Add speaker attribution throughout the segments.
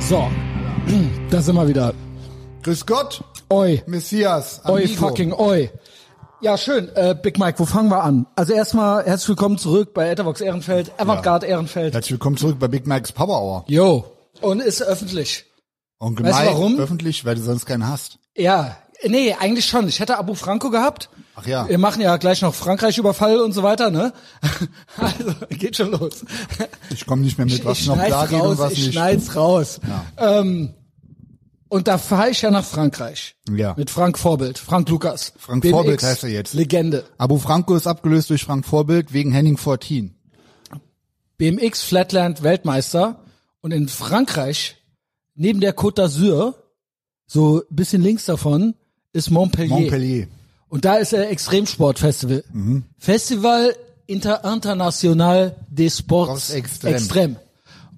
Speaker 1: So, da sind wir wieder.
Speaker 2: Grüß Gott,
Speaker 1: Oi,
Speaker 2: Messias,
Speaker 1: oi
Speaker 2: Amigo.
Speaker 1: fucking oi. Ja, schön. Äh, Big Mike, wo fangen wir an? Also erstmal herzlich willkommen zurück bei Etherbox Ehrenfeld, Avantgarde Ehrenfeld.
Speaker 2: Herzlich willkommen zurück bei Big Mike's Power Hour.
Speaker 1: Yo. Und ist öffentlich.
Speaker 2: Und
Speaker 1: Weißt du
Speaker 2: gemein
Speaker 1: warum?
Speaker 2: öffentlich, weil du sonst keinen hast.
Speaker 1: Ja, nee, eigentlich schon. Ich hätte Abu Franco gehabt.
Speaker 2: Ach ja.
Speaker 1: Wir machen ja gleich noch Frankreich-Überfall und so weiter, ne? Also, geht schon los.
Speaker 2: Ich komme nicht mehr mit, was
Speaker 1: ich
Speaker 2: noch da
Speaker 1: schneid's
Speaker 2: geht und
Speaker 1: raus,
Speaker 2: was
Speaker 1: ich
Speaker 2: nicht.
Speaker 1: schneid's raus. Ähm, und da fahre ich ja nach Frankreich.
Speaker 2: Ja.
Speaker 1: Mit Frank Vorbild, Frank Lukas.
Speaker 2: Frank
Speaker 1: BMX,
Speaker 2: Vorbild heißt er jetzt.
Speaker 1: Legende.
Speaker 2: Abu Franco ist abgelöst durch Frank Vorbild wegen Henning 14.
Speaker 1: BMX Flatland Weltmeister und in Frankreich neben der Côte d'Azur so ein bisschen links davon ist Montpellier.
Speaker 2: Montpellier.
Speaker 1: Und da ist er Extremsportfestival.
Speaker 2: Mhm.
Speaker 1: Festival Inter International des Sports
Speaker 2: Sports Extrem.
Speaker 1: Extrem.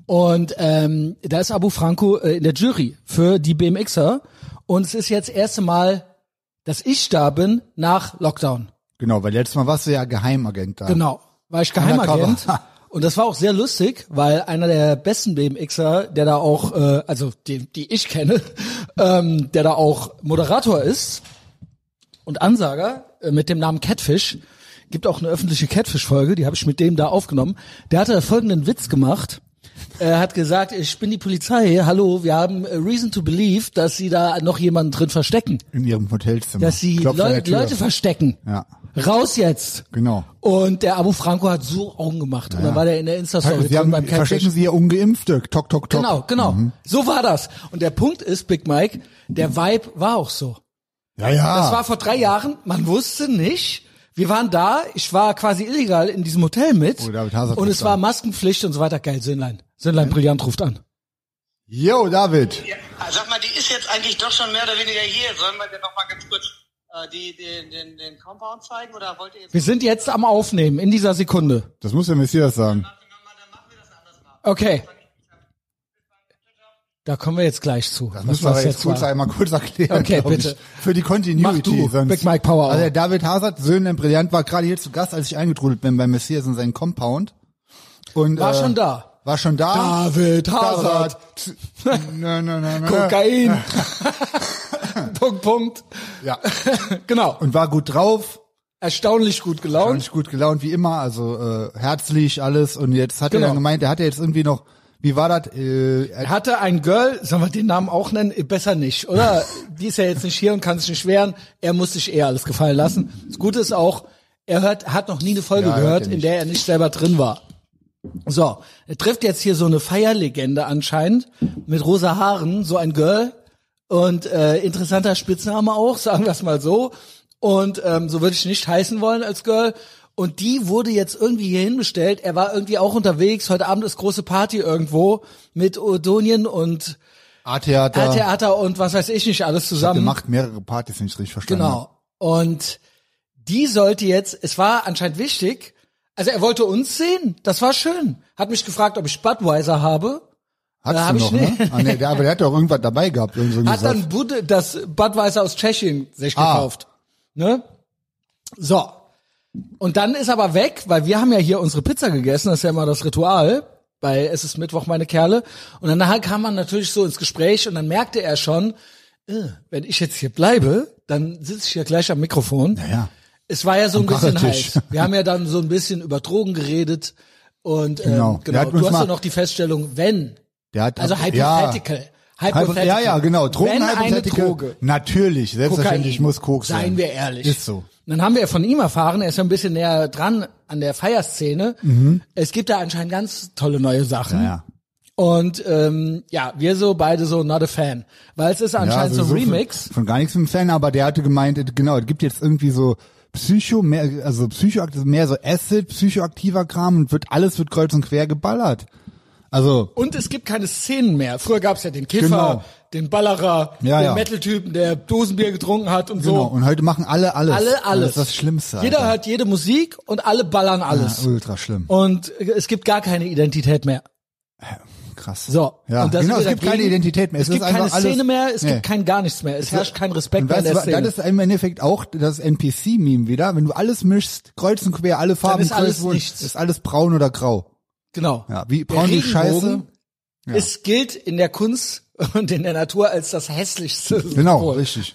Speaker 1: Und ähm, da ist Abu Franco äh, in der Jury für die BMXer und es ist jetzt das erste Mal, dass ich da bin nach Lockdown.
Speaker 2: Genau, weil letztes Mal warst du ja Geheimagent da.
Speaker 1: Genau, war ich Geheimagent.
Speaker 2: Undercover.
Speaker 1: Und das war auch sehr lustig, weil einer der besten BMXer, der da auch, äh, also die, die ich kenne, ähm, der da auch Moderator ist und Ansager äh, mit dem Namen Catfish, gibt auch eine öffentliche Catfish-Folge, die habe ich mit dem da aufgenommen. Der hatte folgenden Witz gemacht. Er hat gesagt, ich bin die Polizei, hallo, wir haben äh, Reason to Believe, dass sie da noch jemanden drin verstecken.
Speaker 2: In ihrem Hotelzimmer.
Speaker 1: Dass sie
Speaker 2: Klopft an
Speaker 1: Leu
Speaker 2: der Tür.
Speaker 1: Leute verstecken.
Speaker 2: Ja.
Speaker 1: Raus jetzt!
Speaker 2: Genau.
Speaker 1: Und der Abu Franco hat so Augen gemacht. Und dann war der in der Insta-Story
Speaker 2: Sie
Speaker 1: drin
Speaker 2: haben,
Speaker 1: beim
Speaker 2: verstecken
Speaker 1: Catfish.
Speaker 2: sie ja Ungeimpfte. Tok, tok, tok.
Speaker 1: Genau, genau.
Speaker 2: Mhm.
Speaker 1: So war das. Und der Punkt ist, Big Mike, der Vibe war auch so.
Speaker 2: Ja, ja.
Speaker 1: Das war vor drei Jahren, man wusste nicht. Wir waren da, ich war quasi illegal in diesem Hotel mit.
Speaker 2: Oh, David Hazard
Speaker 1: und
Speaker 2: ruft
Speaker 1: es war
Speaker 2: an.
Speaker 1: Maskenpflicht und so weiter. Geil, Söhnlein. Söhnlein Brillant ruft an.
Speaker 2: Yo, David.
Speaker 3: Ja, sag mal, die ist jetzt eigentlich doch schon mehr oder weniger hier. Sollen wir dir noch mal ganz kurz äh, die, den, den, den Compound zeigen oder wollt ihr jetzt
Speaker 1: Wir sind jetzt am Aufnehmen in dieser Sekunde.
Speaker 2: Das muss der Messias sagen.
Speaker 3: dann machen wir das anders mal.
Speaker 1: Okay. Da kommen wir jetzt gleich zu.
Speaker 2: Das müssen wir aber jetzt kurz
Speaker 1: war.
Speaker 2: einmal kurz erklären.
Speaker 1: Okay,
Speaker 2: glaub ich.
Speaker 1: bitte.
Speaker 2: Für die Continuity.
Speaker 1: Mach du,
Speaker 2: sonst.
Speaker 1: Big Mike Power Hour.
Speaker 2: Also der David Hazard, Söhne im Brillant, war gerade hier zu Gast, als ich eingetrudelt bin bei Messias in seinem Compound. Und,
Speaker 1: War
Speaker 2: äh,
Speaker 1: schon da.
Speaker 2: War schon da.
Speaker 1: David Hazard.
Speaker 2: Nö, nö, nö, nö.
Speaker 1: Kokain. Punkt, Punkt.
Speaker 2: Ja.
Speaker 1: Genau.
Speaker 2: Und war gut drauf.
Speaker 1: Erstaunlich gut
Speaker 2: Und
Speaker 1: gelaunt.
Speaker 2: nicht gut gelaunt wie immer, also äh, herzlich alles. Und jetzt hat
Speaker 1: Genau.
Speaker 2: er dann gemeint, er hat ja jetzt irgendwie noch, wie war das? Äh,
Speaker 1: Er hatte ein Girl, sollen wir den Namen auch nennen? Äh, Besser nicht, oder? Die ist ja jetzt nicht hier und kann sich nicht wehren. Er muss sich eher alles gefallen lassen. Das Gute ist auch, er hört, hat noch nie eine Folge
Speaker 2: Ja, er hört
Speaker 1: gehört, in
Speaker 2: ja nicht.
Speaker 1: der er nicht selber drin war. So, er trifft jetzt hier so eine Feierlegende anscheinend mit rosa Haaren, so ein Girl und äh, interessanter Spitzname auch, sagen wir es mal so. Und ähm, so würde ich nicht heißen wollen als Girl. Und die wurde jetzt irgendwie hier hinbestellt. Er war irgendwie auch unterwegs. Heute Abend ist große Party irgendwo mit Odonien und
Speaker 2: A-Theater.
Speaker 1: Theater und was weiß ich nicht alles
Speaker 2: Der
Speaker 1: zusammen.
Speaker 2: macht mehrere Partys, wenn ich richtig verstanden habe.
Speaker 1: Genau. Und die sollte jetzt, es war anscheinend wichtig, also er wollte uns sehen, das war schön. Hat mich gefragt, ob ich Budweiser habe. Da
Speaker 2: Hattest
Speaker 1: Äh, hab
Speaker 2: du
Speaker 1: ich
Speaker 2: noch,
Speaker 1: nicht-
Speaker 2: ne? Ah, nee, der, aber der hat doch irgendwas dabei gehabt. Irgend so
Speaker 1: Hat
Speaker 2: gesagt.
Speaker 1: dann Bud das Budweiser aus Tschechien sich
Speaker 2: Ah.
Speaker 1: gekauft. Ne? So. Und dann ist aber weg, weil wir haben ja hier unsere Pizza gegessen, das ist ja immer das Ritual bei Es ist Mittwoch, meine Kerle. Und danach kam man natürlich so ins Gespräch und dann merkte er schon, äh, wenn ich jetzt hier bleibe, dann sitze ich ja gleich am Mikrofon.
Speaker 2: Naja.
Speaker 1: Es war ja so ein
Speaker 2: Am
Speaker 1: bisschen
Speaker 2: Kachertisch.
Speaker 1: heiß. Wir haben ja dann so ein bisschen über Drogen geredet und
Speaker 2: Genau.
Speaker 1: ähm, genau.
Speaker 2: Der hat uns
Speaker 1: du hast ja
Speaker 2: mal-
Speaker 1: noch die Feststellung, wenn,
Speaker 2: Der hat,
Speaker 1: also hypothetical.
Speaker 2: Ja, Hypo- ja, ja, genau. Drogen,
Speaker 1: Wenn eine
Speaker 2: hypothetical.
Speaker 1: Droge,
Speaker 2: Natürlich, selbstverständlich
Speaker 1: Kokain,
Speaker 2: muss Koks sein.
Speaker 1: seien wir ehrlich.
Speaker 2: Ist so.
Speaker 1: Und Dann haben wir von ihm erfahren, er ist ja ein bisschen näher dran an der Feierszene.
Speaker 2: Mhm.
Speaker 1: Es gibt da anscheinend ganz tolle neue Sachen.
Speaker 2: Naja.
Speaker 1: Und ähm, ja, wir so beide so not a fan. Weil es ist
Speaker 2: Ja,
Speaker 1: anscheinend so
Speaker 2: sowieso
Speaker 1: ein Remix.
Speaker 2: Von, von gar nichts mit dem Fan, aber der hatte gemeint, it- genau, es gibt jetzt irgendwie so Psycho, mehr, also Psychoaktiv, mehr so Acid, psychoaktiver Kram und wird alles wird kreuz und quer geballert. Also,
Speaker 1: Und es gibt keine Szenen mehr. Früher gab's ja den Kiffer,
Speaker 2: Genau.
Speaker 1: den Ballerer,
Speaker 2: Ja,
Speaker 1: den
Speaker 2: ja.
Speaker 1: Metal-Typen, der Dosenbier getrunken hat und
Speaker 2: genau.
Speaker 1: so.
Speaker 2: Und heute machen alle alles. Also
Speaker 1: Alle alles.
Speaker 2: Das ist das Schlimmste.
Speaker 1: Jeder
Speaker 2: Alter.
Speaker 1: hört jede Musik und alle ballern alles.
Speaker 2: Ja, ultra schlimm.
Speaker 1: Und es gibt gar keine Identität mehr.
Speaker 2: Krass.
Speaker 1: So.
Speaker 2: Ja,
Speaker 1: und da sind
Speaker 2: genau,
Speaker 1: wir
Speaker 2: es gibt
Speaker 1: dagegen.
Speaker 2: keine Identität mehr.
Speaker 1: Es, gibt
Speaker 2: ist einfach
Speaker 1: keine
Speaker 2: alles,
Speaker 1: Szene mehr, es
Speaker 2: Nee.
Speaker 1: gibt kein gar nichts mehr. Es herrscht kein Respekt
Speaker 2: Und
Speaker 1: mehr in
Speaker 2: weißt du,
Speaker 1: der
Speaker 2: was,
Speaker 1: Szene.
Speaker 2: das ist im Endeffekt auch das NPC-Meme wieder. Wenn du alles mischst, kreuz und quer, alle Farben,
Speaker 1: ist alles
Speaker 2: kreuz und-
Speaker 1: nichts.
Speaker 2: ist alles braun oder grau.
Speaker 1: genau.
Speaker 2: Ja, wie
Speaker 1: Der
Speaker 2: braun die
Speaker 1: Regenbogen
Speaker 2: Scheiße.
Speaker 1: Es gilt in der Kunst und in der Natur als das hässlichste.
Speaker 2: Genau,
Speaker 1: Symbol.
Speaker 2: richtig.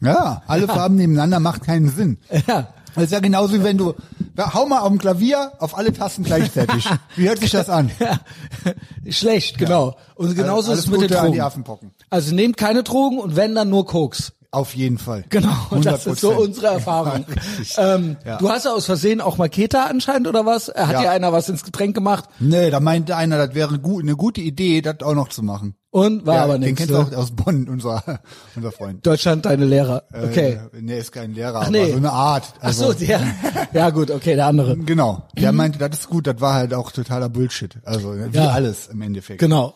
Speaker 2: Ja, alle Farben nebeneinander macht keinen Sinn.
Speaker 1: Ja.
Speaker 2: Das ist ja genauso wie wenn du, ja, hau mal auf dem Klavier auf alle Tasten gleichzeitig. Wie hört sich das an?
Speaker 1: Schlecht, genau. Und genauso
Speaker 2: Also Alles
Speaker 1: ist es mit
Speaker 2: Gute
Speaker 1: den
Speaker 2: an die
Speaker 1: Drogen.
Speaker 2: Affenpocken.
Speaker 1: Also nehmt keine Drogen und wenn dann nur Koks.
Speaker 2: Auf jeden Fall.
Speaker 1: Genau, und das ist so
Speaker 2: 100%.
Speaker 1: unsere Erfahrung.
Speaker 2: Ja, richtig.
Speaker 1: ähm,
Speaker 2: Ja.
Speaker 1: Du hast ja aus Versehen auch mal Keta anscheinend oder was? Hat
Speaker 2: Ja.
Speaker 1: dir einer was ins Getränk gemacht
Speaker 2: Nee, da meinte einer, das wäre gut, eine gute Idee, das auch noch zu machen.
Speaker 1: und war
Speaker 2: ja,
Speaker 1: aber
Speaker 2: den
Speaker 1: nichts.
Speaker 2: kennst du auch
Speaker 1: ne?
Speaker 2: aus Bonn, unser, unser Freund.
Speaker 1: Deutschland deine Lehrer. Okay.
Speaker 2: Äh, nee, ist kein Lehrer,
Speaker 1: nee.
Speaker 2: aber so eine Art. also
Speaker 1: Ach so, der. Ja gut, okay, der andere.
Speaker 2: Genau. Der meinte, das ist gut, das war halt auch totaler Bullshit. Also wie
Speaker 1: Ja.
Speaker 2: alles im Endeffekt.
Speaker 1: Genau.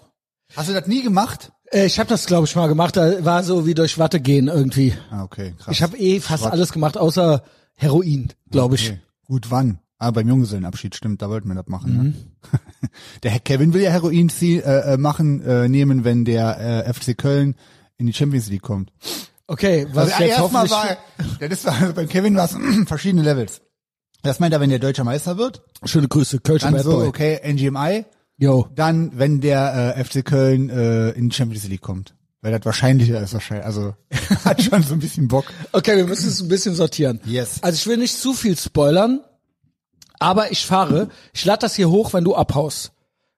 Speaker 2: Hast du das nie gemacht?
Speaker 1: Äh, Ich habe das, glaube ich, mal gemacht. Da war so wie durch Watte gehen irgendwie.
Speaker 2: Ah, okay, krass.
Speaker 1: Ich habe eh fast
Speaker 2: Schrott.
Speaker 1: alles gemacht, außer Heroin, glaube ich.
Speaker 2: Okay. Gut, wann? Ah, beim Junggesellenabschied, stimmt, da wollten wir das machen.
Speaker 1: Mhm.
Speaker 2: Ne? der Herr Kevin will ja Heroin zieh, äh, äh, machen, äh, nehmen, wenn der äh, FC Köln in die Champions League kommt.
Speaker 1: Okay, was
Speaker 2: also
Speaker 1: jetzt
Speaker 2: erstmal
Speaker 1: hoffentlich...
Speaker 2: war, das ist, also beim Kevin war es verschiedene Levels. Das meint er, wenn der deutscher Meister wird,
Speaker 1: Schöne Grüße, Kölsch
Speaker 2: dann
Speaker 1: Bad
Speaker 2: so,
Speaker 1: Boy.
Speaker 2: okay, NGMI,
Speaker 1: Yo.
Speaker 2: dann, wenn der äh, FC Köln äh, in die Champions League kommt. Weil das wahrscheinlicher ist wahrscheinlich, also hat schon so ein bisschen Bock.
Speaker 1: Okay, wir müssen es ein bisschen sortieren.
Speaker 2: Yes.
Speaker 1: Also ich will nicht zu viel spoilern, aber ich fahre, ich lade das hier hoch, wenn du abhaust.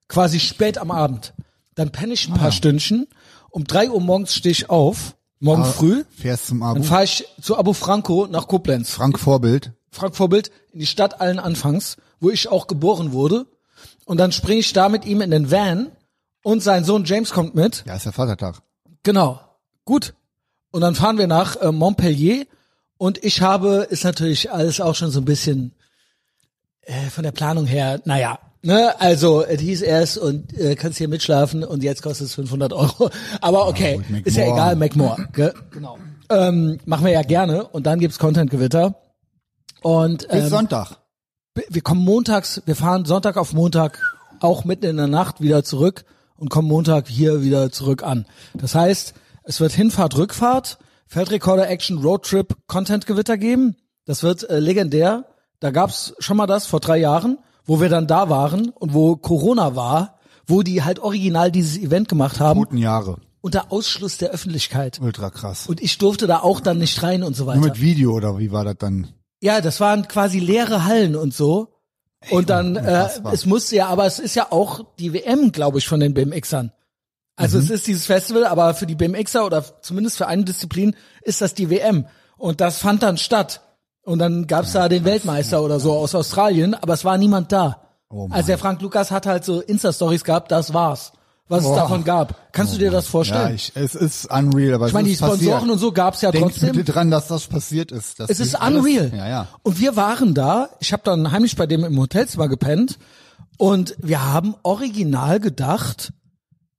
Speaker 1: Quasi spät am Abend. Dann penne ich ein paar Stündchen. Um drei Uhr morgens stehe ich auf, morgen früh.
Speaker 2: Fährst zum
Speaker 1: Dann
Speaker 2: Abu.
Speaker 1: fahre ich zu Abo Franco nach Koblenz.
Speaker 2: Frank Vorbild.
Speaker 1: Frank Vorbild in die Stadt allen Anfangs, wo ich auch geboren wurde. Und dann springe ich da mit ihm in den Van und sein Sohn James kommt mit.
Speaker 2: Ja, ist ja Vatertag.
Speaker 1: Genau. Gut. Und dann fahren wir nach äh, Montpellier und ich habe, ist natürlich alles auch schon so ein bisschen äh, von der Planung her, naja. Ne, also, es hieß erst und äh, kannst hier mitschlafen und jetzt kostet es 500 Euro. Aber okay,
Speaker 2: Ah, gut, Mac
Speaker 1: ist ja
Speaker 2: Moore.
Speaker 1: egal, McMore. Ge? Genau. Ähm, machen wir ja gerne und dann gibt's Content-Gewitter. Und
Speaker 2: Bis
Speaker 1: ähm,
Speaker 2: Sonntag.
Speaker 1: wir- wir kommen montags, wir fahren Sonntag auf Montag auch mitten in der Nacht wieder zurück und kommen Montag hier wieder zurück an. Das heißt, es wird Hinfahrt, Rückfahrt, Feldrecorder Action, Roadtrip, Content-Gewitter geben. Das wird äh, legendär. Da gab's schon mal das vor drei Jahren, wo wir dann da waren und wo Corona war, wo die halt original dieses Event gemacht haben,
Speaker 2: Guten Jahre.
Speaker 1: unter Ausschluss der Öffentlichkeit.
Speaker 2: Ultra krass.
Speaker 1: Und ich durfte da auch dann nicht rein und so
Speaker 2: Nur
Speaker 1: weiter.
Speaker 2: mit Video oder wie war das dann?
Speaker 1: Ja, das waren quasi leere Hallen und so. Und dann, äh,
Speaker 2: unfassbar.
Speaker 1: es musste ja, aber es ist ja auch die WM, glaube ich, von den BMXern. Also
Speaker 2: Mhm.
Speaker 1: es ist dieses Festival, aber für die BMXer oder zumindest für eine Disziplin ist das die WM. Und das fand dann statt. Und dann gab's da den Weltmeister oder so aus Australien, aber es war niemand da.
Speaker 2: Oh Mann.
Speaker 1: also der Frank Lukas hat halt so Insta-Stories gehabt, das war's. Was es
Speaker 2: Boah. Oh
Speaker 1: davon gab. Kannst du dir das vorstellen?
Speaker 2: Ja,
Speaker 1: ich
Speaker 2: ich, es ist unreal, aber ich es
Speaker 1: meine, die
Speaker 2: ist passiert.
Speaker 1: Sponsoren und so gab's ja
Speaker 2: Denk
Speaker 1: trotzdem.
Speaker 2: bitte dran, dass das passiert ist. dass
Speaker 1: Es
Speaker 2: die-
Speaker 1: ist unreal.
Speaker 2: Ja, ja.
Speaker 1: Und wir waren da, ich habe dann heimlich bei dem im Hotelzimmer gepennt und wir haben original gedacht,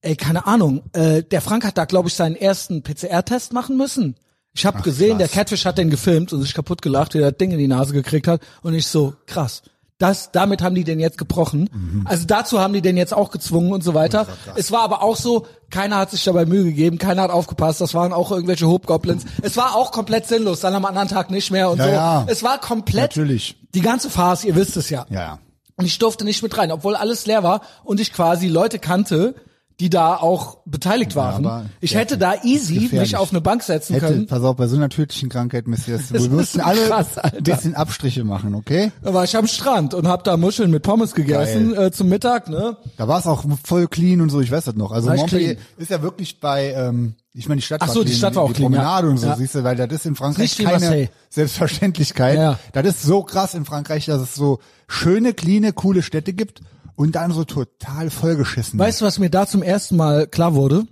Speaker 1: ey, keine Ahnung, äh, der Frank hat da, glaube ich, seinen ersten PCR-Test machen müssen. Ich habe gesehen, der
Speaker 2: krass.
Speaker 1: Catfish hat den gefilmt und sich kaputt gelacht, wie er das Ding in die Nase gekriegt hat und ich so, krass. Das, damit haben die den jetzt gebrochen.
Speaker 2: Mhm.
Speaker 1: Also dazu haben die den jetzt auch gezwungen und so weiter. Es war aber auch so, keiner hat sich dabei Mühe gegeben, keiner hat aufgepasst, das waren auch irgendwelche Hobgoblins. Es war auch komplett sinnlos, dann am anderen Tag nicht mehr und
Speaker 2: Ja,
Speaker 1: so.
Speaker 2: ja.
Speaker 1: Es war komplett
Speaker 2: Natürlich.
Speaker 1: die ganze Farce, ihr wisst es ja.
Speaker 2: Ja, ja.
Speaker 1: Und ich durfte nicht mit rein, obwohl alles leer war und ich quasi Leute kannte, die da auch beteiligt waren.
Speaker 2: aber
Speaker 1: ich hätte da easy
Speaker 2: gefährlich.
Speaker 1: mich auf eine Bank setzen
Speaker 2: Hätte,
Speaker 1: können.
Speaker 2: pass auf, bei so einer tödlichen Krankheit müsst ihr das,
Speaker 1: Das
Speaker 2: wir
Speaker 1: ist
Speaker 2: müssen alle
Speaker 1: krass, Alter.
Speaker 2: ein bisschen Abstriche machen, okay?
Speaker 1: Da war ich am Strand und hab da Muscheln mit Pommes gegessen äh, zum Mittag, ne?
Speaker 2: Da war es auch voll clean und so, ich weiß das noch. Also
Speaker 1: War ich
Speaker 2: Montpellier
Speaker 1: clean?
Speaker 2: ist ja wirklich bei, ähm, ich meine, die Stadt
Speaker 1: Ach so, die
Speaker 2: clean,
Speaker 1: Stadt war auch
Speaker 2: die
Speaker 1: clean, ja.
Speaker 2: Promenade und so,
Speaker 1: Ja.
Speaker 2: siehst du, weil das ist in Frankreich
Speaker 1: Nicht wie
Speaker 2: keine
Speaker 1: Marseille.
Speaker 2: Selbstverständlichkeit.
Speaker 1: Ja.
Speaker 2: Das ist so krass in Frankreich, dass es so schöne, cleane, coole Städte gibt und dann so total vollgeschissen.
Speaker 1: Weißt du, was mir da zum ersten Mal klar wurde?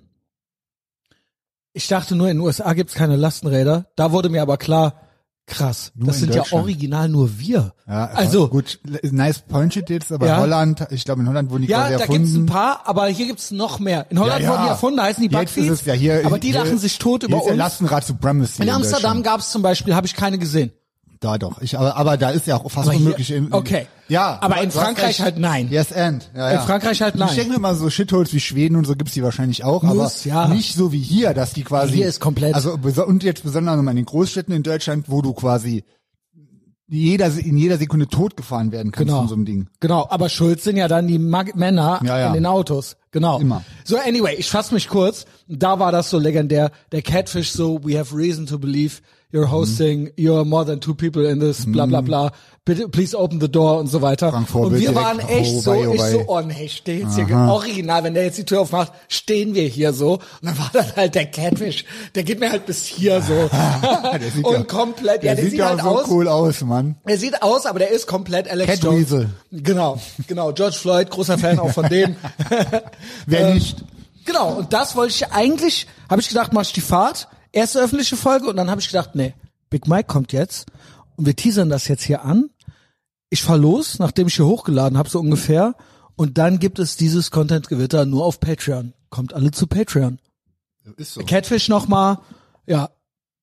Speaker 1: Ich dachte nur, in den USA gibt's keine Lastenräder. Da wurde mir aber klar, krass,
Speaker 2: Nur
Speaker 1: das
Speaker 2: in
Speaker 1: sind ja
Speaker 2: Deutschland.
Speaker 1: original nur wir.
Speaker 2: Ja,
Speaker 1: also,
Speaker 2: gut, nice Point shit jetzt, aber
Speaker 1: Ja.
Speaker 2: Holland, ich glaube in Holland wurden die
Speaker 1: Ja,
Speaker 2: quasi
Speaker 1: da
Speaker 2: erfunden.
Speaker 1: gibt's ein paar, aber hier gibt's noch mehr. In Holland
Speaker 2: Ja, ja.
Speaker 1: wurden die erfunden, da heißen die
Speaker 2: Jetzt ist
Speaker 1: Bugfeeds,
Speaker 2: es ja hier,
Speaker 1: aber die
Speaker 2: hier,
Speaker 1: lachen sich tot
Speaker 2: hier
Speaker 1: über
Speaker 2: ist ja
Speaker 1: uns.
Speaker 2: Lastenrad Supremacy.
Speaker 1: In Amsterdam
Speaker 2: Deutschland.
Speaker 1: gab's zum Beispiel, habe ich keine gesehen.
Speaker 2: Da doch. Ich, aber, aber da ist ja auch fast
Speaker 1: Aber hier-
Speaker 2: unmöglich. in,
Speaker 1: okay.
Speaker 2: Ja.
Speaker 1: Aber
Speaker 2: du
Speaker 1: in
Speaker 2: hast- du hast
Speaker 1: Frankreich
Speaker 2: recht.
Speaker 1: halt nein.
Speaker 2: Yes and. Ja,
Speaker 1: In
Speaker 2: ja.
Speaker 1: Frankreich halt nein.
Speaker 2: Ich denke mir mal so Shitholes wie Schweden und so gibt's die wahrscheinlich auch,
Speaker 1: Muss,
Speaker 2: aber
Speaker 1: ja.
Speaker 2: nicht so wie hier, dass die quasi.
Speaker 1: Hier ist komplett-
Speaker 2: Also, beso- und jetzt besonders in den Großstädten in Deutschland, wo du quasi jeder, in jeder Sekunde totgefahren werden kannst
Speaker 1: Genau.
Speaker 2: von so einem Ding.
Speaker 1: Genau, aber schuld sind ja dann die Mag Männer
Speaker 2: Ja, ja.
Speaker 1: an den Autos. Genau.
Speaker 2: Immer.
Speaker 1: So, anyway, ich fass mich kurz. Da war das so legendär. Der Catfish so, we have reason to believe you're hosting,
Speaker 2: Mhm.
Speaker 1: you're more than two people in this, bla bla bla. Bitte, please open the door und so weiter.
Speaker 2: Frank Vorbild
Speaker 1: und wir
Speaker 2: Mhm.
Speaker 1: waren
Speaker 2: direkt,
Speaker 1: echt
Speaker 2: oh,
Speaker 1: so,
Speaker 2: wei, oh,
Speaker 1: ich so,
Speaker 2: wei.
Speaker 1: oh nee, ich steh jetzt hier ge- original, wenn der jetzt die Tür aufmacht, stehen wir hier so. Und dann war das halt der Catfish. Der geht mir halt bis hier so.
Speaker 2: sieht
Speaker 1: und
Speaker 2: ja-
Speaker 1: komplett, ja, der,
Speaker 2: sieht, ja
Speaker 1: halt
Speaker 2: so
Speaker 1: aus.
Speaker 2: cool aus, Mann.
Speaker 1: Er sieht aus, aber der ist komplett Alex
Speaker 2: Cat
Speaker 1: Jones.
Speaker 2: Weasel.
Speaker 1: Genau, genau. George Floyd, großer Fan auch von dem.
Speaker 2: Wer
Speaker 1: Ähm,
Speaker 2: nicht?
Speaker 1: genau, und das wollte ich eigentlich, habe ich gedacht, mach ich die Fahrt, erste öffentliche Folge und dann habe ich gedacht, nee, Big Mike kommt jetzt und wir teasern das jetzt hier an. Ich fahr los, nachdem ich hier hochgeladen habe, so ungefähr. Und dann gibt es dieses Content-Gewitter nur auf Patreon. Kommt alle zu Patreon.
Speaker 2: Ist so.
Speaker 1: Catfish nochmal, ja,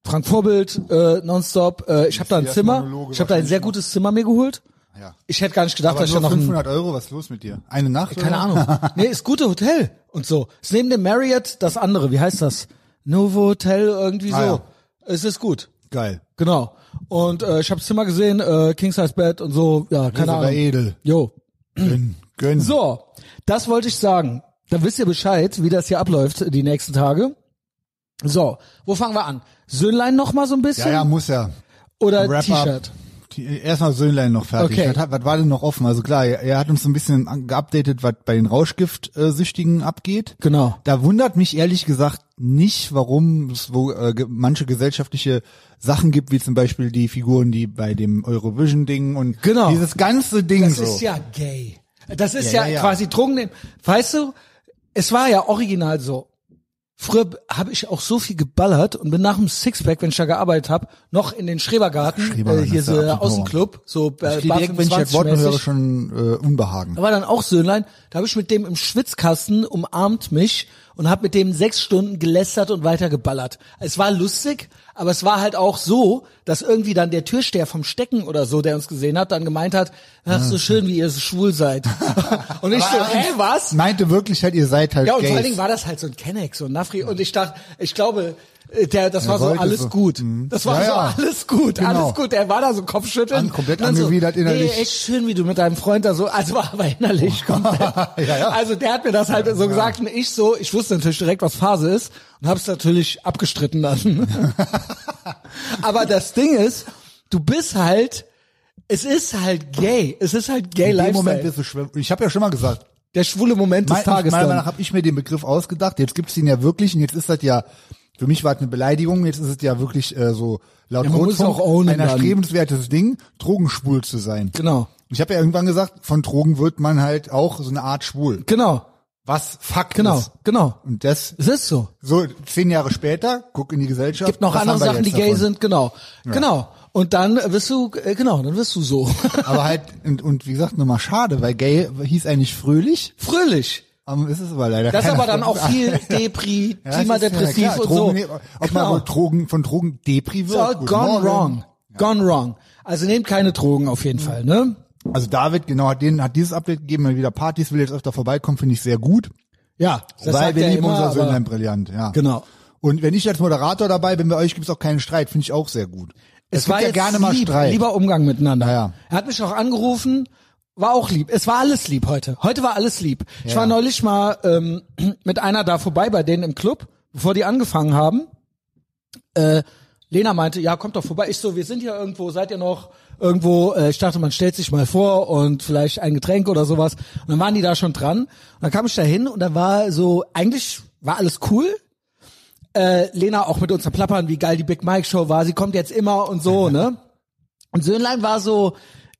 Speaker 1: Frank Vorbild, äh, nonstop. Äh, ich habe da ein
Speaker 2: Messias
Speaker 1: Zimmer,
Speaker 2: Monologe
Speaker 1: ich habe da ein sehr gutes Zimmer mir geholt.
Speaker 2: Ja.
Speaker 1: Ich hätte gar nicht gedacht,
Speaker 2: Aber
Speaker 1: dass ich da
Speaker 2: nur
Speaker 1: noch ein,
Speaker 2: 500 Euro, was ist los mit dir? Eine Nacht?
Speaker 1: keine
Speaker 2: oder?
Speaker 1: Ahnung. Nee, ist gute Hotel und so. Ist neben dem Marriott das andere, wie heißt das? Novo Hotel irgendwie so.
Speaker 2: Ah, ja.
Speaker 1: Es ist gut.
Speaker 2: Geil.
Speaker 1: Genau. Und äh, ich habe Zimmer gesehen, äh, King Size Bett und so, ja,
Speaker 2: Keine
Speaker 1: keine
Speaker 2: aber
Speaker 1: Ahnung.
Speaker 2: edel.
Speaker 1: Jo.
Speaker 2: Gönn. Gönn.
Speaker 1: So, das wollte ich sagen. Dann wisst ihr Bescheid, wie das hier abläuft die nächsten Tage. So, wo fangen wir an? Söhnlein noch mal so ein bisschen
Speaker 2: Ja, ja, muss ja.
Speaker 1: oder
Speaker 2: Wrap
Speaker 1: T-Shirt?
Speaker 2: up. Die- Erstmal Söhnlein noch fertig.
Speaker 1: Okay.
Speaker 2: Was, hat- was war denn noch offen? Also klar, er, er hat uns so ein bisschen an- geupdatet, was bei den Rauschgift-Süchtigen äh, abgeht.
Speaker 1: Genau.
Speaker 2: Da wundert mich ehrlich gesagt nicht, warum es wo äh, ge- manche gesellschaftliche Sachen gibt, wie zum Beispiel die Figuren, die bei dem Eurovision-Ding und
Speaker 1: Genau.
Speaker 2: dieses ganze Ding
Speaker 1: Das
Speaker 2: so.
Speaker 1: ist ja gay. Das ist ja,
Speaker 2: Ja, ja, ja.
Speaker 1: quasi Drogen. Weißt du, es war ja original so. Früher b- habe ich auch so viel geballert und bin nach dem Sixpack, wenn ich da gearbeitet habe, noch in den Schrebergarten,
Speaker 2: Schrebergarten
Speaker 1: äh, hier
Speaker 2: ist
Speaker 1: so
Speaker 2: der
Speaker 1: der
Speaker 2: absolute
Speaker 1: Außenclub, so äh,
Speaker 2: Ich krieg direkt, wenn ich das Wort nur höre,
Speaker 1: 25-mäßig.
Speaker 2: schon äh, Unbehagen.
Speaker 1: Da war dann auch Söhnlein, da habe ich mit dem im Schwitzkasten umarmt mich und habe mit dem sechs Stunden gelästert und weitergeballert. Es war lustig, aber es war halt auch so, dass irgendwie dann der Türsteher vom Stecken oder so, der uns gesehen hat, dann gemeint hat, ach so schön, wie ihr so schwul seid. und ich so,
Speaker 2: Aber-
Speaker 1: hä, was?
Speaker 2: Meinte wirklich halt, ihr seid halt
Speaker 1: Ja, und vor
Speaker 2: Gays.
Speaker 1: allen Dingen war das halt so ein Kennex, so ein Nafri. Und ich dachte, ich glaube, äh, der, das war so
Speaker 2: wollte
Speaker 1: alles
Speaker 2: so.
Speaker 1: gut.
Speaker 2: Mhm.
Speaker 1: Das war
Speaker 2: Ja, ja.
Speaker 1: so alles gut,
Speaker 2: Genau.
Speaker 1: alles gut. Er war da so Kopfschütteln.
Speaker 2: An- komplett
Speaker 1: Und dann so,
Speaker 2: angewidert innerlich.
Speaker 1: "Ey, echt schön, wie du mit deinem Freund da so, also war aber innerlich komplett.
Speaker 2: Ja, ja.
Speaker 1: Also der hat mir das halt so gesagt und ich so, ich wusste natürlich direkt, was Phase ist und hab's natürlich abgestritten dann. aber das Ding ist, du bist halt, es ist halt gay. Es ist halt gay
Speaker 2: In dem
Speaker 1: Lifestyle.
Speaker 2: Moment wirst du schwer. Ich habe ja schon mal gesagt,
Speaker 1: der schwule Moment des
Speaker 2: mein,
Speaker 1: Tages
Speaker 2: meiner
Speaker 1: dann.
Speaker 2: Meinung nach habe ich mir den Begriff ausgedacht. Jetzt gibt's ihn ja wirklich und jetzt ist das ja, für mich war es eine Beleidigung, jetzt ist es ja wirklich äh, so laut
Speaker 1: Ja, man muss es
Speaker 2: Rotfunk
Speaker 1: auch ownen
Speaker 2: ein
Speaker 1: dann.
Speaker 2: erstrebenswertes Ding, drogenschwul zu sein.
Speaker 1: Genau.
Speaker 2: Ich habe ja irgendwann gesagt, von Drogen wird man halt auch so eine Art schwul.
Speaker 1: Genau.
Speaker 2: Was Fakt
Speaker 1: Genau,
Speaker 2: ist.
Speaker 1: genau.
Speaker 2: Und das,
Speaker 1: Es ist so.
Speaker 2: so zehn Jahre später, guck in die Gesellschaft.
Speaker 1: Gibt noch
Speaker 2: was
Speaker 1: andere
Speaker 2: haben wir
Speaker 1: Sachen,
Speaker 2: jetzt
Speaker 1: die gay
Speaker 2: davon?
Speaker 1: sind, genau. Genau. Und dann äh, wirst du, äh, genau, dann wirst du so.
Speaker 2: Aber halt, und, und wie gesagt, nochmal schade, weil gay hieß eigentlich fröhlich,
Speaker 1: Fröhlich.
Speaker 2: aber ist es aber leider
Speaker 1: Das ist
Speaker 2: keiner
Speaker 1: aber dann
Speaker 2: von-
Speaker 1: auch viel Depri,
Speaker 2: Ja, das ist
Speaker 1: klimadepressiv
Speaker 2: ja klar.
Speaker 1: und
Speaker 2: Drogen,
Speaker 1: so.
Speaker 2: ne- Ob man wohl Drogen, von Drogen Depri
Speaker 1: It's all
Speaker 2: wird. Guten
Speaker 1: gone
Speaker 2: Morgen.
Speaker 1: wrong. Gone wrong. Also nehmt keine Drogen auf
Speaker 2: Mhm.
Speaker 1: jeden Fall, ne?
Speaker 2: Also David, genau, hat, den, hat dieses Update gegeben, hat wieder Partys, will jetzt öfter vorbeikommen, finde ich sehr gut.
Speaker 1: Ja, das
Speaker 2: weil
Speaker 1: sagt
Speaker 2: wir
Speaker 1: er
Speaker 2: lieben
Speaker 1: immer,
Speaker 2: unser
Speaker 1: aber-
Speaker 2: Söhnlein brillant, ja.
Speaker 1: Genau.
Speaker 2: Und wenn ich als Moderator dabei bin, bei euch gibt's auch keinen Streit, finde ich auch sehr gut.
Speaker 1: Es war
Speaker 2: gibt ja
Speaker 1: jetzt
Speaker 2: gerne mal
Speaker 1: lieb,
Speaker 2: Streit.
Speaker 1: lieber Umgang miteinander.
Speaker 2: Ja, ja.
Speaker 1: Er hat mich auch angerufen, war auch lieb. Es war alles lieb heute. Heute war alles lieb. Ich
Speaker 2: Ja.
Speaker 1: war neulich mal ähm, mit einer da vorbei bei denen im Club, bevor die angefangen haben. Äh, Lena meinte, ja, kommt doch vorbei. Ich so, wir sind hier irgendwo, seid ihr noch irgendwo? Äh, ich dachte, man stellt sich mal vor und vielleicht ein Getränk oder sowas. Und dann waren die da schon dran. Und dann kam ich da hin und dann war so, eigentlich war alles cool äh, Lena auch mit uns am Plappern, wie geil die Big Mike Show war. Sie kommt jetzt immer und so, ne? Und Söhnlein war so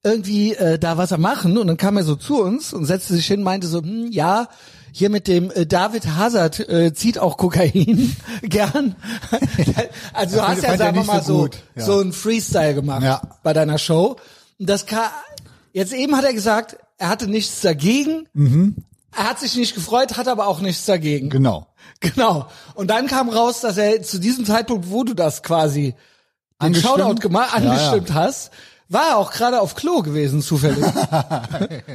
Speaker 1: irgendwie äh, da was am machen und dann kam er so zu uns und setzte sich hin, meinte so, hm, ja, hier mit dem äh, David Hazard äh, zieht auch Kokain gern. also du
Speaker 2: Das
Speaker 1: hast ja,
Speaker 2: fand er
Speaker 1: sagen wir
Speaker 2: nicht
Speaker 1: mal
Speaker 2: so
Speaker 1: so,
Speaker 2: gut, ja.
Speaker 1: so einen Freestyle gemacht
Speaker 2: Ja.
Speaker 1: bei deiner Show. Und das kann, jetzt eben hat er gesagt, er hatte nichts dagegen.
Speaker 2: Mhm.
Speaker 1: Er hat sich nicht gefreut, hat aber auch nichts dagegen.
Speaker 2: Genau.
Speaker 1: Genau. Und dann kam raus, dass er zu diesem Zeitpunkt, wo du das quasi den
Speaker 2: Angestimmt?
Speaker 1: Shoutout gemacht,
Speaker 2: Ja, ja.
Speaker 1: angestimmt hast, war er auch gerade auf Klo gewesen, zufällig.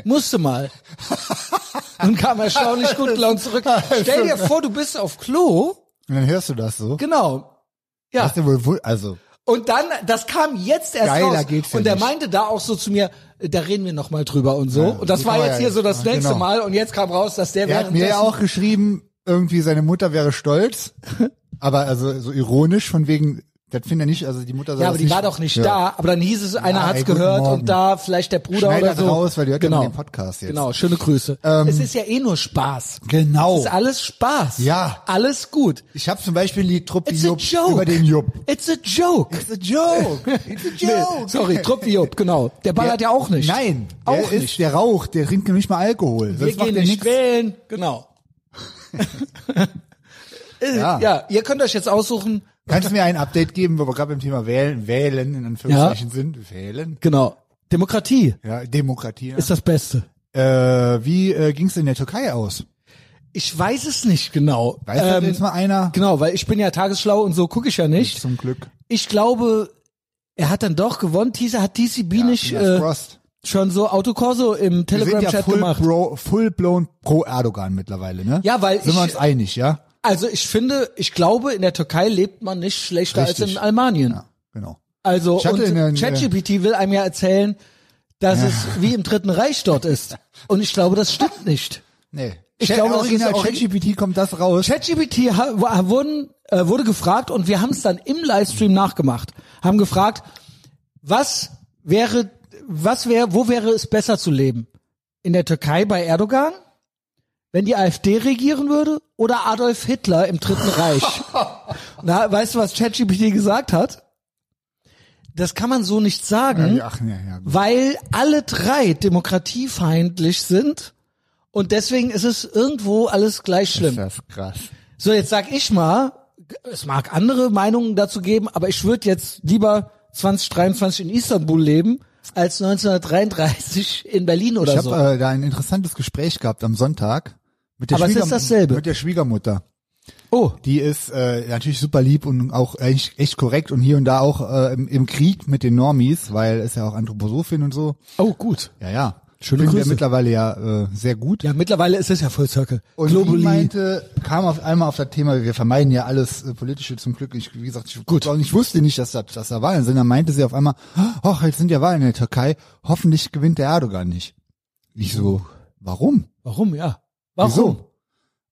Speaker 1: Musste mal. Und kam erstaunlich gut
Speaker 2: Also,
Speaker 1: gelaunt zurück. Stell dir vor, du bist auf Klo.
Speaker 2: Und dann hörst du das so.
Speaker 1: Genau. Ja.
Speaker 2: Hast du wohl, wohl, also,
Speaker 1: Und dann, das kam jetzt erst
Speaker 2: Geiler
Speaker 1: raus.
Speaker 2: geht's ja
Speaker 1: und der
Speaker 2: nicht.
Speaker 1: meinte da auch so zu mir, äh, da reden wir noch mal drüber und so.
Speaker 2: Ja,
Speaker 1: und das
Speaker 2: das
Speaker 1: war
Speaker 2: kann man
Speaker 1: jetzt
Speaker 2: ja
Speaker 1: hier so
Speaker 2: nicht.
Speaker 1: das
Speaker 2: Ja,
Speaker 1: nächste
Speaker 2: genau.
Speaker 1: Mal. Und jetzt kam raus, dass der
Speaker 2: Er hat mir ja
Speaker 1: währenddessen-
Speaker 2: auch geschrieben, irgendwie seine Mutter wäre stolz, aber also so ironisch von wegen, das finde er nicht, also die Mutter soll
Speaker 1: Ja,
Speaker 2: das
Speaker 1: aber die
Speaker 2: nicht,
Speaker 1: war doch nicht
Speaker 2: ja.
Speaker 1: da. Aber dann hieß es, einer
Speaker 2: Ja,
Speaker 1: hat's
Speaker 2: ey, guten
Speaker 1: gehört
Speaker 2: Morgen.
Speaker 1: und da vielleicht der Bruder
Speaker 2: Schneid
Speaker 1: oder
Speaker 2: das
Speaker 1: so.
Speaker 2: raus, weil die hört ja
Speaker 1: genau.
Speaker 2: den Podcast jetzt. Ähm,
Speaker 1: Genau, schöne Grüße. es ist ja eh nur Spaß.
Speaker 2: Genau.
Speaker 1: Es ist alles Spaß.
Speaker 2: Ja.
Speaker 1: Alles gut.
Speaker 2: Ich habe zum Beispiel ein Lied Truppi
Speaker 1: It's a
Speaker 2: Jupp
Speaker 1: joke.
Speaker 2: über den Jupp.
Speaker 1: It's a joke.
Speaker 2: It's a joke. It's a joke.
Speaker 1: Nee, sorry, Truppi Jupp, genau. Der ballert ja auch nicht.
Speaker 2: Nein, der
Speaker 1: auch
Speaker 2: ist,
Speaker 1: nicht.
Speaker 2: Der raucht, der trinkt nämlich mal Alkohol.
Speaker 1: Wir gehen
Speaker 2: Sonst macht er
Speaker 1: nicht
Speaker 2: nichts.
Speaker 1: wählen. Genau. Äh,
Speaker 2: Ja.
Speaker 1: ja, ihr könnt euch jetzt aussuchen.
Speaker 2: Kannst du mir ein Update geben, wo wir gerade beim Thema Wählen, Wählen in Anführungszeichen sind? Wählen?
Speaker 1: Genau. Demokratie
Speaker 2: Ja, Demokratie.
Speaker 1: ist das Beste.
Speaker 2: äh, wie äh, ging es in der Türkei aus?
Speaker 1: Ich weiß es nicht genau.
Speaker 2: Weiß das jetzt mal einer?
Speaker 1: Genau, weil ich bin ja tagesschlau und so gucke ich ja nicht.
Speaker 2: Zum Glück.
Speaker 1: Ich glaube, er hat dann doch gewonnen. Tisa hat TCB nicht
Speaker 2: Fingers
Speaker 1: äh,
Speaker 2: crossed.
Speaker 1: schon so Autokorso im
Speaker 2: Wir sind ja
Speaker 1: Telegram-Chat
Speaker 2: full,
Speaker 1: gemacht.
Speaker 2: pro, full blown pro Erdogan mittlerweile, ne?
Speaker 1: Ja, weil
Speaker 2: sind wir
Speaker 1: ich-
Speaker 2: uns einig, ja?
Speaker 1: Also ich finde, ich glaube, in der Türkei lebt man nicht schlechter als
Speaker 2: Richtig.
Speaker 1: in Albanien.
Speaker 2: Ja, genau.
Speaker 1: Also
Speaker 2: Ich hatte in der-
Speaker 1: und ChatGPT will einem ja erzählen, dass es wie im Dritten Reich dort ist. Und ich glaube, das stimmt nicht.
Speaker 2: Nee.
Speaker 1: Ich
Speaker 2: Chat-
Speaker 1: glaube, das
Speaker 2: original
Speaker 1: ist auch-
Speaker 2: ChatGPT kommt das raus.
Speaker 1: ChatGPT ha- wa- wurden, äh, wurde gefragt und wir haben es dann im Livestream nachgemacht. Haben gefragt, was wäre, was wäre, wo wäre es besser zu leben? In der Türkei bei Erdogan? Wenn die AfD regieren würde? Oder Adolf Hitler im Dritten Reich? Na, weißt du, was ChatGPT gesagt hat? Das kann man so nicht sagen,
Speaker 2: Ach, nee, Äh, ja, gut.
Speaker 1: weil alle drei demokratiefeindlich sind und deswegen ist es irgendwo alles gleich schlimm.
Speaker 2: Ist das krass.
Speaker 1: So, jetzt sag ich mal, es mag andere Meinungen dazu geben, aber ich würde jetzt lieber 2023 in Istanbul leben als 1933 in Berlin oder
Speaker 2: Ich
Speaker 1: so.
Speaker 2: habe äh, da ein interessantes Gespräch gehabt am Sonntag mit der,
Speaker 1: Aber es ist
Speaker 2: Schwiegerm-
Speaker 1: dasselbe.
Speaker 2: mit der Schwiegermutter.
Speaker 1: oh,
Speaker 2: Die ist äh, natürlich super lieb und auch echt, echt korrekt und hier und da auch äh, im, im Krieg mit den Normis, weil ist ja auch Anthroposophin und so.
Speaker 1: oh gut.
Speaker 2: Ja, ja.
Speaker 1: Schöne
Speaker 2: Finden wir
Speaker 1: Grüße.
Speaker 2: mittlerweile ja äh, sehr gut.
Speaker 1: Ja, mittlerweile ist es ja Full Circle.
Speaker 2: Und
Speaker 1: Globally.
Speaker 2: die meinte, kam auf einmal auf das Thema, wir vermeiden ja alles äh, Politische zum Glück. Ich, wie gesagt, ich, Gut. Und ich wusste nicht, dass da, dass da Wahlen sind. Dann meinte sie auf einmal, oh, jetzt sind ja Wahlen in der Türkei. Hoffentlich gewinnt der Erdogan nicht. Ich so, warum?
Speaker 1: Warum, ja? Warum?
Speaker 2: Wieso?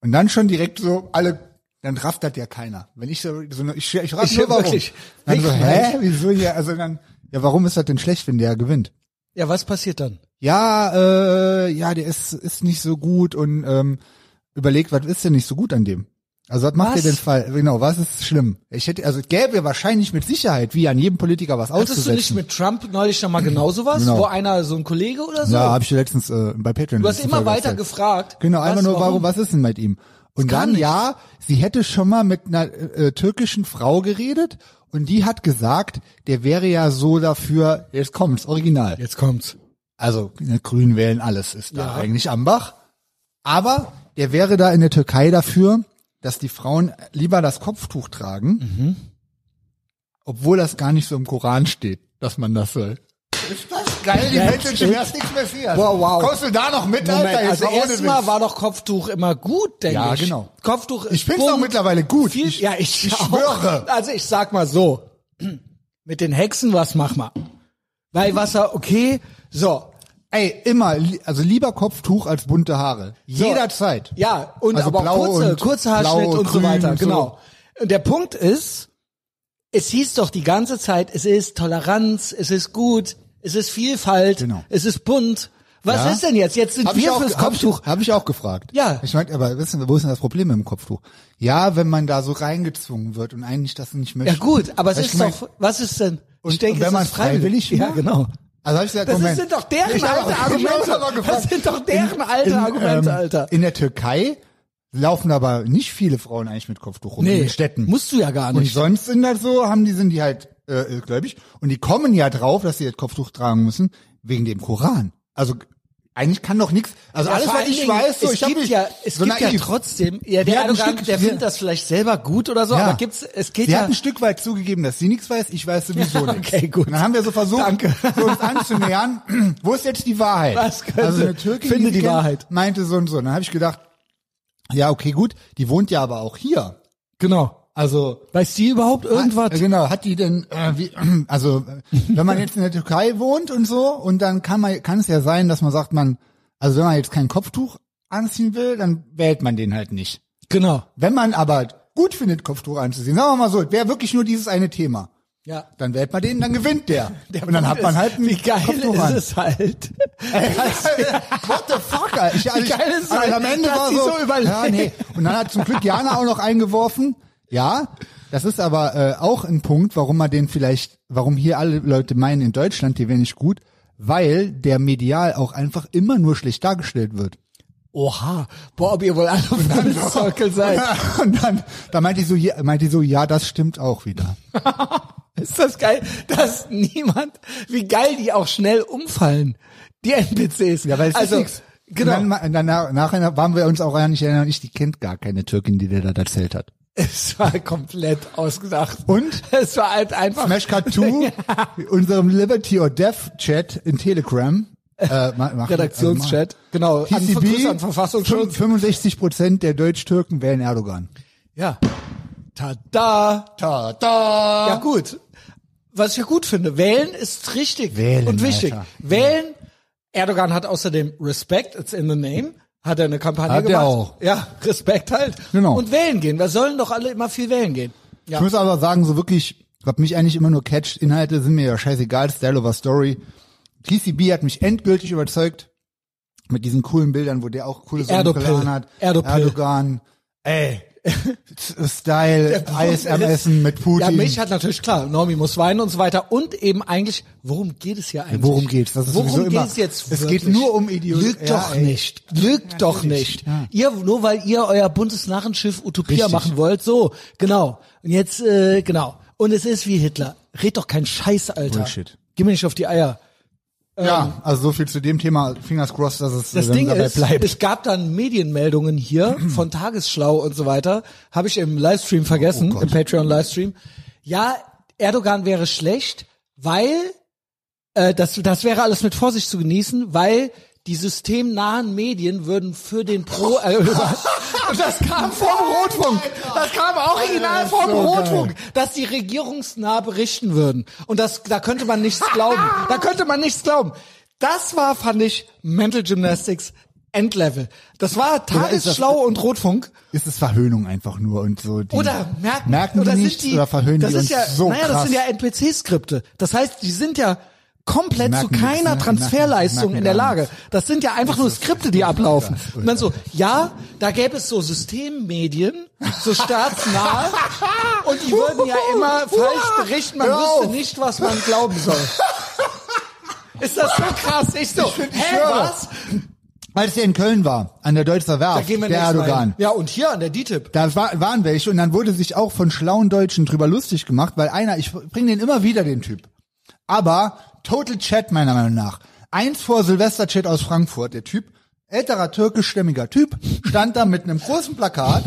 Speaker 2: Und dann schon direkt so alle, dann rafft das ja keiner. Wenn ich so, so eine, ich, ich raff
Speaker 1: Ich-
Speaker 2: nur warum.
Speaker 1: wirklich.
Speaker 2: Dann so,
Speaker 1: Wirklich,
Speaker 2: hä, wieso hier, also dann, ja, warum ist das denn schlecht, wenn der gewinnt?
Speaker 1: Ja, was passiert dann?
Speaker 2: Ja, äh, ja, der ist, ist nicht so gut und, ähm, überlegt, was ist denn nicht so gut an dem? Also, was macht
Speaker 1: Was?
Speaker 2: ihr denn Fall? Genau, was ist schlimm? Ich hätte, also, es gäbe wahrscheinlich mit Sicherheit, wie an jedem Politiker was
Speaker 1: Hattest du
Speaker 2: auszusetzen.
Speaker 1: nicht mit Trump neulich nochmal genau sowas?
Speaker 2: Genau.
Speaker 1: Wo einer, so ein Kollege oder so?
Speaker 2: ja, habe ich dir letztens, äh, bei Patreon.
Speaker 1: du hast immer weiter
Speaker 2: gefragt.
Speaker 1: gefragt.
Speaker 2: Genau, einfach nur, warum, was ist denn mit ihm? Und
Speaker 1: kann
Speaker 2: dann,
Speaker 1: nicht.
Speaker 2: ja, sie hätte schon mal mit einer äh, äh, türkischen Frau geredet und die hat gesagt, der wäre ja so dafür, jetzt kommt's, original.
Speaker 1: Jetzt kommt's.
Speaker 2: Also, ne, grün wählen, alles ist da
Speaker 1: Ja.
Speaker 2: eigentlich am Bach. Aber der wäre da in der Türkei dafür, dass die Frauen lieber das Kopftuch tragen, obwohl das gar nicht so im Koran steht, dass man das soll. Ist das geil, die
Speaker 1: That's
Speaker 2: Menschen schon
Speaker 1: it.
Speaker 2: erst nichts passiert.
Speaker 1: Wow, wow.
Speaker 2: Kommst du da noch mit,
Speaker 1: Moment,
Speaker 2: Alter? Jetzt
Speaker 1: also
Speaker 2: mal ohne
Speaker 1: erstmal
Speaker 2: Witz.
Speaker 1: war doch Kopftuch immer gut, denke
Speaker 2: Ja,
Speaker 1: ich.
Speaker 2: genau.
Speaker 1: Kopftuch ist
Speaker 2: Ich find's
Speaker 1: bunt.
Speaker 2: auch mittlerweile gut.
Speaker 1: Viel,
Speaker 2: Ich-
Speaker 1: ja, ich,
Speaker 2: ich
Speaker 1: auch.
Speaker 2: schwöre.
Speaker 1: Also ich sag mal so, mit den Hexen was mach mal. Weil Wasser, okay, so.
Speaker 2: Ey, immer, li- also lieber Kopftuch als bunte Haare.
Speaker 1: So.
Speaker 2: Jederzeit.
Speaker 1: Ja, und
Speaker 2: Also
Speaker 1: aber auch
Speaker 2: blau
Speaker 1: kurze,
Speaker 2: und
Speaker 1: kurze
Speaker 2: blau
Speaker 1: Haarschnitt
Speaker 2: und
Speaker 1: und so
Speaker 2: grün
Speaker 1: weiter,
Speaker 2: und so.
Speaker 1: genau. Und der Punkt ist, es hieß doch die ganze Zeit, es ist Toleranz, es ist gut, es ist Vielfalt,
Speaker 2: Genau.
Speaker 1: es ist bunt. Was
Speaker 2: Ja.
Speaker 1: ist denn jetzt? Jetzt sind
Speaker 2: Hab ich
Speaker 1: wir
Speaker 2: auch-
Speaker 1: fürs
Speaker 2: hab ich-
Speaker 1: Kopftuch.
Speaker 2: Hab ich auch gefragt.
Speaker 1: Ja.
Speaker 2: Ich meinte, aber wissen wir, wo ist denn das Problem mit dem Kopftuch? Ja, wenn man da so reingezwungen wird und eigentlich das nicht möchte.
Speaker 1: Ja gut, aber es
Speaker 2: Hab ich
Speaker 1: ist
Speaker 2: gemeint,
Speaker 1: doch, was ist denn?
Speaker 2: Und- und wenn
Speaker 1: es
Speaker 2: man
Speaker 1: ist
Speaker 2: freiwillig
Speaker 1: Ja,
Speaker 2: macht?
Speaker 1: genau.
Speaker 2: Also hab ich gesagt,
Speaker 1: Das
Speaker 2: Moment.
Speaker 1: sind doch deren
Speaker 2: Ich hab-
Speaker 1: alte
Speaker 2: ich hab
Speaker 1: Argumente.
Speaker 2: aber gefragt. ähm,
Speaker 1: Das sind doch deren alte Argumente, Alter.
Speaker 2: In der Türkei laufen aber nicht viele Frauen eigentlich mit Kopftuch rum in den Städten.
Speaker 1: musst du ja gar
Speaker 2: Und
Speaker 1: nicht.
Speaker 2: sonst sind das so, haben die, sind die halt äh, äh, gläubig. Und die kommen ja drauf, dass sie das Kopftuch tragen müssen, wegen dem Koran. Also eigentlich kann doch nichts. Also
Speaker 1: Ja,
Speaker 2: alles,
Speaker 1: vor
Speaker 2: was
Speaker 1: allen
Speaker 2: ich
Speaker 1: Dingen,
Speaker 2: weiß, so,
Speaker 1: es
Speaker 2: ich hab
Speaker 1: gibt
Speaker 2: mich
Speaker 1: ja, es
Speaker 2: so
Speaker 1: gibt ja
Speaker 2: naiv.
Speaker 1: trotzdem, ja, der
Speaker 2: Wir hatten ein
Speaker 1: Erdogan,
Speaker 2: Stück-
Speaker 1: der
Speaker 2: wir-
Speaker 1: findet das vielleicht selber gut oder so,
Speaker 2: Ja.
Speaker 1: aber gibt's, es geht
Speaker 2: Sie
Speaker 1: ja.
Speaker 2: hat ein Stück weit zugegeben, dass sie nichts weiß, ich weiß sowieso
Speaker 1: Ja,
Speaker 2: nichts.
Speaker 1: okay, gut.
Speaker 2: Und dann haben wir so versucht,
Speaker 1: Danke.
Speaker 2: so uns anzunähern, wo ist jetzt die Wahrheit?
Speaker 1: Was könnte-
Speaker 2: also eine Türkin,
Speaker 1: finde
Speaker 2: ich
Speaker 1: die
Speaker 2: kenne,
Speaker 1: Wahrheit.
Speaker 2: meinte so und so. Und dann habe ich gedacht, ja, okay, gut, die wohnt ja aber auch hier.
Speaker 1: genau.
Speaker 2: Also
Speaker 1: Weiß die überhaupt irgendwas?
Speaker 2: Hat, genau, hat die denn, äh, wie, also äh, wenn man jetzt in der Türkei wohnt und so, und dann kann man, kann es ja sein, dass man sagt, man, also wenn man jetzt kein Kopftuch anziehen will, dann wählt man den halt nicht.
Speaker 1: genau.
Speaker 2: Wenn man aber gut findet, Kopftuch anzuziehen, sagen wir mal so, wäre wirklich nur dieses eine Thema,
Speaker 1: Ja.
Speaker 2: dann wählt man den, dann gewinnt der. und dann hat man halt einen
Speaker 1: Wie geil
Speaker 2: Kopftuch
Speaker 1: ist
Speaker 2: an.
Speaker 1: es halt.
Speaker 2: What the fuck? Alter? Ich, also,
Speaker 1: Wie geil ist
Speaker 2: ich, also
Speaker 1: das,
Speaker 2: am Ende
Speaker 1: dass
Speaker 2: war
Speaker 1: die
Speaker 2: so,
Speaker 1: so überlegt.
Speaker 2: ja, nee. Und dann hat zum Glück Jana auch noch eingeworfen. Ja, das ist aber äh, auch ein Punkt, warum man den vielleicht, warum hier alle Leute meinen, in Deutschland, die wäre nicht gut, weil der medial auch einfach immer nur schlecht dargestellt wird.
Speaker 1: Oha. Boah, ob ihr wohl alle Full Circle seid.
Speaker 2: Und dann, da meinte ich so, ja, meinte ich so, ja, das stimmt auch wieder.
Speaker 1: Ist das geil, dass niemand, wie geil die auch schnell umfallen, die NPCs.
Speaker 2: Ja, weil es
Speaker 1: also,
Speaker 2: ist nichts.
Speaker 1: Genau.
Speaker 2: Und dann, dann, nach, nachher waren wir uns auch gar nicht erinnern, ich, die kennt gar keine Türkin, die der da erzählt hat.
Speaker 1: es war komplett ausgedacht.
Speaker 2: Und?
Speaker 1: Es war halt einfach.
Speaker 2: Smash Cut 2, unserem Liberty or Death Chat in Telegram. Äh, ma- machen-
Speaker 1: Redaktionschat.
Speaker 2: äh,
Speaker 1: Genau.
Speaker 2: machen.
Speaker 1: an, Grüße an
Speaker 2: TCB,
Speaker 1: Verfassungsschutz.
Speaker 2: 65 Prozent der Deutsch-Türken wählen Erdogan.
Speaker 1: Ja. Tada.
Speaker 2: Ta, ta.
Speaker 1: Ja
Speaker 2: Ja,
Speaker 1: gut. Was ich ja gut finde, wählen ist richtig
Speaker 2: Wählen,
Speaker 1: und wichtig.
Speaker 2: Alter.
Speaker 1: Wählen. Erdogan hat außerdem Respect, it's in the name, hat er eine Kampagne
Speaker 2: Hat er
Speaker 1: gemacht.
Speaker 2: auch.
Speaker 1: Ja, Respekt halt.
Speaker 2: Genau.
Speaker 1: Und wählen gehen. Wir sollen doch alle immer viel wählen gehen.
Speaker 2: Ich
Speaker 1: Ja.
Speaker 2: muss aber sagen, so wirklich, was mich eigentlich immer nur catcht, Inhalte sind mir ja scheißegal, Style over Story. TCB hat mich endgültig überzeugt mit diesen coolen Bildern, wo der auch coole
Speaker 1: Erdopil.
Speaker 2: Sonnenbrille hat.
Speaker 1: Erdopil.
Speaker 2: Erdogan. Ey. Style, Eis am Essen mit Putin.
Speaker 1: Ja, mich hat natürlich klar, Normi muss weinen und so weiter. Und eben eigentlich, worum geht es hier eigentlich?
Speaker 2: Worum geht's? Das ist
Speaker 1: worum
Speaker 2: sowieso immer-
Speaker 1: geht's jetzt?
Speaker 2: Es
Speaker 1: wirklich?
Speaker 2: geht nur um Idiot-
Speaker 1: Lügt
Speaker 2: Ja,
Speaker 1: doch
Speaker 2: ey.
Speaker 1: nicht. Lügt doch nicht. Ihr, nur weil ihr euer buntes Narrenschiff Utopia
Speaker 2: Richtig.
Speaker 1: machen wollt, so, genau. Und jetzt, äh, genau. Und es ist wie Hitler. Red doch keinen Scheiß, Alter.
Speaker 2: Bullshit.
Speaker 1: Geh mir nicht auf die Eier.
Speaker 2: Ja, also so viel zu dem Thema. Fingers crossed, dass es
Speaker 1: Ähm, Das
Speaker 2: dann
Speaker 1: Ding
Speaker 2: dabei
Speaker 1: ist,
Speaker 2: bleibt.
Speaker 1: es gab dann Medienmeldungen hier von Tagesschlau und so weiter. Habe ich im Livestream vergessen,
Speaker 2: Oh Gott.
Speaker 1: im Patreon-Livestream. Ja, Erdogan wäre schlecht, weil äh, das, das wäre alles mit Vorsicht zu genießen, weil die systemnahen Medien würden für den Pro... Äh, und das kam vom Rotfunk. Das kam original
Speaker 2: Alter, das ist
Speaker 1: vom
Speaker 2: so
Speaker 1: Rotfunk
Speaker 2: geil.
Speaker 1: dass die regierungsnah berichten würden. Und das, da könnte man nichts glauben. Da könnte man nichts glauben. Das war, fand ich, Mental Gymnastics Endlevel. Das war
Speaker 2: ist das-
Speaker 1: Tagesschlau und Rotfunk.
Speaker 2: Ist es Verhöhnung einfach nur und so. Die
Speaker 1: Oder merken,
Speaker 2: merken
Speaker 1: oder
Speaker 2: die
Speaker 1: sind
Speaker 2: nichts
Speaker 1: die,
Speaker 2: oder verhöhnen
Speaker 1: das
Speaker 2: die
Speaker 1: ist
Speaker 2: uns
Speaker 1: ja,
Speaker 2: so
Speaker 1: Naja,
Speaker 2: krass.
Speaker 1: das sind ja NPC-Skripte. Das heißt, die sind ja komplett
Speaker 2: Merken ne?
Speaker 1: zu
Speaker 2: die, das
Speaker 1: keiner
Speaker 2: merken-
Speaker 1: Transferleistung
Speaker 2: merken
Speaker 1: in der
Speaker 2: gar
Speaker 1: Lage. Das sind ja einfach nur Skripte, die ablaufen.
Speaker 2: Ultra,
Speaker 1: Und dann so, ja, da gäbe es so Systemmedien, so staatsnahe, und die würden ja immer falsch berichten, man
Speaker 2: Hör
Speaker 1: wüsste
Speaker 2: auf.
Speaker 1: nicht, was man glauben soll. Ist das so krass? Ich so,
Speaker 2: find- ich
Speaker 1: hä,
Speaker 2: schwöre.
Speaker 1: was?
Speaker 2: Als der in Köln war, an der Deutzer
Speaker 1: Da
Speaker 2: Werft,
Speaker 1: gehen wir
Speaker 2: der
Speaker 1: nächstes Mal hin.
Speaker 2: Erdogan.
Speaker 1: Ja, und hier an der DTIP.
Speaker 2: Da war, waren welche und dann wurde sich auch von schlauen Deutschen drüber lustig gemacht, weil einer, ich bringe den immer wieder, den Typ. Aber Total Chat meiner Meinung nach. Eins vor Silvester Chat aus Frankfurt, der Typ, älterer türkischstämmiger Typ, stand da mit einem großen Plakat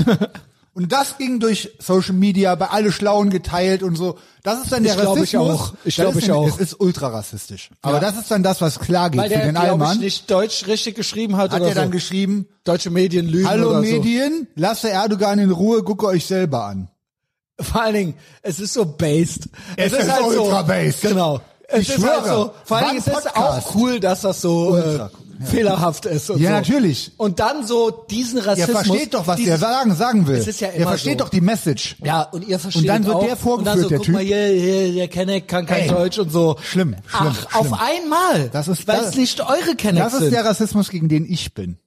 Speaker 2: und das ging durch Social Media bei alle Schlauen geteilt und so. Das ist dann der
Speaker 1: Ich glaube, ich
Speaker 2: Rassismus.
Speaker 1: auch. Ich
Speaker 2: Das
Speaker 1: glaube,
Speaker 2: ist
Speaker 1: ich
Speaker 2: ein-
Speaker 1: auch.
Speaker 2: Es ist ultra rassistisch. Aber das ist dann das, was klar geht
Speaker 1: Weil
Speaker 2: für
Speaker 1: der,
Speaker 2: den
Speaker 1: glaube ich,
Speaker 2: Allmann.
Speaker 1: nicht Deutsch richtig geschrieben hat,
Speaker 2: Hat
Speaker 1: oder
Speaker 2: er dann
Speaker 1: so.
Speaker 2: geschrieben,
Speaker 1: Deutsche Medien lügen
Speaker 2: Hallo
Speaker 1: oder
Speaker 2: Medien, lasse Erdogan in Ruhe, gucke euch selber an.
Speaker 1: so. Vor allen Dingen, es ist so based. halt
Speaker 2: Es ist ultra-based.
Speaker 1: So, genau. Es
Speaker 2: Ich
Speaker 1: ist
Speaker 2: schwöre,
Speaker 1: halt so, vor allen
Speaker 2: wann
Speaker 1: Dingen es ist
Speaker 2: Podcast?
Speaker 1: auch cool, dass das so äh,
Speaker 2: Ultra cool, ja.
Speaker 1: fehlerhaft ist und
Speaker 2: Ja,
Speaker 1: so.
Speaker 2: natürlich.
Speaker 1: Und dann so diesen
Speaker 2: Der
Speaker 1: Rassismus.
Speaker 2: versteht doch, was der
Speaker 1: dieses-
Speaker 2: sagen, sagen will.
Speaker 1: Es ist ja
Speaker 2: der
Speaker 1: immer
Speaker 2: versteht
Speaker 1: so.
Speaker 2: doch die Message.
Speaker 1: Ja, und ihr versteht
Speaker 2: Und dann wird
Speaker 1: auch,
Speaker 2: der vorgeführt,
Speaker 1: und dann so,
Speaker 2: der
Speaker 1: guck
Speaker 2: Typ.
Speaker 1: mal, hier, hier, der Kenneck kann kein
Speaker 2: Ey.
Speaker 1: Deutsch und so.
Speaker 2: Schlimm, schlimm,
Speaker 1: Ach,
Speaker 2: schlimm.
Speaker 1: auf einmal.
Speaker 2: Das ist-
Speaker 1: weil
Speaker 2: das-
Speaker 1: es nicht eure Kennecks
Speaker 2: Das ist
Speaker 1: sind.
Speaker 2: der Rassismus, gegen den ich bin.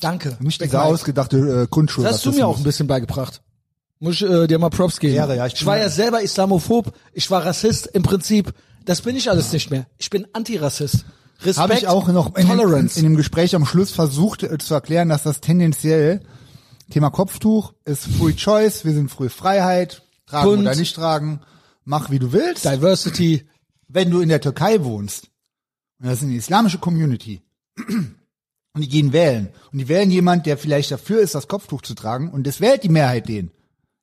Speaker 1: Danke.
Speaker 2: Nicht
Speaker 1: Beck
Speaker 2: dieser
Speaker 1: Mike.
Speaker 2: ausgedachte äh, Grundschul.
Speaker 1: Das hast du mir auch ein bisschen beigebracht. Muss ich äh, dir mal Props geben.
Speaker 2: Ehre, ja, ich
Speaker 1: ich,
Speaker 2: bin
Speaker 1: war
Speaker 2: ja-
Speaker 1: ja selber islamophob, ich war Rassist im Prinzip. Das bin ich alles nicht mehr. Ich bin Antirassist. Respekt,
Speaker 2: Habe ich auch noch in, dem-
Speaker 1: Tolerance.
Speaker 2: in dem Gespräch am Schluss versucht äh, zu erklären, dass das tendenziell Thema Kopftuch ist Free Choice, wir sind Free Freiheit, tragen
Speaker 1: Bunt.
Speaker 2: oder nicht tragen, mach wie du willst.
Speaker 1: Diversity.
Speaker 2: wenn du in der Türkei wohnst, und das ist eine islamische Community, und die gehen wählen, und die wählen jemand, der vielleicht dafür ist, das Kopftuch zu tragen, und das wählt die Mehrheit den,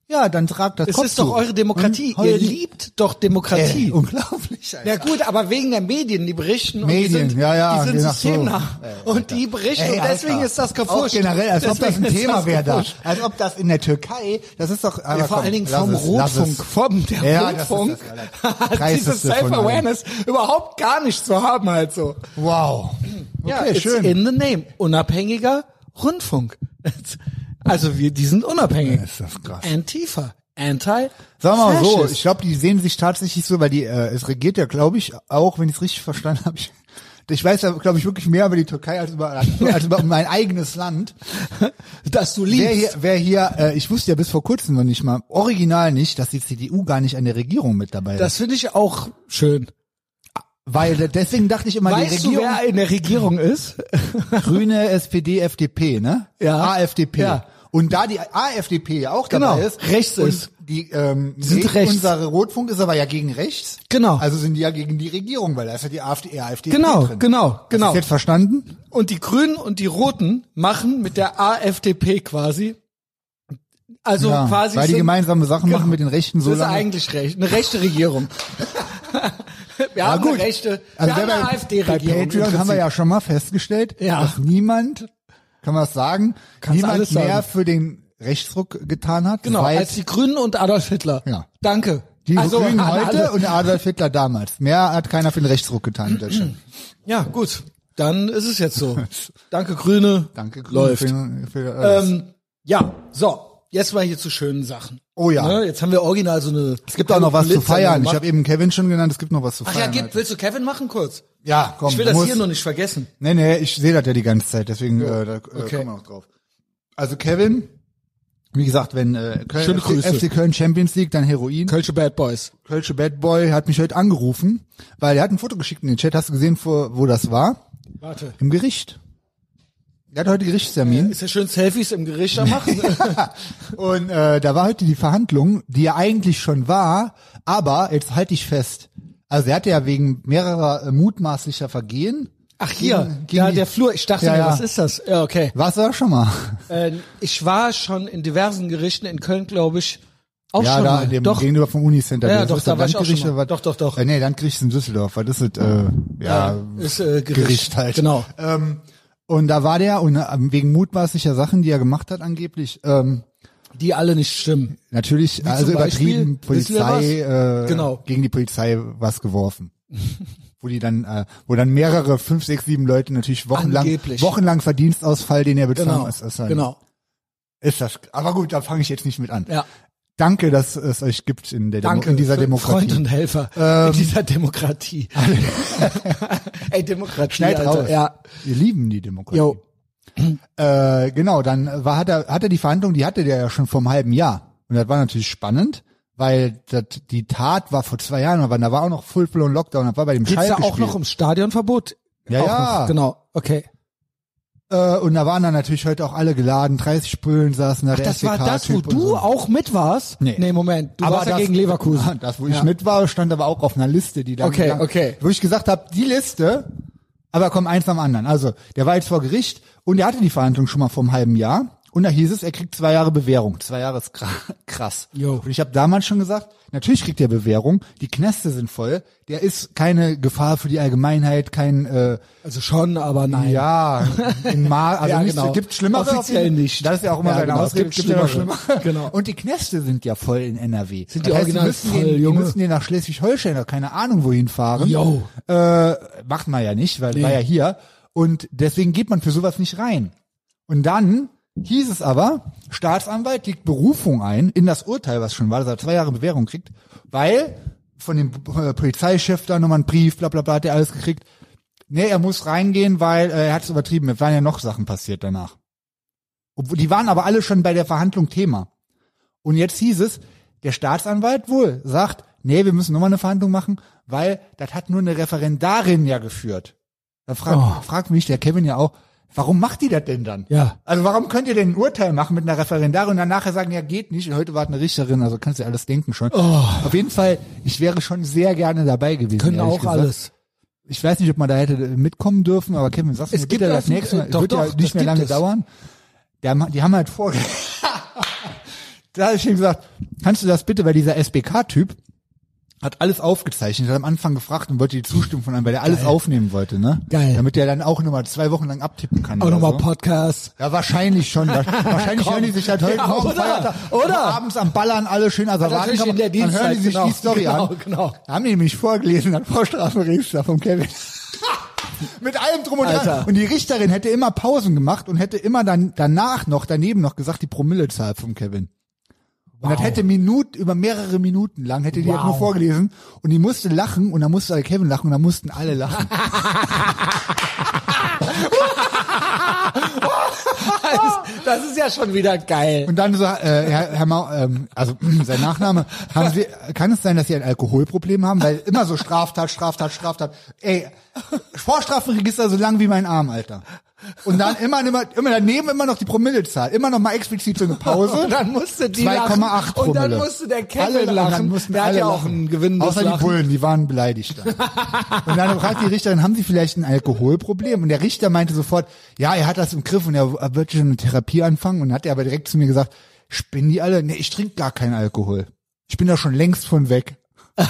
Speaker 2: Ja, dann tragt das
Speaker 1: Es
Speaker 2: Kopftuch.
Speaker 1: ist doch eure Demokratie.
Speaker 2: Und heul
Speaker 1: Ihr
Speaker 2: die-
Speaker 1: liebt doch Demokratie.
Speaker 2: Ey, unglaublich. Alter.
Speaker 1: Ja gut, aber wegen der Medien, die berichten und die
Speaker 2: Medien,
Speaker 1: sind,
Speaker 2: ja, ja,
Speaker 1: die
Speaker 2: je
Speaker 1: sind
Speaker 2: nach
Speaker 1: systemnah.
Speaker 2: so. Ey,
Speaker 1: und
Speaker 2: Alter.
Speaker 1: die berichten
Speaker 2: Ey,
Speaker 1: und
Speaker 2: Alter.
Speaker 1: deswegen ist das
Speaker 2: Auch
Speaker 1: kapusch.
Speaker 2: generell, als ob das
Speaker 1: Deswegen
Speaker 2: ein
Speaker 1: ist
Speaker 2: Thema
Speaker 1: das
Speaker 2: wäre da.
Speaker 1: kapusch.
Speaker 2: Als ob das in der Türkei, das ist doch...
Speaker 1: Ja,
Speaker 2: aber
Speaker 1: vor
Speaker 2: komm,
Speaker 1: allen Dingen
Speaker 2: lass
Speaker 1: vom
Speaker 2: es, lass
Speaker 1: Rotfunk,
Speaker 2: es.
Speaker 1: vom der
Speaker 2: Ja, das ist
Speaker 1: Rotfunk
Speaker 2: das, Alter.
Speaker 1: hat
Speaker 2: Dreisteste
Speaker 1: dieses
Speaker 2: von allen.
Speaker 1: Self-Awareness überhaupt gar nicht zu haben halt so.
Speaker 2: Wow. Okay,
Speaker 1: ja, it's
Speaker 2: schön.
Speaker 1: in the name. Unabhängiger Rundfunk. Also wir, die sind unabhängig.
Speaker 2: Ist das krass.
Speaker 1: Antifa. Anti.
Speaker 2: Sagen wir mal so,
Speaker 1: Fascist.
Speaker 2: ich glaube, die sehen sich tatsächlich so, weil die, äh, es regiert ja, glaube ich, auch, wenn ich es richtig verstanden habe. Ich, ich weiß ja, glaube ich, wirklich mehr über die Türkei als über, als über mein eigenes Land.
Speaker 1: dass du
Speaker 2: Wer
Speaker 1: liebst.
Speaker 2: hier, wer hier äh, ich wusste ja bis vor kurzem noch nicht mal, original nicht, dass die CDU gar nicht an der Regierung mit dabei ist.
Speaker 1: das finde ich auch schön.
Speaker 2: Weil de- deswegen dachte ich immer,
Speaker 1: Weißt
Speaker 2: die
Speaker 1: du,
Speaker 2: Regierung
Speaker 1: wer in der Regierung Äh, ist?
Speaker 2: Grüne, SPD, FDP, ne?
Speaker 1: Ja.
Speaker 2: AfDP.
Speaker 1: Ja.
Speaker 2: Und da die AfDP ja auch dabei
Speaker 1: Genau,
Speaker 2: ist,
Speaker 1: rechts
Speaker 2: und
Speaker 1: ist.
Speaker 2: Die ähm,
Speaker 1: sind
Speaker 2: Reg-
Speaker 1: rechts.
Speaker 2: Unsere Rotfunk ist aber ja gegen rechts.
Speaker 1: Genau.
Speaker 2: Also sind die ja gegen die Regierung, weil da ist ja die AfD, AfDP
Speaker 1: Genau,
Speaker 2: drin.
Speaker 1: genau,
Speaker 2: Hast
Speaker 1: genau.
Speaker 2: du's jetzt verstanden?
Speaker 1: Und die Grünen und die Roten machen mit der AfDP quasi, also
Speaker 2: ja,
Speaker 1: quasi
Speaker 2: weil
Speaker 1: sind,
Speaker 2: die
Speaker 1: genau.
Speaker 2: gemeinsame Sachen machen mit den Rechten so
Speaker 1: das ist
Speaker 2: lange.
Speaker 1: eigentlich recht, eine rechte Regierung. wir haben
Speaker 2: gut.
Speaker 1: eine rechte, wir
Speaker 2: Also
Speaker 1: haben
Speaker 2: wenn
Speaker 1: eine
Speaker 2: wir- Bei
Speaker 1: AfD-Regierung.
Speaker 2: Patreon haben wir ja schon mal festgestellt,
Speaker 1: Ja.
Speaker 2: dass niemand, kann man das sagen,
Speaker 1: Kannst
Speaker 2: niemand
Speaker 1: alles
Speaker 2: mehr
Speaker 1: sagen.
Speaker 2: für den Rechtsruck getan hat.
Speaker 1: Genau,
Speaker 2: weil
Speaker 1: als die Grünen und Adolf Hitler.
Speaker 2: Ja.
Speaker 1: Danke.
Speaker 2: die
Speaker 1: also,
Speaker 2: Grünen
Speaker 1: an
Speaker 2: heute
Speaker 1: alle.
Speaker 2: und Adolf Hitler damals. Mehr hat keiner für den Rechtsruck getan in Deutschland.
Speaker 1: Ja, gut. Dann ist es jetzt so. Danke, Grüne.
Speaker 2: Danke, Grüne,
Speaker 1: Läuft.
Speaker 2: Für, für äh, alles.
Speaker 1: Ähm, ja, so. Jetzt mal hier zu schönen Sachen.
Speaker 2: Oh ja.
Speaker 1: Ne, jetzt haben wir original so eine.
Speaker 2: es gibt auch noch was zu feiern. Ich habe eben Kevin schon genannt, es gibt noch was zu
Speaker 1: Ach ja,
Speaker 2: feiern. halt.
Speaker 1: gib, willst du Kevin machen kurz?
Speaker 2: ja, komm.
Speaker 1: Ich will
Speaker 2: du
Speaker 1: das
Speaker 2: musst-
Speaker 1: hier nur nicht vergessen.
Speaker 2: Nee, nee, ich sehe das ja die ganze Zeit, deswegen äh, da äh,
Speaker 1: okay.
Speaker 2: kommen wir noch drauf. Also Kevin, wie gesagt, wenn äh, Köln,
Speaker 1: Schöne
Speaker 2: FC,
Speaker 1: Grüße.
Speaker 2: FC Köln Champions League, dann Heroin.
Speaker 1: Kölsche Bad Boys.
Speaker 2: Kölsche Bad Boy hat mich heute angerufen, weil er hat ein Foto geschickt in den Chat. Hast du gesehen, wo, wo das war?
Speaker 1: Warte.
Speaker 2: Im Gericht. Er hat heute Gerichtstermin.
Speaker 1: Ist ja schön Selfies im Gericht am machen.
Speaker 2: Und äh, da war heute die Verhandlung, die ja eigentlich schon war, aber jetzt halte ich fest. Also er hatte ja wegen mehrerer äh, mutmaßlicher Vergehen.
Speaker 1: Ach hier,
Speaker 2: Gegen- gegen
Speaker 1: ja,
Speaker 2: die-
Speaker 1: der Flur. Ich dachte
Speaker 2: Ja,
Speaker 1: mir,
Speaker 2: ja.
Speaker 1: was ist das? Ja, okay.
Speaker 2: Warst du da schon mal?
Speaker 1: Äh, ich war schon in diversen Gerichten in Köln, glaube ich, auch
Speaker 2: ja,
Speaker 1: schon
Speaker 2: da
Speaker 1: mal.
Speaker 2: in dem
Speaker 1: Doch,
Speaker 2: gegenüber vom Unicenter.
Speaker 1: Ja,
Speaker 2: Das
Speaker 1: doch,
Speaker 2: ist
Speaker 1: da
Speaker 2: das
Speaker 1: war ich auch
Speaker 2: Landgericht,
Speaker 1: schon mal.
Speaker 2: was-
Speaker 1: Doch, doch, doch.
Speaker 2: Äh, nee, Landgericht in Düsseldorf. Was ist das? Äh, ja,
Speaker 1: ist äh, Gericht.
Speaker 2: Gericht halt.
Speaker 1: Genau.
Speaker 2: Ähm, und da war der und, äh, wegen mutmaßlicher Sachen, die er gemacht hat angeblich, ähm,
Speaker 1: Die alle nicht stimmen.
Speaker 2: natürlich also
Speaker 1: Beispiel,
Speaker 2: übertrieben
Speaker 1: wissen wir
Speaker 2: Polizei äh,
Speaker 1: Genau.
Speaker 2: gegen die Polizei was geworfen. wo die dann äh, wo dann mehrere fünf sechs sieben Leute natürlich wochenlang
Speaker 1: Angeblich.
Speaker 2: wochenlang Verdienstausfall, den er bezahlen
Speaker 1: Genau.
Speaker 2: muss. Ist, dann-
Speaker 1: Genau.
Speaker 2: ist das aber gut, da fange ich jetzt nicht mit an.
Speaker 1: Ja.
Speaker 2: Danke, dass es euch gibt in der
Speaker 1: Danke
Speaker 2: Demo in dieser
Speaker 1: für
Speaker 2: Demokratie. Ähm.
Speaker 1: Freund und Helfer in dieser Demokratie. Ey, Demokratie.
Speaker 2: Schneid
Speaker 1: Alter.
Speaker 2: raus.
Speaker 1: Ja.
Speaker 2: Wir lieben die Demokratie.
Speaker 1: Jo.
Speaker 2: Äh, genau, dann war, hat, er, hat er die Verhandlung, die hatte der ja schon vor einem halben Jahr. Und das war natürlich spannend, weil das, die Tat war vor zwei Jahren, aber da war auch noch Full-Blown Lockdown, das war bei dem
Speaker 1: Geht's da
Speaker 2: Schalke
Speaker 1: auch noch um Stadionverbot?
Speaker 2: Ja,
Speaker 1: auch
Speaker 2: ja.
Speaker 1: Noch. Genau. Okay.
Speaker 2: äh, Und da waren dann natürlich heute auch alle geladen, 30 Spülen saßen da, der
Speaker 1: Das war das, wo
Speaker 2: SDK-Typ und
Speaker 1: du
Speaker 2: so.
Speaker 1: auch mit warst?
Speaker 2: Nee.
Speaker 1: nee Moment. Du warst ja
Speaker 2: das-
Speaker 1: gegen Leverkusen.
Speaker 2: Das, wo ich mit war, stand aber auch auf einer Liste, die da
Speaker 1: Okay,
Speaker 2: gelang-
Speaker 1: okay.
Speaker 2: Wo ich gesagt habe, die Liste, aber komm eins am anderen. Also, der war jetzt vor Gericht und der hatte die Verhandlung schon mal vor einem halben Jahr. Und da hieß es, er kriegt zwei Jahre Bewährung. Zwei Jahre ist kra- krass.
Speaker 1: Jo.
Speaker 2: Und ich habe damals schon gesagt, natürlich kriegt er Bewährung, die Knäste sind voll, der ist keine Gefahr für die Allgemeinheit, kein äh,
Speaker 1: Also schon, aber nein.
Speaker 2: ja, in Ma also
Speaker 1: Ja,
Speaker 2: nicht,
Speaker 1: genau.
Speaker 2: gibt schlimmere
Speaker 1: Offiziell
Speaker 2: auf jeden-
Speaker 1: nicht.
Speaker 2: Das ist ja auch immer
Speaker 1: Ja,
Speaker 2: seine
Speaker 1: genau, es
Speaker 2: Ausrede,
Speaker 1: gibt
Speaker 2: gibt ja noch
Speaker 1: schlimmere.
Speaker 2: schlimmere.
Speaker 1: Genau.
Speaker 2: Und die Knäste sind ja voll in NRW.
Speaker 1: Sind
Speaker 2: Das
Speaker 1: die
Speaker 2: heißt,
Speaker 1: original
Speaker 2: müssen
Speaker 1: voll,
Speaker 2: den, die
Speaker 1: Junge.
Speaker 2: müssen den nach Schleswig-Holstein oder keine Ahnung wohin fahren.
Speaker 1: Jo.
Speaker 2: Äh, macht man ja nicht, weil war ja hier und deswegen geht man für sowas nicht rein. Und dann hieß es aber, Staatsanwalt legt Berufung ein in das Urteil, was schon war, dass er zwei Jahre Bewährung kriegt, weil von dem äh, Polizeichef da nochmal ein Brief, bla bla bla, hat er alles gekriegt. Nee, er muss reingehen, weil äh, er hat es übertrieben. Es waren ja noch Sachen passiert danach. Obwohl, die waren aber alle schon bei der Verhandlung Thema. Und jetzt hieß es, der Staatsanwalt wohl sagt, nee, wir müssen nochmal eine Verhandlung machen, weil das hat nur eine Referendarin ja geführt. Da fragt, fragt mich der Kevin ja auch, warum macht die das denn dann?
Speaker 1: Oh. Ja.
Speaker 2: Also warum könnt ihr denn ein Urteil machen mit einer Referendarin und dann nachher sagen, ja geht nicht und heute war es eine Richterin, also kannst du dir alles denken schon.
Speaker 1: Oh,
Speaker 2: Auf jeden Fall, ich wäre schon sehr gerne dabei gewesen.
Speaker 1: Können
Speaker 2: ehrlich
Speaker 1: auch
Speaker 2: gesagt.
Speaker 1: alles.
Speaker 2: Ich weiß nicht, ob man da hätte mitkommen dürfen, aber Kevin, sagst du
Speaker 1: Es
Speaker 2: mir
Speaker 1: gibt
Speaker 2: bitte
Speaker 1: das-
Speaker 2: das nächste Mal,
Speaker 1: äh, doch,
Speaker 2: wird
Speaker 1: doch,
Speaker 2: ja
Speaker 1: das
Speaker 2: nicht mehr
Speaker 1: gibt
Speaker 2: lange
Speaker 1: es.
Speaker 2: dauern. Der, ma- die haben halt vor, da habe ich ihm gesagt, kannst du das bitte, weil dieser SBK-Typ hat alles aufgezeichnet, hat am Anfang gefragt und wollte die Zustimmung von einem, weil der alles aufnehmen wollte, ne?
Speaker 1: Geil.
Speaker 2: Damit der dann auch nochmal zwei Wochen lang abtippen kann.
Speaker 1: Auch
Speaker 2: oder
Speaker 1: nochmal
Speaker 2: so.
Speaker 1: Podcast.
Speaker 2: Ja, wahrscheinlich schon. Wa- Wahrscheinlich hören die sich halt heute
Speaker 1: Ja,
Speaker 2: Morgen
Speaker 1: oder?
Speaker 2: Feiertag,
Speaker 1: Oder?
Speaker 2: abends am Ballern alle schön also Asservaten
Speaker 1: Natürlich in der
Speaker 2: dann hören
Speaker 1: Dienstzeit,
Speaker 2: die sich
Speaker 1: genau,
Speaker 2: die Story
Speaker 1: genau,
Speaker 2: an.
Speaker 1: genau.
Speaker 2: Da haben die nämlich vorgelesen, hat Frau Strafenrichter vom Kevin. Mit allem drum und dran.
Speaker 1: Alter.
Speaker 2: Und die Richterin hätte immer Pausen gemacht und hätte immer dann danach noch, daneben noch gesagt, die Promillezahl vom Kevin. Und das hätte Minut, über mehrere Minuten lang hätte die das nur
Speaker 1: Wow.
Speaker 2: vorgelesen und die musste lachen und dann musste der Kevin lachen und dann mussten alle lachen.
Speaker 1: Das ist, das ist ja schon wieder geil.
Speaker 2: Und dann so, äh, Herr, Herr Mau, ähm, also sein Nachname, haben Sie, kann es sein, dass Sie ein Alkoholproblem haben? Weil immer so Straftat, Straftat, Straftat. Ey, Vorstrafenregister so lang wie mein Arm, Alter. Und dann immer, immer, immer daneben immer noch die Promillezahl. Immer noch mal explizit so eine Pause.
Speaker 1: Und dann musste die
Speaker 2: 2,8
Speaker 1: lachen. Und dann
Speaker 2: Promille.
Speaker 1: musste der
Speaker 2: Alle-
Speaker 1: Kevin
Speaker 2: und dann
Speaker 1: lachen.
Speaker 2: mussten
Speaker 1: Der hat
Speaker 2: alle
Speaker 1: ja auch
Speaker 2: lachen.
Speaker 1: ein Gewinn
Speaker 2: Außer die
Speaker 1: Lachen.
Speaker 2: Bullen, die waren beleidigt. Dann. Und dann fragt die Richterin, haben Sie vielleicht ein Alkoholproblem? Und der Richter meinte sofort, ja, er hat das im Griff und er wird schon eine Therapie anfangen. Und hat er aber direkt zu mir gesagt, spinnen die alle? Nee, ich trinke gar keinen Alkohol. Ich bin da schon längst von weg.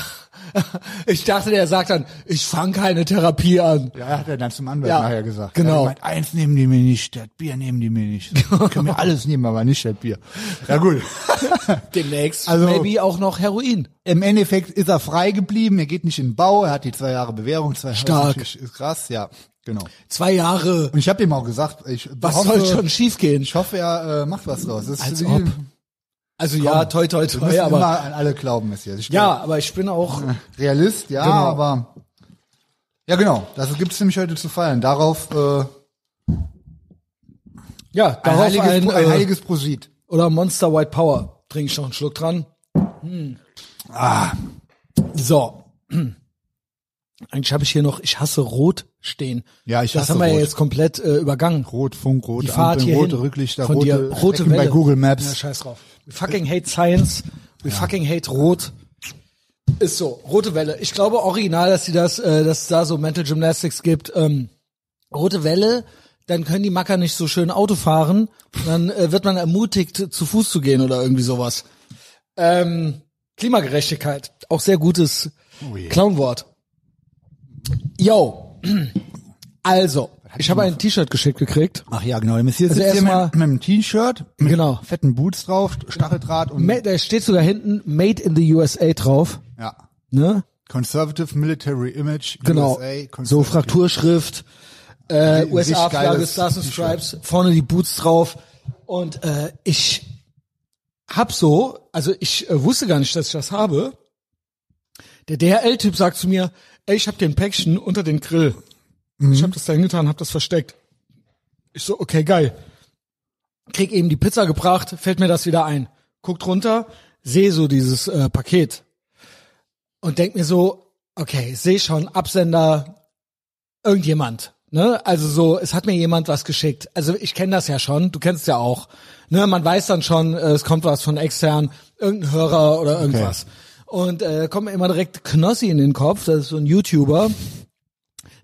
Speaker 1: Ich dachte, der sagt dann, ich fange keine Therapie an.
Speaker 2: Ja, hat er dann zum Anwalt
Speaker 1: Ja,
Speaker 2: nachher gesagt.
Speaker 1: genau.
Speaker 2: Er hat gemeint, eins nehmen die mir nicht, das Bier nehmen die mir nicht. Können wir alles nehmen, aber nicht das Bier. Ja gut.
Speaker 1: Demnächst
Speaker 2: Also-
Speaker 1: maybe auch noch Heroin.
Speaker 2: Im Endeffekt ist er frei geblieben, er geht nicht in den Bau, er hat die zwei Jahre Bewährung, zwei
Speaker 1: Stark.
Speaker 2: Jahre ist- ist krass, ja, genau.
Speaker 1: Zwei Jahre.
Speaker 2: Und ich habe ihm auch gesagt, ich
Speaker 1: Was
Speaker 2: hoffe,
Speaker 1: soll schon schiefgehen?
Speaker 2: ich hoffe, er äh, macht was draus. Das
Speaker 1: Als
Speaker 2: ist,
Speaker 1: ob.
Speaker 2: Wir
Speaker 1: Also ja, toi toi
Speaker 2: müssen
Speaker 1: toi, aber
Speaker 2: immer an alle glauben, Messias. Ich bin
Speaker 1: ja, aber ich bin auch
Speaker 2: Realist, ja,
Speaker 1: Genau.
Speaker 2: aber ja genau, das gibt's nämlich heute zu feiern. Darauf äh,
Speaker 1: ja,
Speaker 2: ein,
Speaker 1: darauf
Speaker 2: heiliges,
Speaker 1: ein,
Speaker 2: Pro- ein
Speaker 1: äh,
Speaker 2: heiliges Prosit.
Speaker 1: oder Monster White Power. Trinke ich noch einen Schluck dran. Hm. Ah. So. Eigentlich habe ich hier noch, ich hasse rot stehen.
Speaker 2: Ja, ich
Speaker 1: das
Speaker 2: hasse
Speaker 1: haben wir ja
Speaker 2: Rot.
Speaker 1: jetzt komplett äh, übergangen.
Speaker 2: Rot, Funk, rote
Speaker 1: Die Fahrt
Speaker 2: Ampeln,
Speaker 1: hier
Speaker 2: rote
Speaker 1: hin
Speaker 2: Rücklichter,
Speaker 1: von
Speaker 2: rote,
Speaker 1: dir, rote
Speaker 2: Strecken
Speaker 1: Welle.
Speaker 2: bei Google
Speaker 1: Ja,
Speaker 2: Maps.
Speaker 1: scheiß drauf. We fucking hate science. We fucking hate rot. Ist so, rote Welle. Ich glaube original, dass sie das, äh, dass es da so Mental Gymnastics gibt. Ähm, rote Welle, dann können die Macker nicht so schön Auto fahren. Dann äh, wird man ermutigt, zu Fuß zu gehen oder irgendwie sowas. Ähm, Klimagerechtigkeit, auch sehr gutes
Speaker 2: Oh je.
Speaker 1: Clownwort. Yo, also, ich habe ein T-Shirt geschickt gekriegt.
Speaker 2: Ach ja, genau. Der Messias
Speaker 1: Also
Speaker 2: sitzt hier
Speaker 1: erstmal-
Speaker 2: mit, mit einem T-Shirt, mit
Speaker 1: Genau.
Speaker 2: fetten Boots drauf, Stacheldraht und
Speaker 1: Ma- Da steht sogar hinten Made in the USA drauf.
Speaker 2: ja.
Speaker 1: Ne?
Speaker 2: Conservative Military Image,
Speaker 1: Genau.
Speaker 2: USA,
Speaker 1: so
Speaker 2: Conservative-
Speaker 1: Frakturschrift, äh,
Speaker 2: Ein richtig
Speaker 1: USA-Flagge,
Speaker 2: geiles
Speaker 1: Stars and
Speaker 2: T-Shirt.
Speaker 1: Stripes, vorne die Boots drauf. Und äh, ich hab so, also ich äh, wusste gar nicht, dass ich das habe. Der DHL-Typ sagt zu mir, ey, ich hab dir ein Päckchen unter den Grill.
Speaker 2: Mhm.
Speaker 1: Ich hab das da hingetan, hab das versteckt. Ich so, okay, geil. Krieg eben die Pizza gebracht, fällt mir das wieder ein. Guckt runter, sehe so dieses äh, Paket und denk mir so, okay, sehe schon, Absender, irgendjemand. Ne? Also so, es hat mir jemand was geschickt. Also ich kenne das ja schon, du kennst ja auch. Ne? Man weiß dann schon, äh, es kommt was von extern, irgendein Hörer oder irgendwas. Und äh, kommt mir immer direkt Knossi in den Kopf, das ist so ein YouTuber.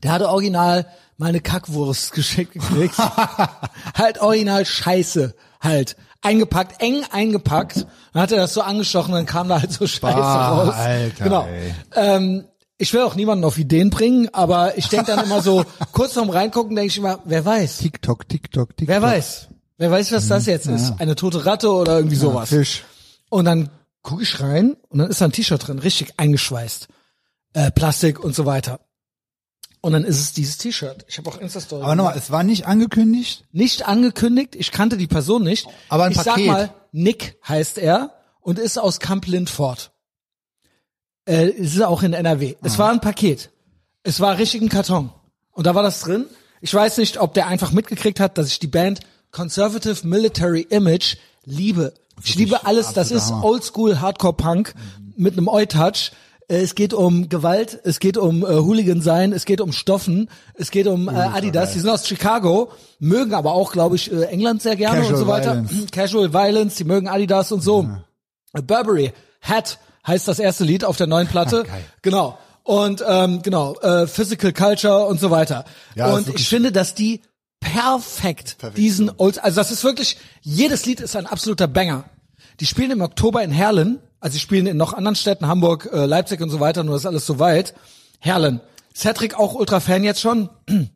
Speaker 1: Der hatte original meine Kackwurst geschickt gekriegt. halt original Scheiße. Halt. Eingepackt, eng eingepackt. Dann hat er das so angestochen, dann kam da halt so Scheiße
Speaker 2: Bah,
Speaker 1: raus.
Speaker 2: Alter,
Speaker 1: genau.
Speaker 2: ey.
Speaker 1: Ähm, ich will auch niemanden auf Ideen bringen, aber ich denk dann immer so, kurz vorm Reingucken denke ich immer, wer weiß,
Speaker 2: TikTok, TikTok, TikTok.
Speaker 1: wer weiß, wer weiß, was
Speaker 2: Mhm.
Speaker 1: das jetzt ist. Eine tote Ratte oder irgendwie sowas.
Speaker 2: Fisch.
Speaker 1: Und dann gucke ich rein und dann ist da ein T-Shirt drin, richtig eingeschweißt. Äh, Plastik und so weiter. Und dann ist es dieses T-Shirt. Ich habe auch Insta-Story.
Speaker 2: Aber nochmal, es war nicht angekündigt.
Speaker 1: Nicht angekündigt, ich kannte die Person nicht.
Speaker 2: Aber ein
Speaker 1: ich
Speaker 2: Paket.
Speaker 1: sag mal, Nick heißt er und ist aus Kamp Lindfort. Äh, es ist auch in NRW.
Speaker 2: Mhm.
Speaker 1: Es war ein Paket. Es war richtig ein Karton. Und da war das drin. Ich weiß nicht, ob der einfach mitgekriegt hat, dass ich die Band Conservative Military Image liebe. Ich liebe alles, das
Speaker 2: absoluter
Speaker 1: ist
Speaker 2: Hammer.
Speaker 1: Oldschool Hardcore Punk mit einem Oi-Touch. Äh, Es geht um Gewalt, es geht um äh, Hooligan sein, es geht um Stoffen, es geht um äh, Adidas. Die sind aus Chicago, mögen aber auch, glaube ich, äh, England sehr gerne
Speaker 2: Casual
Speaker 1: und so weiter.
Speaker 2: Violence.
Speaker 1: Casual Violence, die mögen Adidas und so. Burberry Hat heißt das erste Lied auf der neuen Platte.
Speaker 2: Ah, geil.
Speaker 1: Genau. Und ähm, genau, äh, Physical Culture und so weiter.
Speaker 2: Ja, ist
Speaker 1: und
Speaker 2: wirklich-
Speaker 1: ich finde, dass die perfekt diesen Old, also das ist wirklich, jedes Lied ist ein absoluter Banger. Die spielen im Oktober in Herlen. Also sie spielen in noch anderen Städten, Hamburg, äh, Leipzig und so weiter, nur ist alles so weit. Herlen. Cedric auch Ultra-Fan jetzt schon.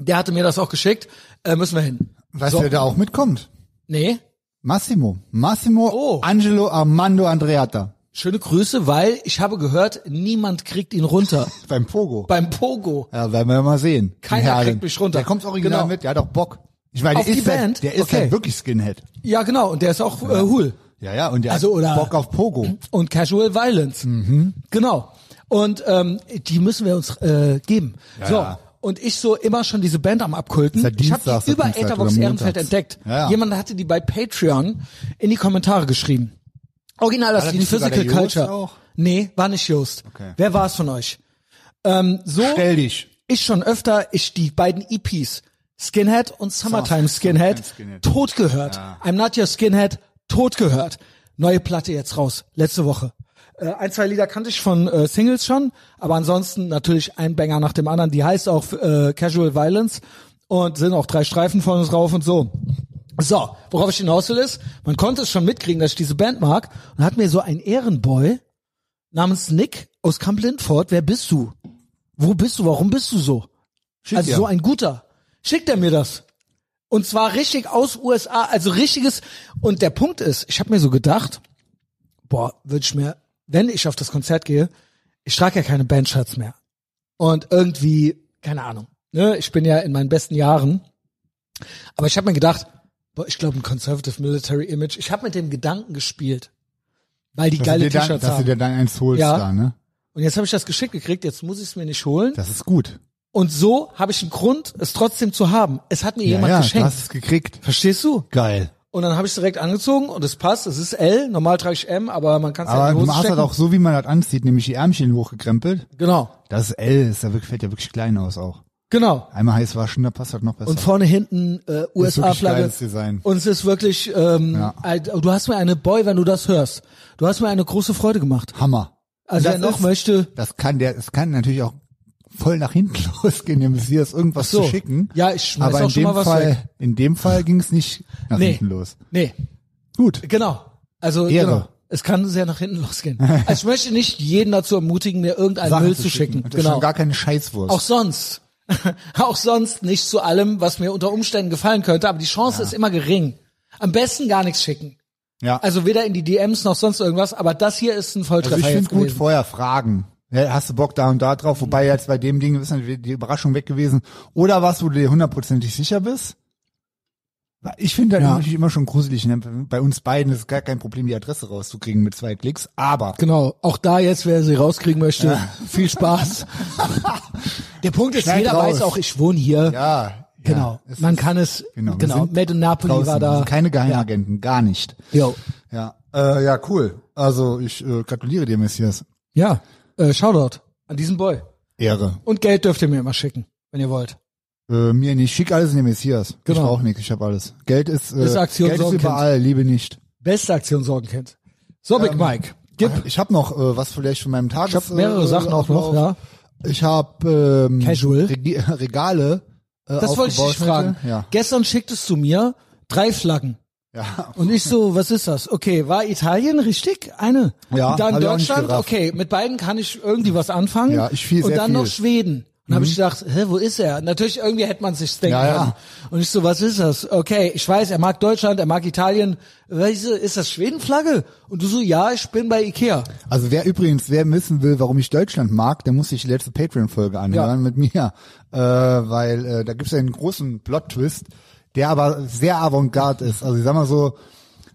Speaker 1: Der hatte mir das auch geschickt. Äh, müssen wir hin.
Speaker 2: Weißt
Speaker 1: So.
Speaker 2: du, wer da auch mitkommt?
Speaker 1: Nee,
Speaker 2: Massimo. Massimo
Speaker 1: Oh.
Speaker 2: Angelo Armando Andreatta.
Speaker 1: schöne Grüße, weil ich habe gehört, niemand kriegt ihn runter.
Speaker 2: Beim Pogo.
Speaker 1: Beim Pogo.
Speaker 2: ja, werden wir mal sehen.
Speaker 1: Keiner
Speaker 2: In Herlen.
Speaker 1: kriegt mich runter.
Speaker 2: Der kommt original
Speaker 1: Genau.
Speaker 2: mit, der hat auch Bock. Ich meine,
Speaker 1: Auf
Speaker 2: der
Speaker 1: die
Speaker 2: ist, halt,
Speaker 1: Band?
Speaker 2: der ist
Speaker 1: Okay.
Speaker 2: halt wirklich Skinhead.
Speaker 1: Ja, genau. Und der ist auch äh, Hul.
Speaker 2: Ja, ja, und der
Speaker 1: Also,
Speaker 2: hat
Speaker 1: oder-
Speaker 2: Bock auf Pogo.
Speaker 1: und Casual Violence.
Speaker 2: Mhm.
Speaker 1: Genau. Und ähm, die müssen wir uns äh, geben. so.
Speaker 2: ja.
Speaker 1: Und ich so immer schon diese Band am Abkulten.
Speaker 2: Ist ja
Speaker 1: Ich habe
Speaker 2: Dienstags
Speaker 1: die
Speaker 2: oder
Speaker 1: über
Speaker 2: Dienstag
Speaker 1: Etherbox
Speaker 2: oder
Speaker 1: Ehrenfeld
Speaker 2: montags.
Speaker 1: entdeckt.
Speaker 2: Ja, ja.
Speaker 1: Jemand hatte die bei Patreon in die Kommentare geschrieben. Original, das
Speaker 2: War
Speaker 1: ist
Speaker 2: das
Speaker 1: die
Speaker 2: nicht sogar
Speaker 1: Physical
Speaker 2: der Joost
Speaker 1: Culture.
Speaker 2: auch?
Speaker 1: Nee, war nicht Joost.
Speaker 2: Okay.
Speaker 1: Wer war es von euch? Ähm, so
Speaker 2: Stell dich.
Speaker 1: ich schon öfter, ich die beiden EPs, Skinhead und Summertime Skinhead,
Speaker 2: Summertime Skinhead.
Speaker 1: tot gehört. I'm not your Skinhead, tot gehört. Neue Platte jetzt raus, letzte Woche. Äh, ein, zwei Lieder kannte ich von äh, Singles schon, aber ansonsten natürlich ein Banger nach dem anderen. Die heißt auch äh, Casual Violence und sind auch drei Streifen von uns drauf und so. So, worauf ich hinaus will ist, man konnte es schon mitkriegen, dass ich diese Band mag und hat mir so ein Ehrenboy namens Nick aus Camp Lindford, wer bist du? Wo bist du? Warum bist du so? also
Speaker 2: dir.
Speaker 1: so ein guter. Schickt er mir das. Und zwar richtig aus USA, also richtiges. Und der Punkt ist, ich habe mir so gedacht, boah, würde ich mir, wenn ich auf das Konzert gehe, ich trage ja keine Bandshirts mehr. Und irgendwie, keine Ahnung, ne, ich bin ja in meinen besten Jahren. Aber ich habe mir gedacht, boah, ich glaube ein Conservative Military Image. Ich habe mit dem Gedanken gespielt, weil die
Speaker 2: Dass,
Speaker 1: geile
Speaker 2: du dir dann,
Speaker 1: T-Shirts
Speaker 2: dass du
Speaker 1: haben.
Speaker 2: dir dann eins holst
Speaker 1: Ja.
Speaker 2: da, ne?
Speaker 1: Und jetzt habe ich das geschickt gekriegt, jetzt muss ich es mir nicht holen.
Speaker 2: Das ist gut.
Speaker 1: Und so habe ich einen Grund, es trotzdem zu haben. Es hat mir
Speaker 2: Ja,
Speaker 1: jemand
Speaker 2: ja, du
Speaker 1: geschenkt.
Speaker 2: hast es gekriegt.
Speaker 1: Verstehst du?
Speaker 2: Geil.
Speaker 1: Und dann habe ich es direkt angezogen und es passt. Es ist L, normal trage ich M, aber man kann es ja
Speaker 2: Aber
Speaker 1: in
Speaker 2: du
Speaker 1: die Hose
Speaker 2: machst
Speaker 1: stecken.
Speaker 2: das auch so, wie man das anzieht, nämlich die Ärmchen hochgekrempelt.
Speaker 1: Genau,
Speaker 2: Das ist L, ist da wirklich, fällt ja wirklich klein aus auch.
Speaker 1: genau.
Speaker 2: Einmal heiß waschen, da passt das noch besser.
Speaker 1: Und vorne hinten äh, USA-Flagge.
Speaker 2: geiles Design.
Speaker 1: Und es ist wirklich, ähm,
Speaker 2: Ja.
Speaker 1: ein- du hast mir eine, Boy, wenn du das hörst, du hast mir eine große Freude gemacht.
Speaker 2: Hammer.
Speaker 1: Also
Speaker 2: Das
Speaker 1: wer noch
Speaker 2: ist-
Speaker 1: möchte,
Speaker 2: Das kann der, es kann natürlich auch voll nach hinten losgehen, dem Messias irgendwas
Speaker 1: Ach so.
Speaker 2: zu schicken.
Speaker 1: Ja, ich schmeiß
Speaker 2: Aber
Speaker 1: auch
Speaker 2: in
Speaker 1: schon
Speaker 2: dem
Speaker 1: mal was
Speaker 2: Fall,
Speaker 1: weg.
Speaker 2: in dem Fall ging es nicht nach
Speaker 1: Nee.
Speaker 2: hinten los.
Speaker 1: nee,
Speaker 2: Gut.
Speaker 1: Genau. Also
Speaker 2: Ehre.
Speaker 1: genau. es kann sehr nach hinten losgehen. Also ich möchte nicht jeden dazu ermutigen, mir irgendeinen Müll zu schicken.
Speaker 2: Das ist
Speaker 1: Genau.
Speaker 2: schon gar keine Scheißwurst.
Speaker 1: Auch sonst. Auch sonst nicht zu allem, was mir unter Umständen gefallen könnte, aber die Chance ist immer gering. Am besten gar nichts schicken.
Speaker 2: ja.
Speaker 1: Also weder in die DMs noch sonst irgendwas, aber das hier ist ein
Speaker 2: Also
Speaker 1: Volltreffer
Speaker 2: ich finde
Speaker 1: jetzt
Speaker 2: gut,
Speaker 1: gewesen. Mhm.
Speaker 2: vorher fragen. Ja, hast du Bock da und da drauf? Wobei jetzt bei dem Ding ist natürlich die Überraschung weg gewesen. Oder was, wo du dir hundertprozentig sicher bist? Weil Ich finde das natürlich immer schon gruselig. Ne? Bei uns beiden ist gar kein Problem, die Adresse rauszukriegen mit zwei Klicks. Aber
Speaker 1: Genau, auch da jetzt, wer sie rauskriegen möchte, viel Spaß. Der Punkt ist,
Speaker 2: Schneid
Speaker 1: jeder
Speaker 2: raus.
Speaker 1: weiß auch, ich wohne hier.
Speaker 2: ja,
Speaker 1: genau,
Speaker 2: Ja, es
Speaker 1: man
Speaker 2: ist
Speaker 1: kann es,
Speaker 2: Genau,
Speaker 1: genau,
Speaker 2: wir
Speaker 1: genau.
Speaker 2: sind
Speaker 1: Made in Napoli
Speaker 2: draußen.
Speaker 1: war
Speaker 2: Wir
Speaker 1: da.
Speaker 2: sind keine Geheimagenten, gar nicht.
Speaker 1: Jo.
Speaker 2: Ja, äh, ja, cool. Also ich äh, gratuliere dir, Messias.
Speaker 1: Ja, äh, Shoutout an diesen Boy.
Speaker 2: Ehre.
Speaker 1: Und Geld dürft ihr mir immer schicken, wenn ihr wollt.
Speaker 2: Äh, mir nicht. Schick alles in den Messias.
Speaker 1: Genau.
Speaker 2: Ich brauche nichts, ich habe alles. Geld ist, äh,
Speaker 1: Ist Aktion
Speaker 2: Geld ist
Speaker 1: Sorgenkind.
Speaker 2: überall, Liebe nicht.
Speaker 1: Beste Aktion Sorgenkind. So,
Speaker 2: Ähm,
Speaker 1: Big Mike, gib.
Speaker 2: Ich habe noch äh, was vielleicht von meinem Tages.
Speaker 1: Ah, Ich habe mehrere
Speaker 2: äh,
Speaker 1: Sachen auch noch, ja.
Speaker 2: Ablauf. Ich habe ähm,
Speaker 1: Casual.
Speaker 2: Regi- Regale. Äh,
Speaker 1: Das wollte ich dich
Speaker 2: aufgebaut
Speaker 1: fragen.
Speaker 2: heute. Ja.
Speaker 1: Gestern schicktest du mir drei Flaggen.
Speaker 2: ja.
Speaker 1: Und ich so, was ist das? Okay, war Italien richtig? Eine.
Speaker 2: Ja,
Speaker 1: Und dann
Speaker 2: hab ich auch nicht
Speaker 1: Deutschland.
Speaker 2: gerafft.
Speaker 1: Okay, mit beiden kann ich irgendwie was anfangen.
Speaker 2: Ja, ich fiel
Speaker 1: Und
Speaker 2: sehr
Speaker 1: dann noch
Speaker 2: viel. Mhm.
Speaker 1: Schweden. Und habe ich gedacht, hä, wo ist er? Natürlich irgendwie hätte man sich denken
Speaker 2: Ja, ja.
Speaker 1: können. Und ich so, was ist das? Okay, ich weiß, er mag Deutschland, er mag Italien. Weißt du, ist das Schwedenflagge? Und du so, ja, ich bin bei Ikea.
Speaker 2: Also wer übrigens, wer wissen will, warum ich Deutschland mag, der muss sich die letzte Patreon-Folge anhören
Speaker 1: Ja.
Speaker 2: mit mir. Äh, weil äh, da gibt's einen großen Plot-Twist, der aber sehr avantgarde ist. Also ich sag mal so,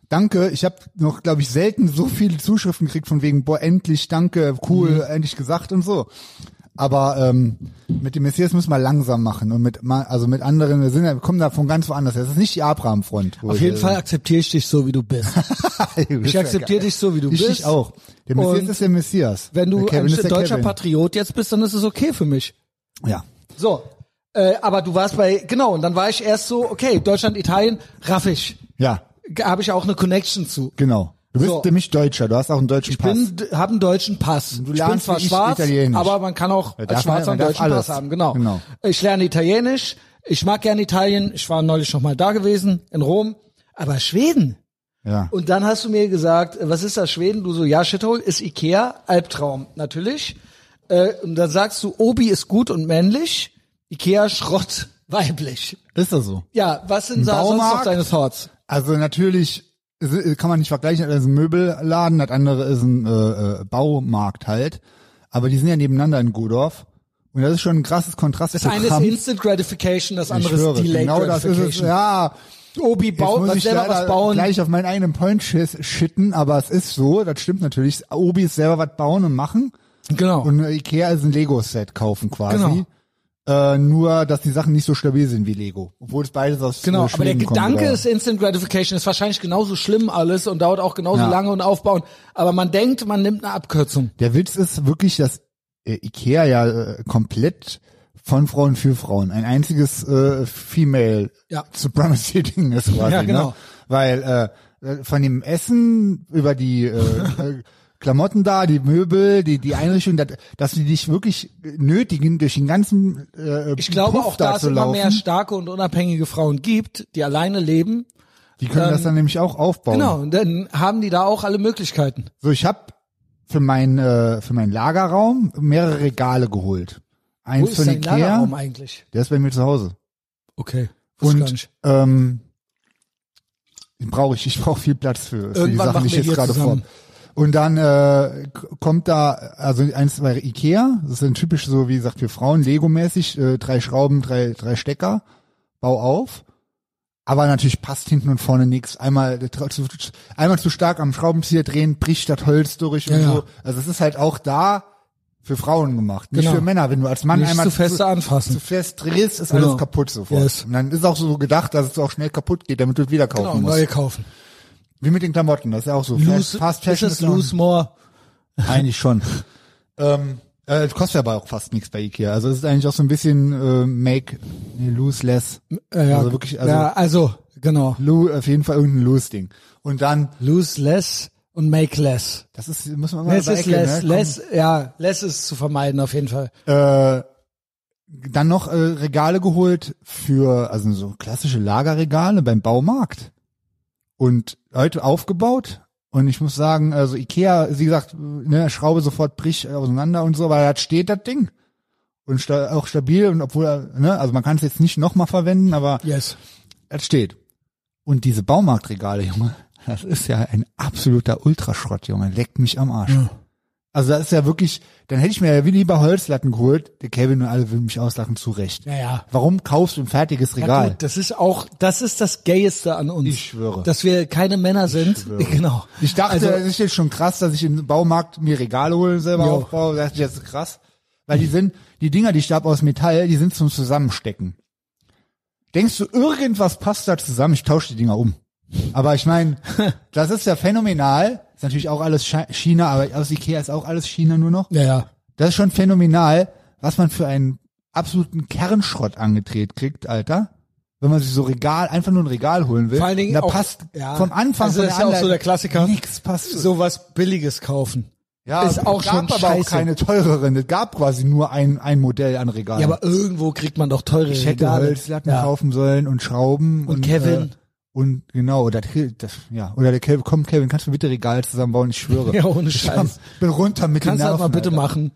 Speaker 2: danke, ich habe noch, glaube ich, selten so viele Zuschriften gekriegt von wegen, boah, endlich, danke, cool,
Speaker 1: Mhm.
Speaker 2: endlich gesagt und so. Aber ähm, mit dem Messias müssen wir langsam machen und mit ma- also mit anderen, wir sind ja, wir kommen da von ganz woanders. her. Das ist nicht die Abraham-Front. wo
Speaker 1: Auf
Speaker 2: ich-
Speaker 1: jeden Fall akzeptiere ich dich so, wie du bist. Ich akzeptiere dich so, wie du
Speaker 2: ich
Speaker 1: bist.
Speaker 2: dich auch. Der Messias
Speaker 1: Und
Speaker 2: ist der Messias.
Speaker 1: Wenn
Speaker 2: Der
Speaker 1: du
Speaker 2: Kevin
Speaker 1: ein
Speaker 2: ist der
Speaker 1: deutscher
Speaker 2: Kevin.
Speaker 1: Patriot jetzt bist, dann ist es okay für mich.
Speaker 2: Ja.
Speaker 1: So. Äh, aber du warst bei, genau, und dann war ich erst so, okay, Deutschland, Italien, raff ich.
Speaker 2: Ja,
Speaker 1: Habe ich auch eine Connection zu.
Speaker 2: genau. Du bist
Speaker 1: So.
Speaker 2: nämlich Deutscher, du hast auch einen deutschen
Speaker 1: Ich
Speaker 2: Pass.
Speaker 1: bin, habe einen deutschen Pass.
Speaker 2: Du
Speaker 1: ich bin
Speaker 2: lernst
Speaker 1: zwar
Speaker 2: wie ich
Speaker 1: schwarz,
Speaker 2: Italienisch.
Speaker 1: aber man kann auch als
Speaker 2: darf man-
Speaker 1: Schwarzer
Speaker 2: man
Speaker 1: einen
Speaker 2: darf
Speaker 1: deutschen
Speaker 2: alles.
Speaker 1: Pass haben, genau.
Speaker 2: Genau.
Speaker 1: Ich lerne Italienisch, ich mag gerne Italien, ich war neulich noch mal da gewesen, in Rom, aber Schweden,
Speaker 2: Ja.
Speaker 1: Und dann hast du mir gesagt, äh, was ist das Schweden? Du so, ja, Shithole ist Ikea, Albtraum, natürlich. Äh, und dann sagst du, Obi ist gut und männlich, Ikea Schrott, weiblich.
Speaker 2: Ist das so?
Speaker 1: Ja, was sind da sonst noch
Speaker 2: Baumarkt?
Speaker 1: deine Thoughts?
Speaker 2: Also natürlich s- kann man nicht vergleichen, das ist ein Möbelladen, das andere ist ein äh, äh, Baumarkt halt. Aber die sind ja nebeneinander in Godorf. Und das ist schon ein krasses Kontrast.
Speaker 1: Das eine ist Instant Gratification, das andere
Speaker 2: ich schwöre,
Speaker 1: ist Delay
Speaker 2: genau das ist es.
Speaker 1: Gratification.
Speaker 2: Ja,
Speaker 1: Obi
Speaker 2: jetzt
Speaker 1: baut,
Speaker 2: muss
Speaker 1: was
Speaker 2: ich
Speaker 1: selber
Speaker 2: leider
Speaker 1: was bauen.
Speaker 2: gleich auf meinen eigenen Point schiss- shitten, aber es ist so, das stimmt natürlich. Obi ist selber was bauen und machen.
Speaker 1: Genau.
Speaker 2: Und äh, Ikea ist ein Lego-Set kaufen quasi.
Speaker 1: Genau.
Speaker 2: Äh, nur, dass die Sachen nicht so stabil sind wie Lego. Obwohl es beides aus
Speaker 1: Genau,
Speaker 2: äh,
Speaker 1: aber der
Speaker 2: Schweden kommt,
Speaker 1: Gedanke
Speaker 2: oder?
Speaker 1: ist Instant Gratification, ist wahrscheinlich genauso schlimm alles und dauert auch genauso
Speaker 2: Ja.
Speaker 1: lange und aufbauen. Aber man denkt, man nimmt eine Abkürzung.
Speaker 2: Der Witz ist wirklich, dass äh, Ikea ja äh, komplett von Frauen für Frauen ein einziges äh, Female
Speaker 1: Ja.
Speaker 2: Supremacy Ding ist quasi,
Speaker 1: Ja, genau.
Speaker 2: ne? Weil äh, äh, von dem Essen über die äh, äh, Klamotten da, die Möbel, die die Einrichtung, dat, dass die dich wirklich nötigen durch den ganzen äh,
Speaker 1: Ich glaube
Speaker 2: Puff
Speaker 1: auch, da es
Speaker 2: zu
Speaker 1: immer
Speaker 2: laufen.
Speaker 1: mehr starke und unabhängige Frauen gibt, die alleine leben.
Speaker 2: die können das dann nämlich auch aufbauen.
Speaker 1: Ähm, Genau, und dann haben die da auch alle Möglichkeiten.
Speaker 2: So, ich habe für meinen äh, für meinen Lagerraum mehrere Regale geholt.
Speaker 1: Wo
Speaker 2: Eins
Speaker 1: ist
Speaker 2: von
Speaker 1: dein
Speaker 2: Ikea.
Speaker 1: Lagerraum eigentlich?
Speaker 2: Der ist bei mir zu Hause.
Speaker 1: Okay. wusste gar
Speaker 2: Und
Speaker 1: nicht.
Speaker 2: ähm, den brauche ich, ich brauche viel Platz für, für die
Speaker 1: Irgendwann
Speaker 2: Sachen,
Speaker 1: machen
Speaker 2: die ich
Speaker 1: wir
Speaker 2: jetzt
Speaker 1: hier
Speaker 2: gerade vor.
Speaker 1: zusammen.
Speaker 2: Und dann äh, k- kommt da, also eins war Ikea, das ist ein typisch so, wie gesagt, für Frauen, Lego-mäßig, äh, drei Schrauben, drei, drei Stecker, bau auf. Aber natürlich passt hinten und vorne nichts. Einmal, tra- zu, einmal zu stark am Schraubenzieher drehen, bricht das Holz durch und
Speaker 1: Ja, ja.
Speaker 2: so. Also es ist halt auch da für Frauen gemacht, nicht
Speaker 1: Genau.
Speaker 2: für Männer. Wenn du als Mann
Speaker 1: Nicht
Speaker 2: einmal
Speaker 1: zu feste anfassen.
Speaker 2: zu fest drehst, ist
Speaker 1: Genau.
Speaker 2: alles kaputt sofort.
Speaker 1: Yes.
Speaker 2: Und dann ist auch so gedacht, dass es auch schnell kaputt geht, damit du es wieder kaufen
Speaker 1: Genau, neue
Speaker 2: musst.
Speaker 1: kaufen.
Speaker 2: Wie mit den Klamotten, das ist ja auch so.
Speaker 1: Loose,
Speaker 2: fast Fashion
Speaker 1: ist es
Speaker 2: noch-
Speaker 1: loose more.
Speaker 2: Eigentlich schon. ähm, äh, es kostet aber auch fast nichts bei Ikea. Also es ist eigentlich auch so ein bisschen äh, make, nee, lose less.
Speaker 1: Äh, ja,
Speaker 2: Also wirklich, also-
Speaker 1: ja, also, genau.
Speaker 2: Lu, auf jeden Fall irgendein lose Ding. Und dann,
Speaker 1: Lose less und make less.
Speaker 2: das ist, muss man mal
Speaker 1: Less
Speaker 2: bei
Speaker 1: ist
Speaker 2: Ecke,
Speaker 1: less,
Speaker 2: ne?
Speaker 1: less, ja, less ist zu vermeiden auf jeden Fall.
Speaker 2: äh, dann noch äh, Regale geholt für, also so klassische Lagerregale beim Baumarkt. Und heute aufgebaut. Und ich muss sagen, also Ikea, wie gesagt, ne, Schraube sofort bricht auseinander und so, aber das steht das Ding. Und sta auch stabil und obwohl, er, ne, also man kann es jetzt nicht nochmal verwenden, aber
Speaker 1: Yes.
Speaker 2: das steht. Und diese Baumarktregale, Junge, das ist ja ein absoluter Ultraschrott, Junge. Leckt mich am Arsch. Also das ist ja wirklich, dann hätte ich mir ja wie lieber Holzlatten geholt. Der Kevin und alle würden mich auslachen, zu Recht.
Speaker 1: Ja, ja.
Speaker 2: Warum kaufst du ein fertiges
Speaker 1: Ja,
Speaker 2: Regal?
Speaker 1: gut, das ist auch, das ist das Gayeste an uns.
Speaker 2: Ich schwöre.
Speaker 1: Dass wir keine Männer sind. Genau.
Speaker 2: ich dachte,
Speaker 1: also,
Speaker 2: das ist jetzt schon krass, dass ich im Baumarkt mir Regale hole und selber
Speaker 1: Jo.
Speaker 2: aufbaue. Das ist jetzt krass. Weil die sind, die Dinger, die ich da hab aus Metall, die sind zum Zusammenstecken. Denkst du, irgendwas passt da zusammen? Ich tausche die Dinger um. Aber ich meine, das ist ja phänomenal. Ist natürlich auch alles Schi- China, aber aus Ikea ist auch alles China nur noch.
Speaker 1: ja, ja.
Speaker 2: Das ist schon phänomenal, was man für einen absoluten Kernschrott angedreht kriegt, Alter. Wenn man sich so Regal, einfach nur ein Regal holen will.
Speaker 1: Vor allen Dingen
Speaker 2: da
Speaker 1: auch,
Speaker 2: passt
Speaker 1: ja.
Speaker 2: vom Anfang
Speaker 1: also
Speaker 2: von
Speaker 1: das ist ja auch so der Klassiker.
Speaker 2: Nichts passt.
Speaker 1: Sowas Billiges kaufen. ist auch
Speaker 2: es gab
Speaker 1: schon
Speaker 2: aber auch
Speaker 1: scheiße.
Speaker 2: keine teureren. Es gab quasi nur ein, ein Modell an Regalen.
Speaker 1: Ja, aber irgendwo kriegt man doch teure
Speaker 2: ich hätte
Speaker 1: Regale.
Speaker 2: Holzlatten
Speaker 1: ja.
Speaker 2: kaufen sollen und Schrauben. Und,
Speaker 1: Kevin.
Speaker 2: Äh, und genau, oder das, ja, oder der Kevin, komm Kevin, kannst du bitte Regal zusammenbauen? Ich schwöre.
Speaker 1: Ja, ohne
Speaker 2: Ich
Speaker 1: Scheiß.
Speaker 2: hab- bin runter mit
Speaker 1: Kannst
Speaker 2: den
Speaker 1: du das
Speaker 2: Nerven.
Speaker 1: mal bitte
Speaker 2: Alter.
Speaker 1: machen.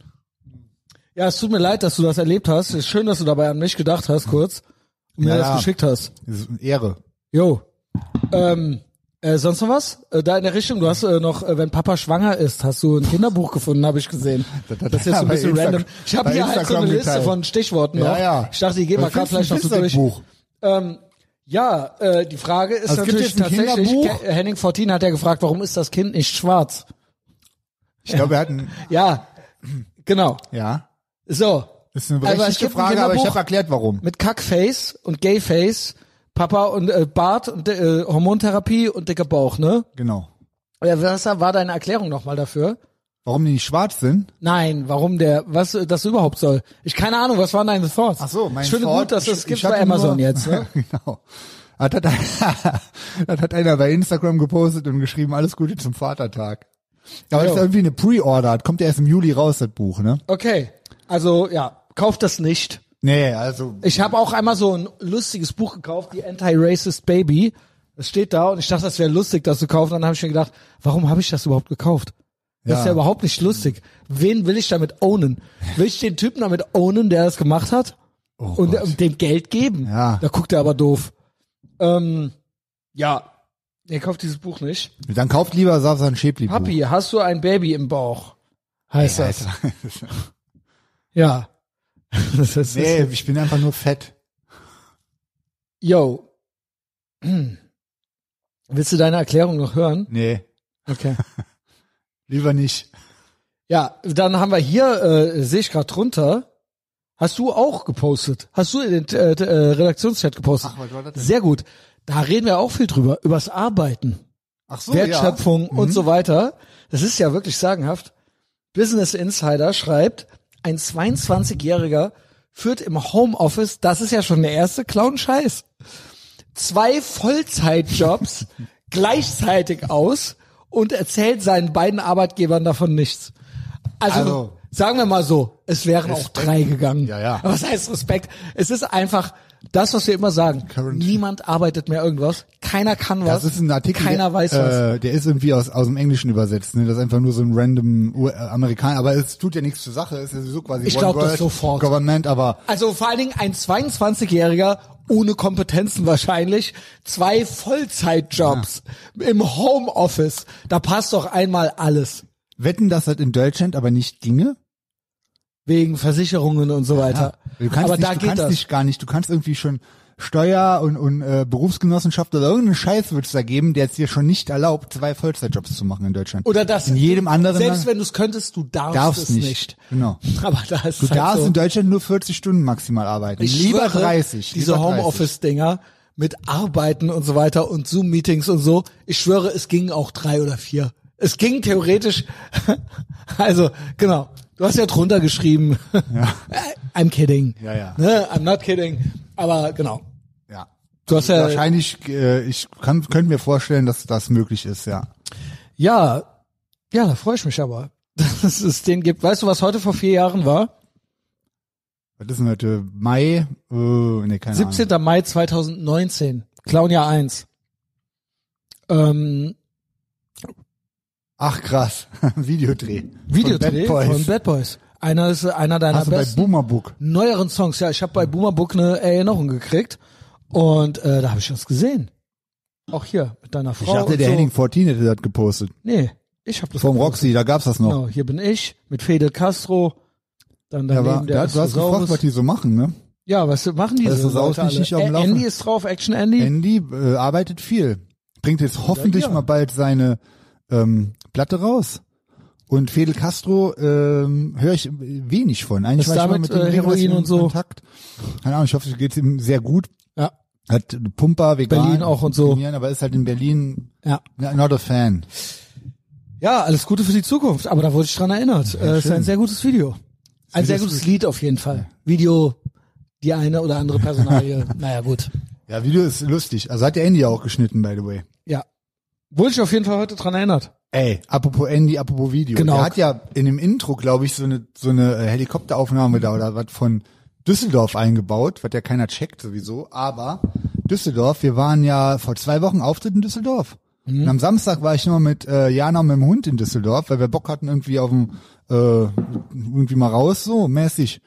Speaker 1: Ja, es tut mir leid, dass du das erlebt hast. Ist schön, dass du dabei an mich gedacht hast, kurz. Und mir
Speaker 2: Ja,
Speaker 1: das
Speaker 2: ja.
Speaker 1: geschickt hast.
Speaker 2: Das ist eine Ehre.
Speaker 1: Jo. Ähm, äh, sonst noch was? Äh, da in der Richtung, du hast äh, noch, äh, wenn Papa schwanger ist, hast du ein Kinderbuch gefunden, habe ich gesehen.
Speaker 2: Das hat
Speaker 1: Das ist jetzt
Speaker 2: er
Speaker 1: so ein
Speaker 2: bei
Speaker 1: bisschen
Speaker 2: Insta-
Speaker 1: random. Ich habe
Speaker 2: bei
Speaker 1: hier halt so eine
Speaker 2: Instagram
Speaker 1: Liste
Speaker 2: geteilt.
Speaker 1: von Stichworten
Speaker 2: Ja,
Speaker 1: noch.
Speaker 2: ja.
Speaker 1: Ich dachte, ich gehe mal
Speaker 2: Was
Speaker 1: gerade
Speaker 2: findest
Speaker 1: vielleicht noch
Speaker 2: du
Speaker 1: so durch.
Speaker 2: Buch?
Speaker 1: Ähm, ja, äh, die Frage ist
Speaker 2: Also es gibt
Speaker 1: natürlich
Speaker 2: jetzt ein
Speaker 1: tatsächlich,
Speaker 2: Kinderbuch?
Speaker 1: Ke- äh, Henning Fortin hat ja gefragt, warum ist das Kind nicht schwarz?
Speaker 2: Ich glaube, wir hatten,
Speaker 1: Ja, genau.
Speaker 2: ja,
Speaker 1: So.
Speaker 2: ist eine
Speaker 1: Aber es
Speaker 2: berechtigte
Speaker 1: gibt ein
Speaker 2: Frage, aber ich
Speaker 1: Kinderbuch.
Speaker 2: habe erklärt, warum.
Speaker 1: mit Kackface und Gayface, Papa und äh, Bart und äh, Hormontherapie und dicker Bauch, ne?
Speaker 2: Genau.
Speaker 1: Ja, was war deine Erklärung nochmal dafür?
Speaker 2: Warum die nicht schwarz sind?
Speaker 1: Nein, warum der, was äh, das überhaupt soll? Ich keine Ahnung, was waren deine Thoughts? ich finde
Speaker 2: Ford-
Speaker 1: gut, dass
Speaker 2: ich-
Speaker 1: es gibt
Speaker 2: ich hatte
Speaker 1: bei Amazon
Speaker 2: nur-
Speaker 1: jetzt. Ne?
Speaker 2: genau. Das hat, das hat einer bei Instagram gepostet und geschrieben, alles Gute zum Vatertag. Aber das
Speaker 1: Jo.
Speaker 2: ist irgendwie eine Pre-Order, das kommt ja erst im Juli raus, das Buch, ne?
Speaker 1: Okay, also ja, kauft das nicht.
Speaker 2: Nee, also
Speaker 1: Ich habe auch einmal so ein lustiges Buch gekauft, die Anti-Racist Baby. Es steht da und ich dachte, das wäre lustig, das zu kaufen. Dann habe ich mir gedacht, warum habe ich das überhaupt gekauft? Das ist ja
Speaker 2: Ja.
Speaker 1: überhaupt nicht lustig. Wen will ich damit ownen? Will ich den Typen damit ownen, der das gemacht hat? und
Speaker 2: Oh Gott.
Speaker 1: ähm, dem Geld geben?
Speaker 2: Ja.
Speaker 1: Da guckt er aber doof. Ähm, ja. Er kauft dieses Buch nicht.
Speaker 2: Dann kauft lieber Safsan Schäbli.
Speaker 1: Papi, hast du ein Baby im Bauch? Heißt das. Ja. das ist,
Speaker 2: Nee, ich bin einfach nur fett.
Speaker 1: Yo. Hm. Willst du deine Erklärung noch hören?
Speaker 2: Nee,
Speaker 1: Okay.
Speaker 2: lieber nicht.
Speaker 1: Ja, dann haben wir hier, äh, sehe ich gerade drunter, hast du auch gepostet. Hast du in den äh, äh, Redaktionschat gepostet.
Speaker 2: Ach, was war das denn?
Speaker 1: Sehr gut. Da reden wir auch viel drüber, übers Arbeiten,
Speaker 2: Ach so, Mhm.
Speaker 1: Wertschöpfung und so weiter. Das ist ja wirklich sagenhaft. Business Insider schreibt, ein 22-Jähriger führt im Homeoffice, das ist ja schon der erste Clown-Scheiß, zwei Vollzeitjobs gleichzeitig aus und erzählt seinen beiden Arbeitgebern davon nichts. Also,
Speaker 2: Also-
Speaker 1: sagen wir mal so, es wären auch drei gegangen.
Speaker 2: Ja, ja.
Speaker 1: Aber was heißt Respekt? Es ist einfach das, was wir immer sagen.
Speaker 2: Current.
Speaker 1: Niemand arbeitet mehr irgendwas. Keiner kann was.
Speaker 2: Das ist ein Artikel,
Speaker 1: Keiner
Speaker 2: der,
Speaker 1: weiß was.
Speaker 2: äh, der ist irgendwie aus, aus dem Englischen übersetzt. Ne? Das ist einfach nur so ein random U- äh, Amerikaner, aber es tut ja nichts zur Sache. Es ist ja sowieso quasi
Speaker 1: Ich
Speaker 2: One
Speaker 1: glaub das
Speaker 2: World
Speaker 1: sofort.
Speaker 2: Government, aber
Speaker 1: Also vor allen Dingen ein 22-Jähriger ohne Kompetenzen wahrscheinlich, zwei Vollzeitjobs im Homeoffice. Da passt doch einmal alles
Speaker 2: wetten, dass das in Deutschland aber nicht ginge?
Speaker 1: wegen Versicherungen und so weiter.
Speaker 2: Du kannst
Speaker 1: Aber
Speaker 2: nicht,
Speaker 1: da
Speaker 2: du
Speaker 1: geht
Speaker 2: kannst
Speaker 1: das.
Speaker 2: dich gar nicht. Du kannst irgendwie schon Steuer und, und äh, Berufsgenossenschaft oder irgendeinen Scheiß wird es da geben, der es dir schon nicht erlaubt, zwei Vollzeitjobs zu machen in Deutschland.
Speaker 1: Oder das
Speaker 2: in jedem anderen
Speaker 1: Selbst
Speaker 2: Land
Speaker 1: wenn du es könntest, du darfst,
Speaker 2: darfst
Speaker 1: es
Speaker 2: nicht.
Speaker 1: nicht.
Speaker 2: Genau.
Speaker 1: Aber da ist
Speaker 2: Du
Speaker 1: es halt
Speaker 2: darfst
Speaker 1: so.
Speaker 2: in Deutschland nur 40 Stunden maximal arbeiten.
Speaker 1: Ich
Speaker 2: lieber
Speaker 1: schwöre,
Speaker 2: 30.
Speaker 1: Diese
Speaker 2: lieber 30.
Speaker 1: Homeoffice-Dinger mit Arbeiten und so weiter und Zoom-Meetings und so. Ich schwöre, es gingen auch drei oder vier. Es ging theoretisch. Also, genau. Du hast ja drunter geschrieben. Äh, I'm kidding.
Speaker 2: Ja, ja.
Speaker 1: Ne? I'm not kidding. Aber genau.
Speaker 2: Ja.
Speaker 1: Du hast ja.
Speaker 2: Wahrscheinlich, äh, ich kann, könnte mir vorstellen, dass das möglich ist, ja.
Speaker 1: Ja, ja, da freue ich mich aber, dass es den gibt. Weißt du, was heute vor vier Jahren war?
Speaker 2: Was ist denn heute? Mai? Äh, nee, keine
Speaker 1: 17. Mai 2019. Clownjahr 1. Ähm,
Speaker 2: Ahnung. Ach krass, Videodreh.
Speaker 1: Videodreh
Speaker 2: Von Bad Boys.
Speaker 1: von Bad Boys. Einer ist einer deiner
Speaker 2: Hast du bei
Speaker 1: besten
Speaker 2: Boomerbook.
Speaker 1: neueren Songs. Ja, ich habe bei Boomer Book eine Erinnerung gekriegt und äh, da habe ich das gesehen. Auch hier mit deiner Frau.
Speaker 2: Ich dachte,
Speaker 1: und
Speaker 2: der
Speaker 1: Oh, so.
Speaker 2: Henning 14 hätte das gepostet.
Speaker 1: Nee, ich habe das.
Speaker 2: Vom Roxy, da gab's das noch.
Speaker 1: Genau, hier bin ich mit Fidel Castro. Dann
Speaker 2: Da
Speaker 1: daneben
Speaker 2: war,
Speaker 1: der
Speaker 2: da, du hast
Speaker 1: Astrosaurus.
Speaker 2: gefragt, was die so machen, ne?
Speaker 1: Ja, was machen die
Speaker 2: Das
Speaker 1: so
Speaker 2: ist auch
Speaker 1: Leute
Speaker 2: nicht
Speaker 1: alle?
Speaker 2: hier
Speaker 1: Ä-
Speaker 2: am Laufen.
Speaker 1: Andy ist drauf, Action Andy.
Speaker 2: Andy äh, arbeitet viel. Bringt jetzt hoffentlich
Speaker 1: Ja, ja.
Speaker 2: mal bald seine ähm, Platte raus. Und Fidel Castro ähm, höre ich wenig von. Eigentlich
Speaker 1: Ist
Speaker 2: war ich immer
Speaker 1: damit,
Speaker 2: mit dem
Speaker 1: äh,
Speaker 2: regelmäßig
Speaker 1: Heroin
Speaker 2: in
Speaker 1: und so?
Speaker 2: Kontakt. Keine Ahnung, ich hoffe, es geht ihm sehr gut.
Speaker 1: ja,
Speaker 2: Hat Pumper, vegan.
Speaker 1: Berlin auch und so.
Speaker 2: trainieren, Aber ist halt in Berlin
Speaker 1: ja.
Speaker 2: not a fan.
Speaker 1: Ja, alles Gute für die Zukunft. Aber da wurde ich dran erinnert. Äh, ist
Speaker 2: schön.
Speaker 1: ein sehr gutes Video. Ein sehr gutes Lied auf jeden Fall. Video, die eine oder andere Personalie. naja, gut.
Speaker 2: Ja, Video ist lustig. Also hat der Andy auch geschnitten, by the way.
Speaker 1: Ja. Wurde ich auf jeden Fall heute dran erinnert.
Speaker 2: Ey, apropos Andy, apropos Video.
Speaker 1: Genau.
Speaker 2: Der hat ja in dem Intro, glaube ich, so eine, so eine äh, Helikopteraufnahme da oder was von Düsseldorf eingebaut, was ja keiner checkt sowieso. Aber Düsseldorf, wir waren ja vor zwei Wochen Auftritt in Düsseldorf. Und am Samstag war ich noch mit äh, Jana und mit dem Hund in Düsseldorf, weil wir Bock hatten irgendwie auf dem, äh, irgendwie mal raus, so mäßig.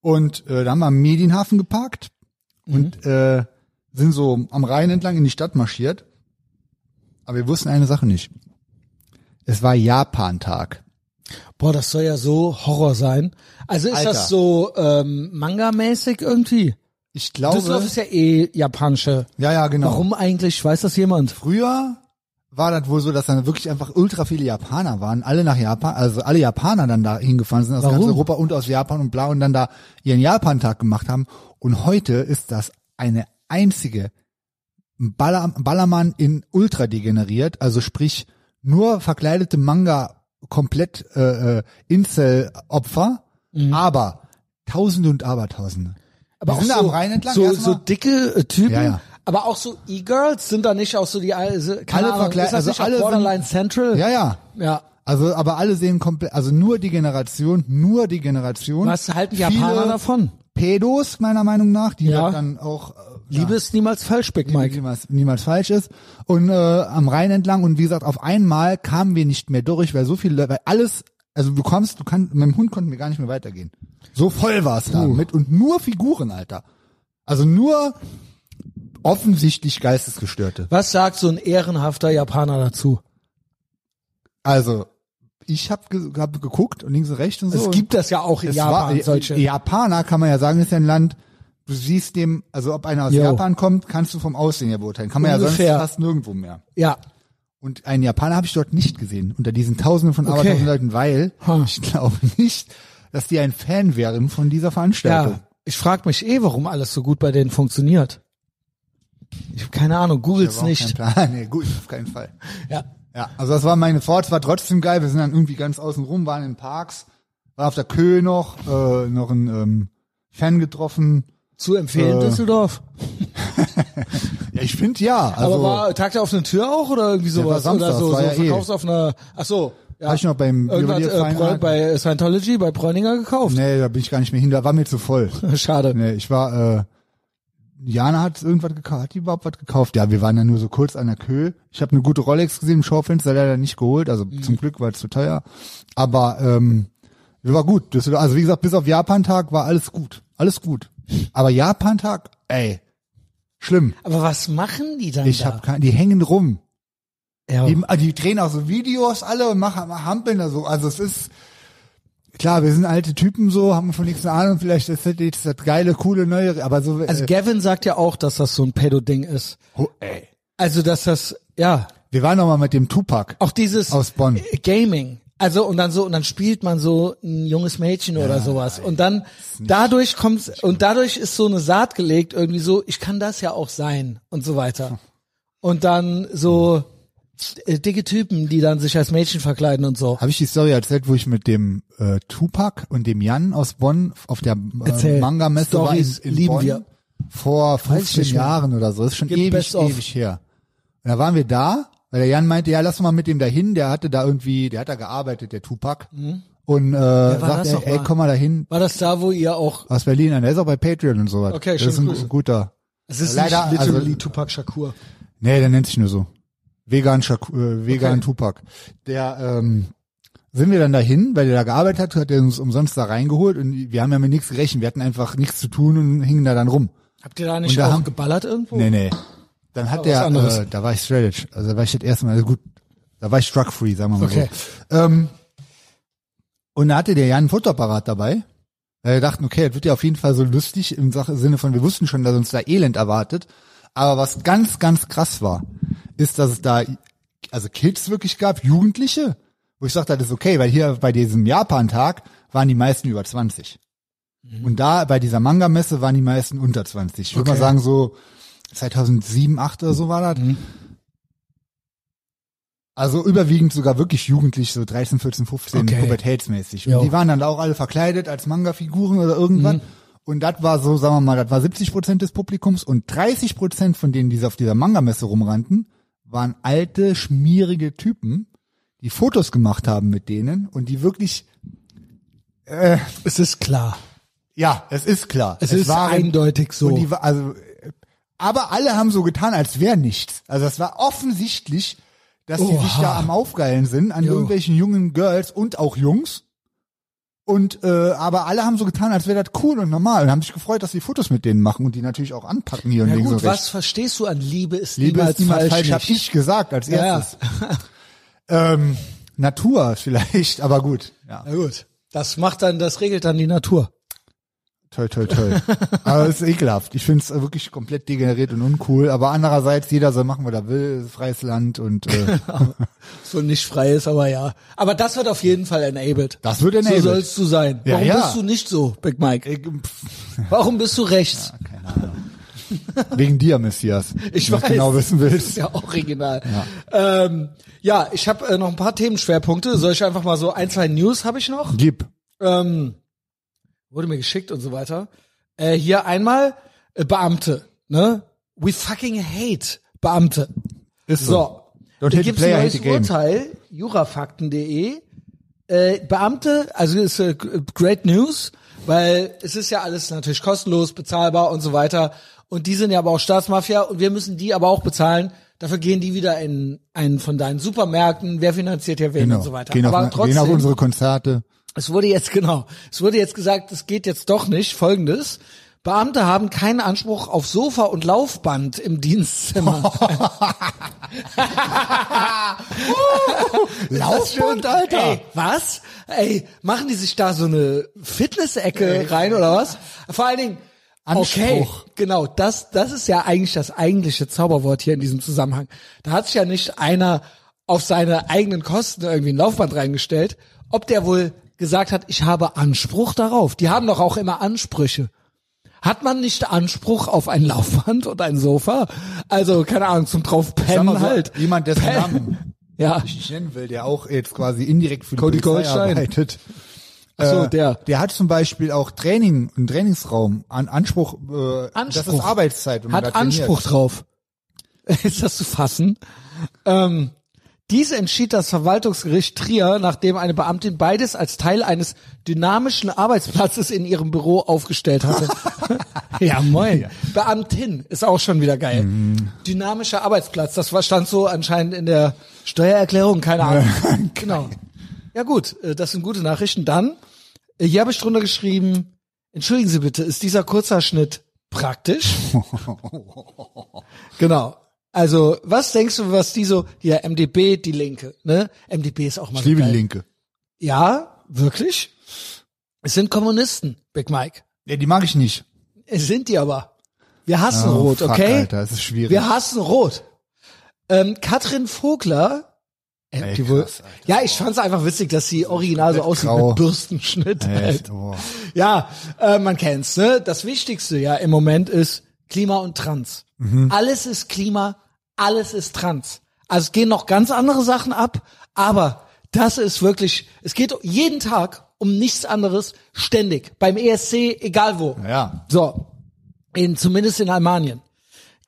Speaker 2: Und äh, da haben wir am Medienhafen geparkt und äh, sind so am Rhein entlang in die Stadt marschiert. Aber wir wussten eine Sache nicht. Es war Japan-Tag.
Speaker 1: Boah, das soll ja so Horror sein. Also ist
Speaker 2: Alter.
Speaker 1: das so ähm, Manga-mäßig irgendwie?
Speaker 2: Ich glaube.
Speaker 1: Düsseldorf ist ja eh japanische.
Speaker 2: ja, ja, genau.
Speaker 1: Warum eigentlich? Weiß das jemand?
Speaker 2: Früher war das wohl so, dass dann wirklich einfach ultra viele Japaner waren, alle nach Japan, also alle Japaner dann da hingefahren sind aus
Speaker 1: Warum?
Speaker 2: ganz Europa und aus Japan und bla und dann da ihren Japan-Tag gemacht haben. Und heute ist das eine einzige Baller, Ballermann in Ultra degeneriert, also sprich nur verkleidete Manga komplett äh, äh, Incel-Opfer, aber Tausende und Abertausende.
Speaker 1: Mhm. Aber
Speaker 2: Die sind da am Rhein entlang
Speaker 1: so,
Speaker 2: erstmal.
Speaker 1: so dicke äh, Typen.
Speaker 2: Ja, ja.
Speaker 1: Aber auch so E-Girls sind da nicht auch so die also, keine
Speaker 2: Alle
Speaker 1: Ahnung,
Speaker 2: verkleid-
Speaker 1: ist das
Speaker 2: also
Speaker 1: nicht
Speaker 2: alle
Speaker 1: auch Borderline Central?
Speaker 2: Ja, ja.
Speaker 1: ja.
Speaker 2: Also, aber alle sehen komplett, also nur die Generation, nur die Generation.
Speaker 1: Was halten die Japaner
Speaker 2: Viele
Speaker 1: davon?
Speaker 2: Pedos, meiner Meinung nach, die
Speaker 1: Ja.
Speaker 2: halt dann auch äh,
Speaker 1: Liebe ist niemals falsch, Big
Speaker 2: die
Speaker 1: Mike.
Speaker 2: niemals, niemals falsch ist. Und äh, am Rhein entlang und wie gesagt, auf einmal kamen wir nicht mehr durch, weil so viele, weil alles, also du kommst, du kannst, mit dem Hund konnten wir gar nicht mehr weitergehen. So voll war es da mit und nur Figuren, Alter. Also nur offensichtlich Geistesgestörte.
Speaker 1: Was sagt so ein ehrenhafter Japaner dazu?
Speaker 2: Also ich habe ge hab geguckt und links und rechts und so.
Speaker 1: es
Speaker 2: und-
Speaker 1: gibt das ja auch in
Speaker 2: Es
Speaker 1: Japan,
Speaker 2: war, eh-
Speaker 1: solche.
Speaker 2: Japaner kann man ja sagen, ist ja ein Land, du siehst dem, also ob einer aus
Speaker 1: Jo.
Speaker 2: Japan kommt, kannst du vom Aussehen her beurteilen. Kann man ja
Speaker 1: Ungefähr.
Speaker 2: sonst fast nirgendwo mehr.
Speaker 1: Ja.
Speaker 2: Und einen Japaner habe ich dort nicht gesehen, unter diesen tausenden von
Speaker 1: Okay.
Speaker 2: Abertausenden Leuten, weil
Speaker 1: Ha.
Speaker 2: ich glaube nicht, dass die ein Fan wären von dieser Veranstaltung.
Speaker 1: Ja, ich frage mich eh, warum alles so gut bei denen funktioniert. Ich habe keine Ahnung, googelt's
Speaker 2: Überhaupt kein
Speaker 1: nicht.
Speaker 2: Plan. Nee, gut, auf keinen Fall.
Speaker 1: Ja.
Speaker 2: Ja, also das war meine Fahrt, es war trotzdem geil. Wir sind dann irgendwie ganz außen rum, waren in Parks, waren auf der Köhe noch, äh, noch einen ähm, Fan getroffen.
Speaker 1: Zu empfehlen,
Speaker 2: Äh,
Speaker 1: Düsseldorf.
Speaker 2: Ja, ich finde ja. Also,
Speaker 1: Aber war Tag der offenen Tür auch oder irgendwie
Speaker 2: war
Speaker 1: sowas?
Speaker 2: Samstag,
Speaker 1: oder so,
Speaker 2: war
Speaker 1: so
Speaker 2: ja eh.
Speaker 1: verkaufsoffener. Ach so. Ja.
Speaker 2: Hab ich noch beim
Speaker 1: Irgendwas äh,
Speaker 2: Juwelierverein
Speaker 1: Bräu-
Speaker 2: Aachen.
Speaker 1: bei Scientology, bei Bräuninger gekauft.
Speaker 2: Nee, da bin ich gar nicht mehr hin, da war mir zu voll.
Speaker 1: Schade.
Speaker 2: Nee, ich war, äh, Jana hat irgendwas gekauft, hat die überhaupt was gekauft? Ja, wir waren ja nur so kurz an der Köhe. Ich habe eine gute Rolex gesehen im Schaufenster, leider nicht geholt, also
Speaker 1: Mhm.
Speaker 2: zum Glück war es zu teuer. Aber ähm, war gut. Das, also wie gesagt, bis auf Japantag war alles gut. Alles gut. Aber Japantag, ey, schlimm.
Speaker 1: Aber was machen die dann
Speaker 2: Ich
Speaker 1: da?
Speaker 2: hab kein, die hängen rum.
Speaker 1: ja.
Speaker 2: Die, ah, die drehen auch so Videos alle und machen, hampeln da so. Also es ist, klar, wir sind alte Typen so, haben von nichts eine Ahnung, vielleicht ist das jetzt das geile, coole, neue, aber so, äh,
Speaker 1: also Gavin sagt ja auch, dass das so ein Pedo-Ding ist.
Speaker 2: oh, ey.
Speaker 1: Also, dass das, ja,
Speaker 2: Wir waren noch mal mit dem Tupac
Speaker 1: auch dieses äh,
Speaker 2: aus Bonn.
Speaker 1: Gaming. Also und dann so und dann spielt man so ein junges Mädchen oder sowas und dann dadurch kommt und dadurch ist so eine Saat gelegt irgendwie so ich kann das ja auch sein und so weiter und dann so äh, dicke Typen die dann sich als Mädchen verkleiden und so
Speaker 2: Habe ich die Story erzählt, wo ich mit dem äh, Tupac und dem Jan aus Bonn auf der äh,
Speaker 1: Erzähl.
Speaker 2: Manga-Messe war in,
Speaker 1: Stories
Speaker 2: in
Speaker 1: lieben
Speaker 2: Bonn
Speaker 1: wir.
Speaker 2: vor
Speaker 1: ich nicht
Speaker 2: 15
Speaker 1: mehr.
Speaker 2: Jahren oder so. Das ist schon
Speaker 1: Gib
Speaker 2: ewig,
Speaker 1: Best of.
Speaker 2: ewig her. Und da waren wir da, weil der Jan meinte, ja, lass doch mal mit dem dahin. Der hatte da irgendwie, der hat da gearbeitet, der Tupac. Und äh, sagt
Speaker 1: Mhm. das
Speaker 2: er,
Speaker 1: noch
Speaker 2: ey,
Speaker 1: mal?
Speaker 2: komm mal dahin
Speaker 1: war das da wo ihr auch
Speaker 2: aus Berlin. Und Der ist auch bei Patreon und sowas.
Speaker 1: Okay,
Speaker 2: das
Speaker 1: schöne
Speaker 2: ist ein
Speaker 1: Grüße.
Speaker 2: gu- guter.
Speaker 1: es ist
Speaker 2: Leider,
Speaker 1: nicht literally
Speaker 2: also-
Speaker 1: Tupac Shakur
Speaker 2: Nee, der nennt sich nur so. Vegan, Shaku- äh, Vegan Tupac. Der, ähm, sind wir dann dahin, weil der da gearbeitet hat, hat er uns umsonst da reingeholt und wir haben ja mit nichts gerechnet. Wir hatten einfach nichts zu tun und hingen da dann rum.
Speaker 1: habt ihr da nicht
Speaker 2: Und da
Speaker 1: auch
Speaker 2: haben-
Speaker 1: geballert irgendwo
Speaker 2: Nee, nee. Dann hat
Speaker 1: Aber Oh, was
Speaker 2: der,
Speaker 1: anderes.
Speaker 2: äh, da war ich Strategy, also da war ich das erste Mal, also gut, da war ich drug-free, sagen wir mal
Speaker 1: Okay.
Speaker 2: so. Ähm, und da hatte der Jan ein Fotoapparat dabei, weil wir dachten, okay, das wird ja auf jeden Fall so lustig im Sache, Sinne von, wir wussten schon, dass uns da Elend erwartet, aber was ganz, ganz krass war, ist, dass es da, also Kids wirklich gab, Jugendliche, wo ich sagte, das ist okay, weil hier bei diesem Japan-Tag waren die meisten über 20. Mhm. Und da bei dieser Manga-Messe waren die meisten unter 20. Ich würde
Speaker 1: Okay. Mhm.
Speaker 2: mal sagen, so 2007, 8 oder so war das. Also überwiegend sogar wirklich jugendlich, so 13, 14, 15,
Speaker 1: Okay.
Speaker 2: pubertätsmäßig. Und
Speaker 1: Jo. Mhm.
Speaker 2: die waren dann auch alle verkleidet als Manga-Figuren oder irgendwas. Und das war so, sagen wir mal, das war 70 Prozent des Publikums und 30 Prozent von denen, die auf dieser Manga-Messe rumrannten, waren alte, schmierige Typen, die Fotos gemacht haben mit denen und die wirklich
Speaker 1: es ist klar
Speaker 2: ja, es ist klar.
Speaker 1: Es ist eindeutig so.
Speaker 2: Und die, wa- also, äh, aber alle haben so getan, als wäre nichts. Also es war offensichtlich, dass die sich
Speaker 1: Oha.
Speaker 2: da am Aufgeilen sind an
Speaker 1: Jo.
Speaker 2: irgendwelchen jungen Girls und auch Jungs. Und äh, aber alle haben so getan, als wäre das cool und normal und haben sich gefreut, dass die Fotos mit denen machen und die natürlich auch anpacken hier und
Speaker 1: ja
Speaker 2: links
Speaker 1: gut
Speaker 2: und rechts.
Speaker 1: was verstehst du an Liebe ist
Speaker 2: Liebe
Speaker 1: niemals,
Speaker 2: ist niemals falsch,
Speaker 1: nicht.
Speaker 2: hab ich gesagt als
Speaker 1: ja
Speaker 2: erstes. Ähm, Natur vielleicht, aber gut. Ja.
Speaker 1: na gut das macht dann das regelt dann die Natur
Speaker 2: Toll, toll, toll. aber es ist ekelhaft. Ich finde es wirklich komplett degeneriert und uncool. Aber andererseits, jeder soll machen, was er will. Es ist Freies Land und äh,
Speaker 1: so nicht frei ist, aber ja. Aber das wird auf jeden Fall enabled.
Speaker 2: Das wird
Speaker 1: So
Speaker 2: enabled.
Speaker 1: sollst du sein.
Speaker 2: Ja,
Speaker 1: Warum
Speaker 2: ja.
Speaker 1: bist du nicht so, Big Mike?
Speaker 2: ich- pff,
Speaker 1: Warum bist du rechts?
Speaker 2: wegen dir, Messias.
Speaker 1: Ich
Speaker 2: wenn du
Speaker 1: weiß.
Speaker 2: genau wissen
Speaker 1: Das ist
Speaker 2: willst.
Speaker 1: ja auch original. Ja, ähm, ja ich habe äh, noch ein paar Themenschwerpunkte. Soll ich einfach mal so ein, zwei News habe ich noch?
Speaker 2: Gib.
Speaker 1: ähm, wurde mir geschickt und so weiter. Äh, hier einmal äh, Beamte, ne? We fucking hate Beamte.
Speaker 2: Ist
Speaker 1: So.
Speaker 2: Don't
Speaker 1: Hier
Speaker 2: hate the
Speaker 1: gibt's
Speaker 2: player,
Speaker 1: ein
Speaker 2: hate
Speaker 1: neues
Speaker 2: the game.
Speaker 1: Urteil, jurafakten.de. Äh, Beamte, also ist äh, great news, weil es ist ja alles natürlich kostenlos, bezahlbar und so weiter. Und die sind ja aber auch Staatsmafia und wir müssen die aber auch bezahlen. Dafür gehen die wieder in einen von deinen Supermärkten, wer finanziert hier wen
Speaker 2: Genau.
Speaker 1: und so weiter.
Speaker 2: gehen,
Speaker 1: aber
Speaker 2: auf,
Speaker 1: trotzdem,
Speaker 2: gehen auf unsere Konzerte.
Speaker 1: es wurde jetzt, genau, es wurde jetzt gesagt, es geht jetzt doch nicht. Folgendes. Beamte haben keinen Anspruch auf Sofa und Laufband im Dienstzimmer.
Speaker 2: Laufband, Alter.
Speaker 1: Ey, was? Ey, machen die sich da so eine Fitness-Ecke rein oder was? Vor allen Dingen, okay,
Speaker 2: Anspruch.
Speaker 1: genau, das, das ist ja eigentlich das eigentliche Zauberwort hier in diesem Zusammenhang. Da hat sich ja nicht einer auf seine eigenen Kosten irgendwie ein Laufband reingestellt, ob der wohl gesagt hat, ich habe Anspruch darauf. Die haben doch auch immer Ansprüche. Hat man nicht Anspruch auf ein Laufband und ein Sofa? Also, keine Ahnung, zum
Speaker 2: Sag
Speaker 1: draufpennen
Speaker 2: mal so,
Speaker 1: halt.
Speaker 2: Jemand, dessen
Speaker 1: Pen-
Speaker 2: Namen
Speaker 1: Ja.
Speaker 2: ich nicht nennen will, der auch jetzt quasi indirekt für die
Speaker 1: Cody
Speaker 2: Polizei
Speaker 1: Goldstein.
Speaker 2: arbeitet.
Speaker 1: Ach so,
Speaker 2: Äh,
Speaker 1: der.
Speaker 2: Der hat zum Beispiel auch Training, einen Trainingsraum, an Anspruch, äh,
Speaker 1: Anspruch.
Speaker 2: das ist Arbeitszeit. wenn man
Speaker 1: hat
Speaker 2: da trainiert.
Speaker 1: Anspruch drauf. Ist das zu fassen? Ähm, dies entschied das Verwaltungsgericht Trier, nachdem eine Beamtin beides als Teil eines dynamischen Arbeitsplatzes in ihrem Büro aufgestellt hatte. ja, moin. Beamtin ist auch schon wieder geil.
Speaker 2: Mhm.
Speaker 1: Dynamischer Arbeitsplatz, das war, stand so anscheinend in der Steuererklärung, keine Ahnung. genau. Ja gut, äh, das sind gute Nachrichten. Dann, äh, hier habe ich drunter geschrieben, entschuldigen Sie bitte, ist dieser kurzer Schnitt praktisch? Genau. Also, was denkst du, was die so, ja, MDB, die Linke, ne? MDB ist auch mal
Speaker 2: Ich liebe
Speaker 1: so
Speaker 2: die
Speaker 1: geil.
Speaker 2: Linke.
Speaker 1: Ja, wirklich? Es sind Kommunisten, Big Mike.
Speaker 2: Ja, die mag ich nicht.
Speaker 1: Es sind die aber. Wir hassen
Speaker 2: Oh,
Speaker 1: Rot,
Speaker 2: fuck,
Speaker 1: okay?
Speaker 2: Alter, das ist schwierig.
Speaker 1: Wir hassen Rot. Ähm, Katrin Vogler. Äh,
Speaker 2: Ey,
Speaker 1: die wohl,
Speaker 2: krass, Alter.
Speaker 1: ja, ich fand's einfach witzig, dass sie original so aussieht
Speaker 2: grau.
Speaker 1: mit Bürstenschnitt. Alter.
Speaker 2: Echt, oh.
Speaker 1: Ja, äh, man kennt's, ne? Das Wichtigste ja im Moment ist Klima und Trans. Alles ist Klima, alles ist Trans. Also es gehen noch ganz andere Sachen ab, aber das ist wirklich, es geht jeden Tag um nichts anderes, ständig. Beim ESC, egal wo.
Speaker 2: Ja.
Speaker 1: So. In, zumindest in Almanien.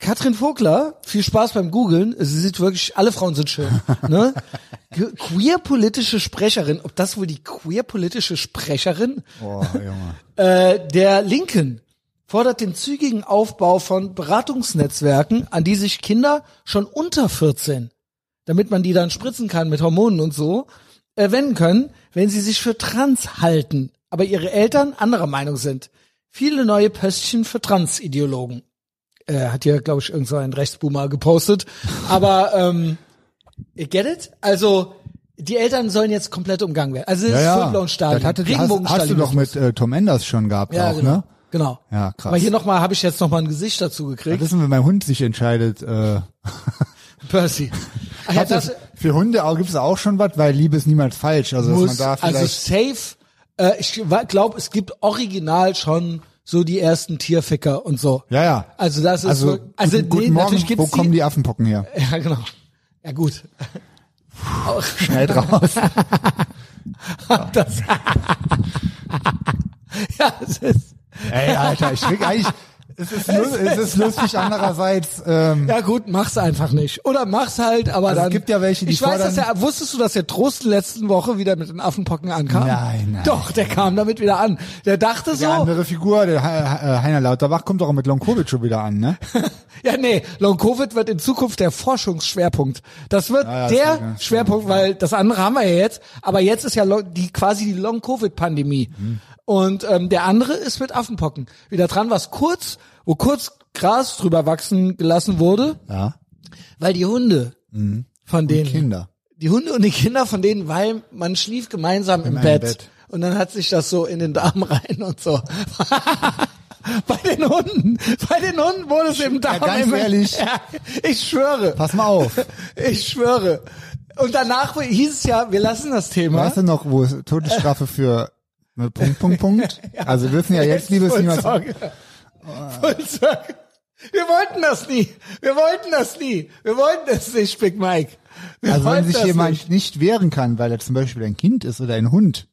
Speaker 1: Katrin Vogler, viel Spaß beim Googlen. Sie sieht wirklich, alle Frauen sind schön. Ne? Ge- Queer-politische Sprecherin, ob das wohl die queer-politische Sprecherin
Speaker 2: Oh, Junge.
Speaker 1: äh, der Linken fordert den zügigen Aufbau von Beratungsnetzwerken, an die sich Kinder schon unter 14, damit man die dann spritzen kann mit Hormonen und so, äh, wenden können, wenn sie sich für trans halten, aber ihre Eltern anderer Meinung sind. Viele neue Pöstchen für Transideologen. Äh, hat ja, glaube ich, irgend so ein Rechtsboomer gepostet. Aber ähm, you get it? Also die Eltern sollen jetzt komplett umgangen werden. Also es
Speaker 2: Ja,
Speaker 1: ist
Speaker 2: ja.
Speaker 1: full-blown Stadion.
Speaker 2: Das hatte, hast, hast du doch mit äh, Tom Enders schon gehabt
Speaker 1: ja,
Speaker 2: auch,
Speaker 1: genau.
Speaker 2: ne?
Speaker 1: Genau.
Speaker 2: Ja, krass.
Speaker 1: Aber hier nochmal habe ich jetzt nochmal ein Gesicht dazu gekriegt.
Speaker 2: Wissen wir, mein Hund sich entscheidet. Äh,
Speaker 1: Percy. Ach ja,
Speaker 2: hat
Speaker 1: das
Speaker 2: das, für Hunde auch- gibt's da auch schon was, weil Liebe ist niemals falsch. Also dass
Speaker 1: muss,
Speaker 2: man da
Speaker 1: also
Speaker 2: vielleicht
Speaker 1: safe, äh, ich glaube, es gibt original schon so die ersten Tierficker und so.
Speaker 2: ja, ja.
Speaker 1: Also das ist,
Speaker 2: Also,
Speaker 1: wirklich- also
Speaker 2: guten, guten
Speaker 1: nee, natürlich
Speaker 2: Morgen,
Speaker 1: gibt's
Speaker 2: wo kommen die Affenpocken her?
Speaker 1: Ja, genau. Ja, gut. Auch
Speaker 2: Schnell raus.
Speaker 1: das. ja, es ist,
Speaker 2: Ey, Alter, ich krieg eigentlich. Es ist, lu- es ist lustig andererseits. Ähm,
Speaker 1: ja gut, mach's einfach nicht. Oder mach's halt, aber
Speaker 2: Also es
Speaker 1: dann.
Speaker 2: gibt ja welche, die
Speaker 1: Ich weiß, dass
Speaker 2: fordern-
Speaker 1: der, wusstest du, dass der Trost letzten Woche wieder mit den Affenpocken ankam?
Speaker 2: Nein, nein.
Speaker 1: Doch, der kam damit wieder an. Der dachte
Speaker 2: Die
Speaker 1: so,
Speaker 2: andere Figur, der He- He- Heiner Lauterbach, kommt doch mit Long Covid schon wieder an, ne?
Speaker 1: Ja, nee, Long Covid wird in Zukunft der Forschungsschwerpunkt. Das wird
Speaker 2: Ja, ja,
Speaker 1: der
Speaker 2: das wird ganz
Speaker 1: Schwerpunkt, weil das andere haben wir ja jetzt, aber jetzt ist ja Lo- die quasi die Long Covid Pandemie.
Speaker 2: Mhm.
Speaker 1: Und ähm, der andere ist mit Affenpocken. Wieder dran, was kurz, wo kurz Gras drüber wachsen gelassen wurde,
Speaker 2: Ja.
Speaker 1: weil die Hunde von denen
Speaker 2: Mhm. Kinder.
Speaker 1: die Hunde und die Kinder von denen, weil man schlief gemeinsam im
Speaker 2: einem
Speaker 1: Bett.
Speaker 2: Bett.
Speaker 1: Und dann hat sich das so in den Darm rein und so. Bei den Hunden, bei den Hunden wurde es im Darm.
Speaker 2: ganz
Speaker 1: im,
Speaker 2: ehrlich.
Speaker 1: Ja, ich schwöre,
Speaker 2: Pass mal auf.
Speaker 1: ich schwöre. Und danach hieß es ja, wir lassen das Thema.
Speaker 2: Weißt du noch, wo es Todesstrafe für ne, Punkt, Punkt, Punkt? Also wir wissen ja jetzt, liebes
Speaker 1: Full
Speaker 2: niemals.
Speaker 1: Circle. Full Circle. Wir wollten das nie. Wir wollten das nie. Wir wollten das nicht, Big Mike. Wir
Speaker 2: Also wenn
Speaker 1: wollten
Speaker 2: sich
Speaker 1: das
Speaker 2: jemand
Speaker 1: nicht.
Speaker 2: nicht. wehren kann, weil er zum Beispiel ein Kind ist oder ein Hund.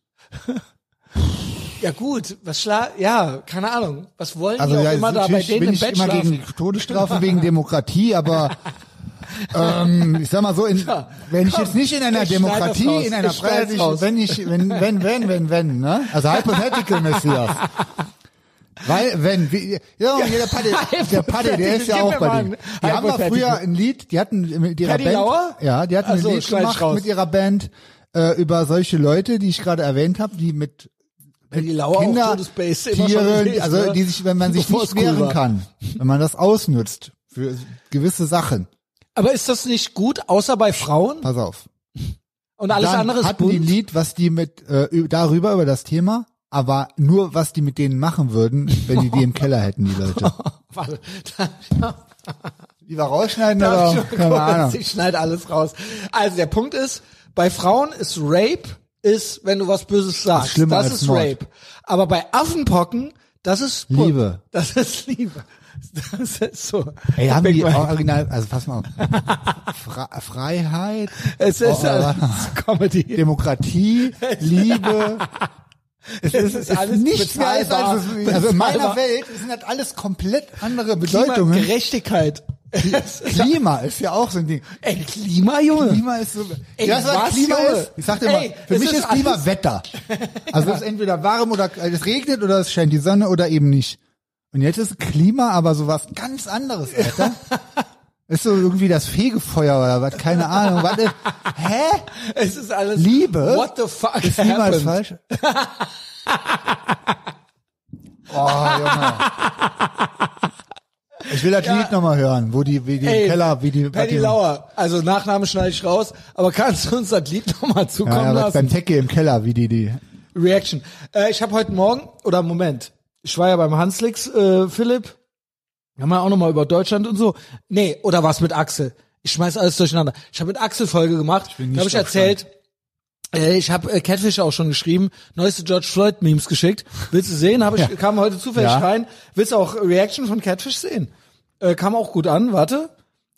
Speaker 1: Ja gut, was schla... Ja, keine Ahnung. Was wollen
Speaker 2: Also
Speaker 1: die auch
Speaker 2: ja,
Speaker 1: immer da bei
Speaker 2: natürlich
Speaker 1: denen
Speaker 2: bin
Speaker 1: im
Speaker 2: ich
Speaker 1: Bett
Speaker 2: immer
Speaker 1: schlafen?
Speaker 2: gegen die Todesstrafe wegen Demokratie, aber ähm, ich sag mal so, in, wenn ich jetzt nicht in einer
Speaker 1: ich schneid das raus.
Speaker 2: Demokratie, in einer
Speaker 1: Ich schneid's
Speaker 2: freiheitlichen,
Speaker 1: raus.
Speaker 2: wenn ich, wenn, wenn, wenn, wenn, wenn, ne? Also Hypothetical Messias. Weil, wenn, wie, ja, und jeder Paddy, der Paddy, der ist ja
Speaker 1: Gib
Speaker 2: auch
Speaker 1: mir
Speaker 2: bei
Speaker 1: mal
Speaker 2: denen.
Speaker 1: einen
Speaker 2: Die haben doch
Speaker 1: hypothetical.
Speaker 2: früher ein Lied, die hatten mit ihrer
Speaker 1: Paddy
Speaker 2: Band,
Speaker 1: Lauer?
Speaker 2: ja, die hatten
Speaker 1: Ach so,
Speaker 2: ein Lied
Speaker 1: schneid ich
Speaker 2: gemacht
Speaker 1: raus.
Speaker 2: mit ihrer Band, äh, über solche Leute, die ich gerade erwähnt habe, die mit
Speaker 1: die Lauer
Speaker 2: Kinder,
Speaker 1: auf Todesbase immer schon
Speaker 2: Tiere,
Speaker 1: gewesen,
Speaker 2: also
Speaker 1: ne?
Speaker 2: die sich, wenn man sich
Speaker 1: Bevor
Speaker 2: nicht
Speaker 1: es cool
Speaker 2: wehren
Speaker 1: war.
Speaker 2: kann, wenn man das ausnutzt für gewisse Sachen.
Speaker 1: Aber ist das nicht gut, außer bei Frauen?
Speaker 2: Pass auf.
Speaker 1: Und alles
Speaker 2: Dann
Speaker 1: andere ist
Speaker 2: hatten die ein
Speaker 1: bunt?
Speaker 2: Lied, was die mit äh, ü- darüber über das Thema, aber nur was die mit denen machen würden, wenn die die im Keller hätten, die Leute.
Speaker 1: Warte,
Speaker 2: Lieber rausschneiden
Speaker 1: Darf
Speaker 2: oder
Speaker 1: ich mal
Speaker 2: keine
Speaker 1: kurz?
Speaker 2: Ahnung.
Speaker 1: Ich schneide alles raus. Also der Punkt ist, bei Frauen ist Rape, ist, wenn du was Böses sagst.
Speaker 2: schlimmer
Speaker 1: das
Speaker 2: als
Speaker 1: ist
Speaker 2: Mord.
Speaker 1: Rape. Aber bei Affenpocken, das ist Put.
Speaker 2: Liebe.
Speaker 1: Das ist Liebe. Das ist so.
Speaker 2: Ey, haben
Speaker 1: Big
Speaker 2: die
Speaker 1: Mac.
Speaker 2: auch original, also pass mal auf. Fra Freiheit,
Speaker 1: es ist
Speaker 2: Oh,
Speaker 1: alles Comedy.
Speaker 2: Demokratie, Liebe. Es ist,
Speaker 1: ist alles
Speaker 2: nichts mehr als,
Speaker 1: bezahlbar.
Speaker 2: als also in meiner
Speaker 1: Bezahlbar.
Speaker 2: Welt sind das alles komplett andere
Speaker 1: Klima,
Speaker 2: Bedeutungen.
Speaker 1: Gerechtigkeit.
Speaker 2: Klima ist ja auch so ein Ding.
Speaker 1: Ey, Klima, Junge.
Speaker 2: Klima ist so.
Speaker 1: Ey,
Speaker 2: ja, was
Speaker 1: was,
Speaker 2: Klima
Speaker 1: Junge?
Speaker 2: ist, ich sag dir mal,
Speaker 1: Ey,
Speaker 2: für
Speaker 1: es
Speaker 2: mich
Speaker 1: ist
Speaker 2: ist Klima
Speaker 1: alles-
Speaker 2: Wetter. Also es ist entweder warm oder äh, es regnet oder es scheint die Sonne oder eben nicht. Und jetzt ist Klima aber sowas ganz anderes, Alter. ist so irgendwie das Fegefeuer oder was, keine Ahnung. Was ist, hä?
Speaker 1: Es ist alles
Speaker 2: Liebe
Speaker 1: What the fuck
Speaker 2: Ist niemals
Speaker 1: happened?
Speaker 2: falsch. oh, Junge. Ich will das Lied nochmal hören, wo die, wie die
Speaker 1: Ey,
Speaker 2: im Keller, wie die, was
Speaker 1: Paddy
Speaker 2: die-
Speaker 1: Lauer. Also Nachname schneide ich raus. Aber kannst du uns das Lied nochmal zukommen
Speaker 2: Ja, ja, was
Speaker 1: lassen?
Speaker 2: beim Techie im Keller, wie die, die,
Speaker 1: Reaction. Äh, ich habe heute Morgen, oder Moment, ich war ja beim Hanslix, äh, Philipp. Haben wir auch nochmal über Deutschland und so. Nee, oder was mit Axel? Ich schmeiß alles durcheinander. Ich habe mit Axel Folge gemacht.
Speaker 2: bin
Speaker 1: da habe
Speaker 2: nicht
Speaker 1: ich erzählt, äh, ich habe äh, Catfish auch schon geschrieben, neueste George Floyd Memes geschickt. Willst du sehen? Hab ich
Speaker 2: Ja.
Speaker 1: kam heute zufällig
Speaker 2: Ja.
Speaker 1: rein. Willst du auch Reaction von Catfish sehen? Äh, kam auch gut an. Warte,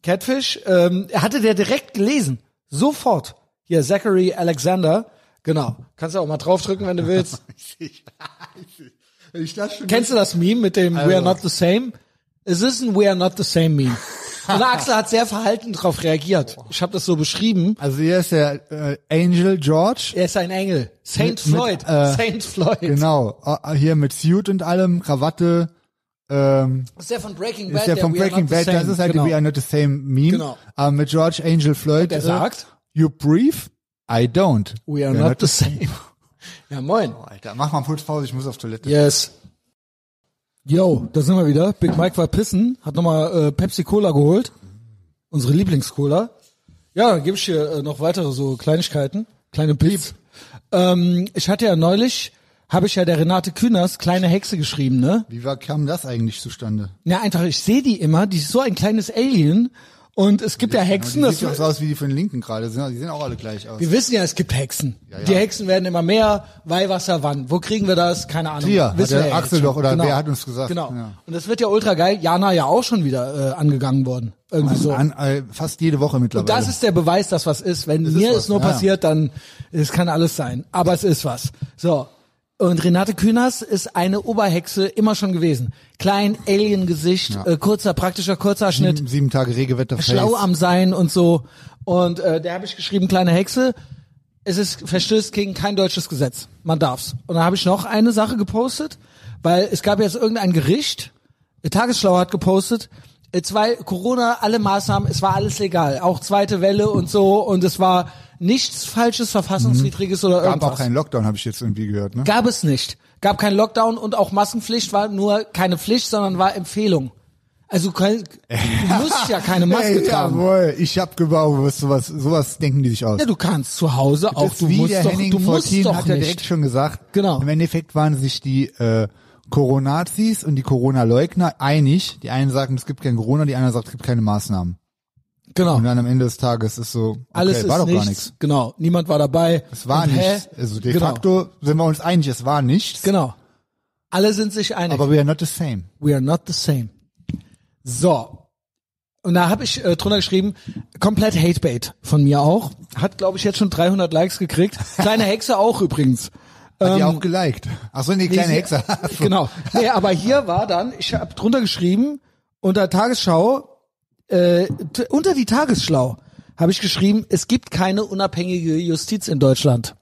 Speaker 1: Catfish ähm, hatte der direkt gelesen, sofort. Hier Zachary Alexander. Genau. Kannst du auch mal draufdrücken, wenn du willst.
Speaker 2: Ich dachte schon,
Speaker 1: Kennst du das Meme mit dem
Speaker 2: Also.
Speaker 1: We are not the same? Es ist ein We are not the same Meme. Und Axel hat sehr verhalten darauf reagiert. Ich habe das so beschrieben.
Speaker 2: also hier ist der äh, Angel George,
Speaker 1: Er ist ein Engel. Saint
Speaker 2: Mit- mit,
Speaker 1: Floyd.
Speaker 2: äh,
Speaker 1: Saint Floyd.
Speaker 2: genau, äh, hier mit Suit und allem, Krawatte, ähm,
Speaker 1: Das ist der von Breaking Bad.
Speaker 2: ist der von
Speaker 1: We Are
Speaker 2: Breaking
Speaker 1: Not the
Speaker 2: Bad, das
Speaker 1: Same.
Speaker 2: ist halt
Speaker 1: genau.
Speaker 2: die We Are Not The Same Meme,
Speaker 1: Genau.
Speaker 2: aber mit George Angel Floyd,
Speaker 1: der
Speaker 2: äh,
Speaker 1: sagt?
Speaker 2: you breathe, I don't.
Speaker 1: We are not the same. Ja, moin.
Speaker 2: Alter, mach mal kurz Pause, ich muss auf Toilette.
Speaker 1: Yes. Yo, da sind wir wieder. Big Mike war pissen, hat nochmal äh, Pepsi Cola geholt. Unsere Lieblingscola. Ja, gebe ich hier äh, noch weitere so Kleinigkeiten, kleine Pips. Ähm, ich hatte ja neulich, habe ich ja der Renate Künast kleine Hexe geschrieben, ne?
Speaker 2: Wie war, kam das eigentlich zustande?
Speaker 1: Na einfach, ich sehe die immer, die ist so ein kleines Alien und es gibt ja Hexen,
Speaker 2: die sieht
Speaker 1: das
Speaker 2: doch so aus wie die von den Linken gerade, sind- die sehen auch alle gleich aus.
Speaker 1: wir wissen ja, es gibt Hexen.
Speaker 2: ja.
Speaker 1: Die Hexen werden immer mehr. Weihwasser, wann? Wo kriegen wir das? Keine Ahnung.
Speaker 2: Trier, hat
Speaker 1: Wissen
Speaker 2: der
Speaker 1: wir ja
Speaker 2: Axel
Speaker 1: jetzt schon.
Speaker 2: doch, oder wer hat uns gesagt?
Speaker 1: Genau.
Speaker 2: Ja.
Speaker 1: Und das wird ja ultra geil. Jana ja auch schon wieder äh, angegangen worden. Irgendwie so.
Speaker 2: An, äh, fast jede Woche mittlerweile.
Speaker 1: Das ist der Beweis, dass was ist. Wenn mir
Speaker 2: ist was,
Speaker 1: es nur
Speaker 2: ja.
Speaker 1: passiert, dann es kann alles sein. Aber es ist was. So. Und Renate Künast ist eine Oberhexe immer schon gewesen. Klein, Alien-Gesicht, äh, kurzer, praktischer Kurzhaarschnitt.
Speaker 2: sieben, sieben Tage Regewetter.
Speaker 1: schlau am Sein und so. Und äh, da habe ich geschrieben, kleine Hexe, es ist verstößt gegen kein deutsches Gesetz. Man darf's. Und dann habe ich noch eine Sache gepostet, weil es gab jetzt irgendein Gericht, äh, Tagesschlau hat gepostet, äh, zwei Corona, alle Maßnahmen, es war alles legal, auch zweite Welle und so, und es war nichts Falsches, Verfassungswidriges oder
Speaker 2: Gab
Speaker 1: irgendwas.
Speaker 2: auch keinen Lockdown, habe ich jetzt irgendwie gehört, ne?
Speaker 1: Gab es nicht. Gab keinen Lockdown und auch Maskenpflicht war nur keine Pflicht, sondern war Empfehlung. Also kein- du musst ja keine Maske
Speaker 2: Ey,
Speaker 1: tragen.
Speaker 2: jawohl, ich hab gebaut, was sowas, sowas denken die sich aus.
Speaker 1: Ja, du kannst zu Hause auch,
Speaker 2: Das
Speaker 1: du
Speaker 2: wie
Speaker 1: musst
Speaker 2: der
Speaker 1: doch,
Speaker 2: Henning
Speaker 1: du musst
Speaker 2: Fortin
Speaker 1: doch
Speaker 2: hat ja direkt
Speaker 1: nicht.
Speaker 2: schon gesagt.
Speaker 1: Genau.
Speaker 2: Im Endeffekt waren sich die äh, Coronazis und die Corona-Leugner einig. Die einen sagen, es gibt kein Corona, die anderen sagen, es gibt keine Maßnahmen.
Speaker 1: Genau.
Speaker 2: Und dann am Ende des Tages ist so, okay,
Speaker 1: Alles ist
Speaker 2: war doch
Speaker 1: nichts.
Speaker 2: gar nichts.
Speaker 1: Genau. Niemand war dabei.
Speaker 2: Es war
Speaker 1: Und hä?
Speaker 2: nichts. Also de
Speaker 1: genau.
Speaker 2: facto sind wir uns einig, es war nichts.
Speaker 1: Genau. Alle sind sich einig.
Speaker 2: Aber we are not the same.
Speaker 1: We are not the same. So. Und da habe ich äh, drunter geschrieben, komplett Hatebait von mir auch. Hat, glaube ich, jetzt schon 300 Likes gekriegt. Kleine Hexe auch übrigens.
Speaker 2: Hat
Speaker 1: Ähm,
Speaker 2: die auch geliked. Ach so, nee, kleine
Speaker 1: Nee,
Speaker 2: Hexe.
Speaker 1: sie- genau. Nee, aber hier war dann, ich habe drunter geschrieben, unter Tagesschau, äh, t- unter die Tagesschau habe ich geschrieben, es gibt keine unabhängige Justiz in Deutschland.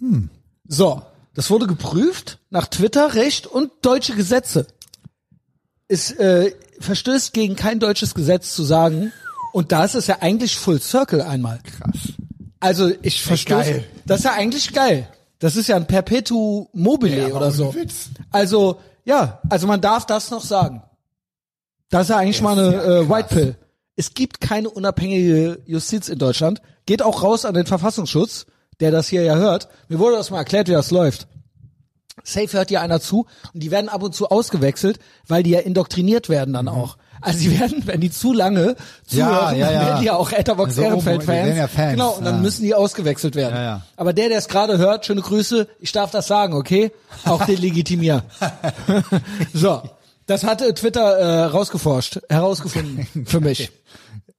Speaker 1: Hm. So, Das wurde geprüft nach Twitter-Recht und deutsche Gesetze. Es äh, verstößt gegen kein deutsches Gesetz zu sagen, und da ist es ja eigentlich Full Circle einmal.
Speaker 2: Krass.
Speaker 1: Also ich verstehe.
Speaker 2: geil.
Speaker 1: Das ist ja eigentlich geil. Das ist ja ein Perpetuum mobile
Speaker 2: Ja,
Speaker 1: oder
Speaker 2: ohne
Speaker 1: so.
Speaker 2: Witz.
Speaker 1: Also ja, also man darf das noch sagen. Das ist ja eigentlich mal eine
Speaker 2: ja
Speaker 1: äh,
Speaker 2: krass.
Speaker 1: White Pill. Es gibt keine unabhängige Justiz in Deutschland. Geht auch raus an den Verfassungsschutz, der das hier ja hört. Mir wurde das mal erklärt, wie das läuft. Safe hört hier einer zu und die werden ab und zu ausgewechselt, weil die ja indoktriniert werden dann auch. Also die werden, wenn die zu lange zuhören,
Speaker 2: Mhm. Ja, ja, ja.
Speaker 1: werden die ja auch Etherbox
Speaker 2: So oben, die
Speaker 1: Ehrenfeld-Fans.
Speaker 2: werden ja Fans,
Speaker 1: Genau, und dann
Speaker 2: ja.
Speaker 1: müssen die ausgewechselt werden.
Speaker 2: Ja, ja.
Speaker 1: Aber der, der es gerade hört, schöne Grüße, ich darf das sagen, okay? Auch den Legitimier. so, das hat äh, Twitter äh, rausgeforscht, herausgefunden für mich.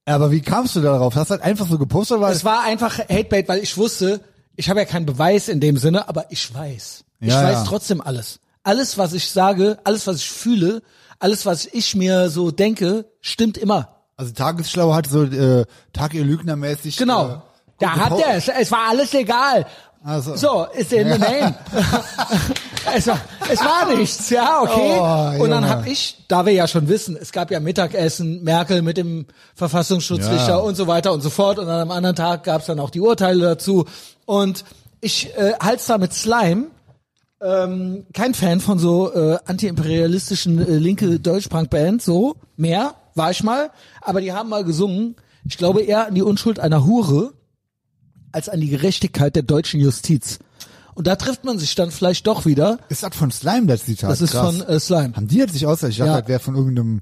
Speaker 2: Aber wie kamst du darauf? Hast du halt einfach so gepostet, weil
Speaker 1: Es war einfach Hatebait, weil ich wusste, ich habe ja keinen Beweis in dem Sinne, aber ich weiß. Ich
Speaker 2: Ja,
Speaker 1: weiß
Speaker 2: ja.
Speaker 1: trotzdem alles. Alles, was ich sage, alles, was ich fühle, alles, was ich mir so denke, stimmt immer.
Speaker 2: also Tagesschlau hat so äh, Tag ihr Lügner mäßig. Äh,
Speaker 1: Genau. Da hat
Speaker 2: gepostet.
Speaker 1: er es. Es war alles legal.
Speaker 2: Ach so.
Speaker 1: So, ist in the name. es, war, es war nichts, ja, okay.
Speaker 2: Oh,
Speaker 1: und dann
Speaker 2: Junge.
Speaker 1: habe ich, da wir ja schon wissen, es gab ja Mittagessen, Merkel mit dem Verfassungsschutzrichter
Speaker 2: Ja.
Speaker 1: und so weiter und so fort. Und dann am anderen Tag gab's dann auch die Urteile dazu. Und ich äh, halt's da mit Slime. Ähm, kein Fan von so äh, antiimperialistischen äh, linke Deutschpunk-Bands, so mehr, war ich mal. Aber die haben mal gesungen, ich glaube eher an die Unschuld einer Hure als an die Gerechtigkeit der deutschen Justiz. Und da trifft man sich dann vielleicht doch wieder.
Speaker 2: Ist das von Slime das Zitat?
Speaker 1: Das ist
Speaker 2: Krass.
Speaker 1: von äh, Slime.
Speaker 2: Haben die jetzt sich ausgedacht? Ich dachte,
Speaker 1: Ja.
Speaker 2: das wäre von irgendeinem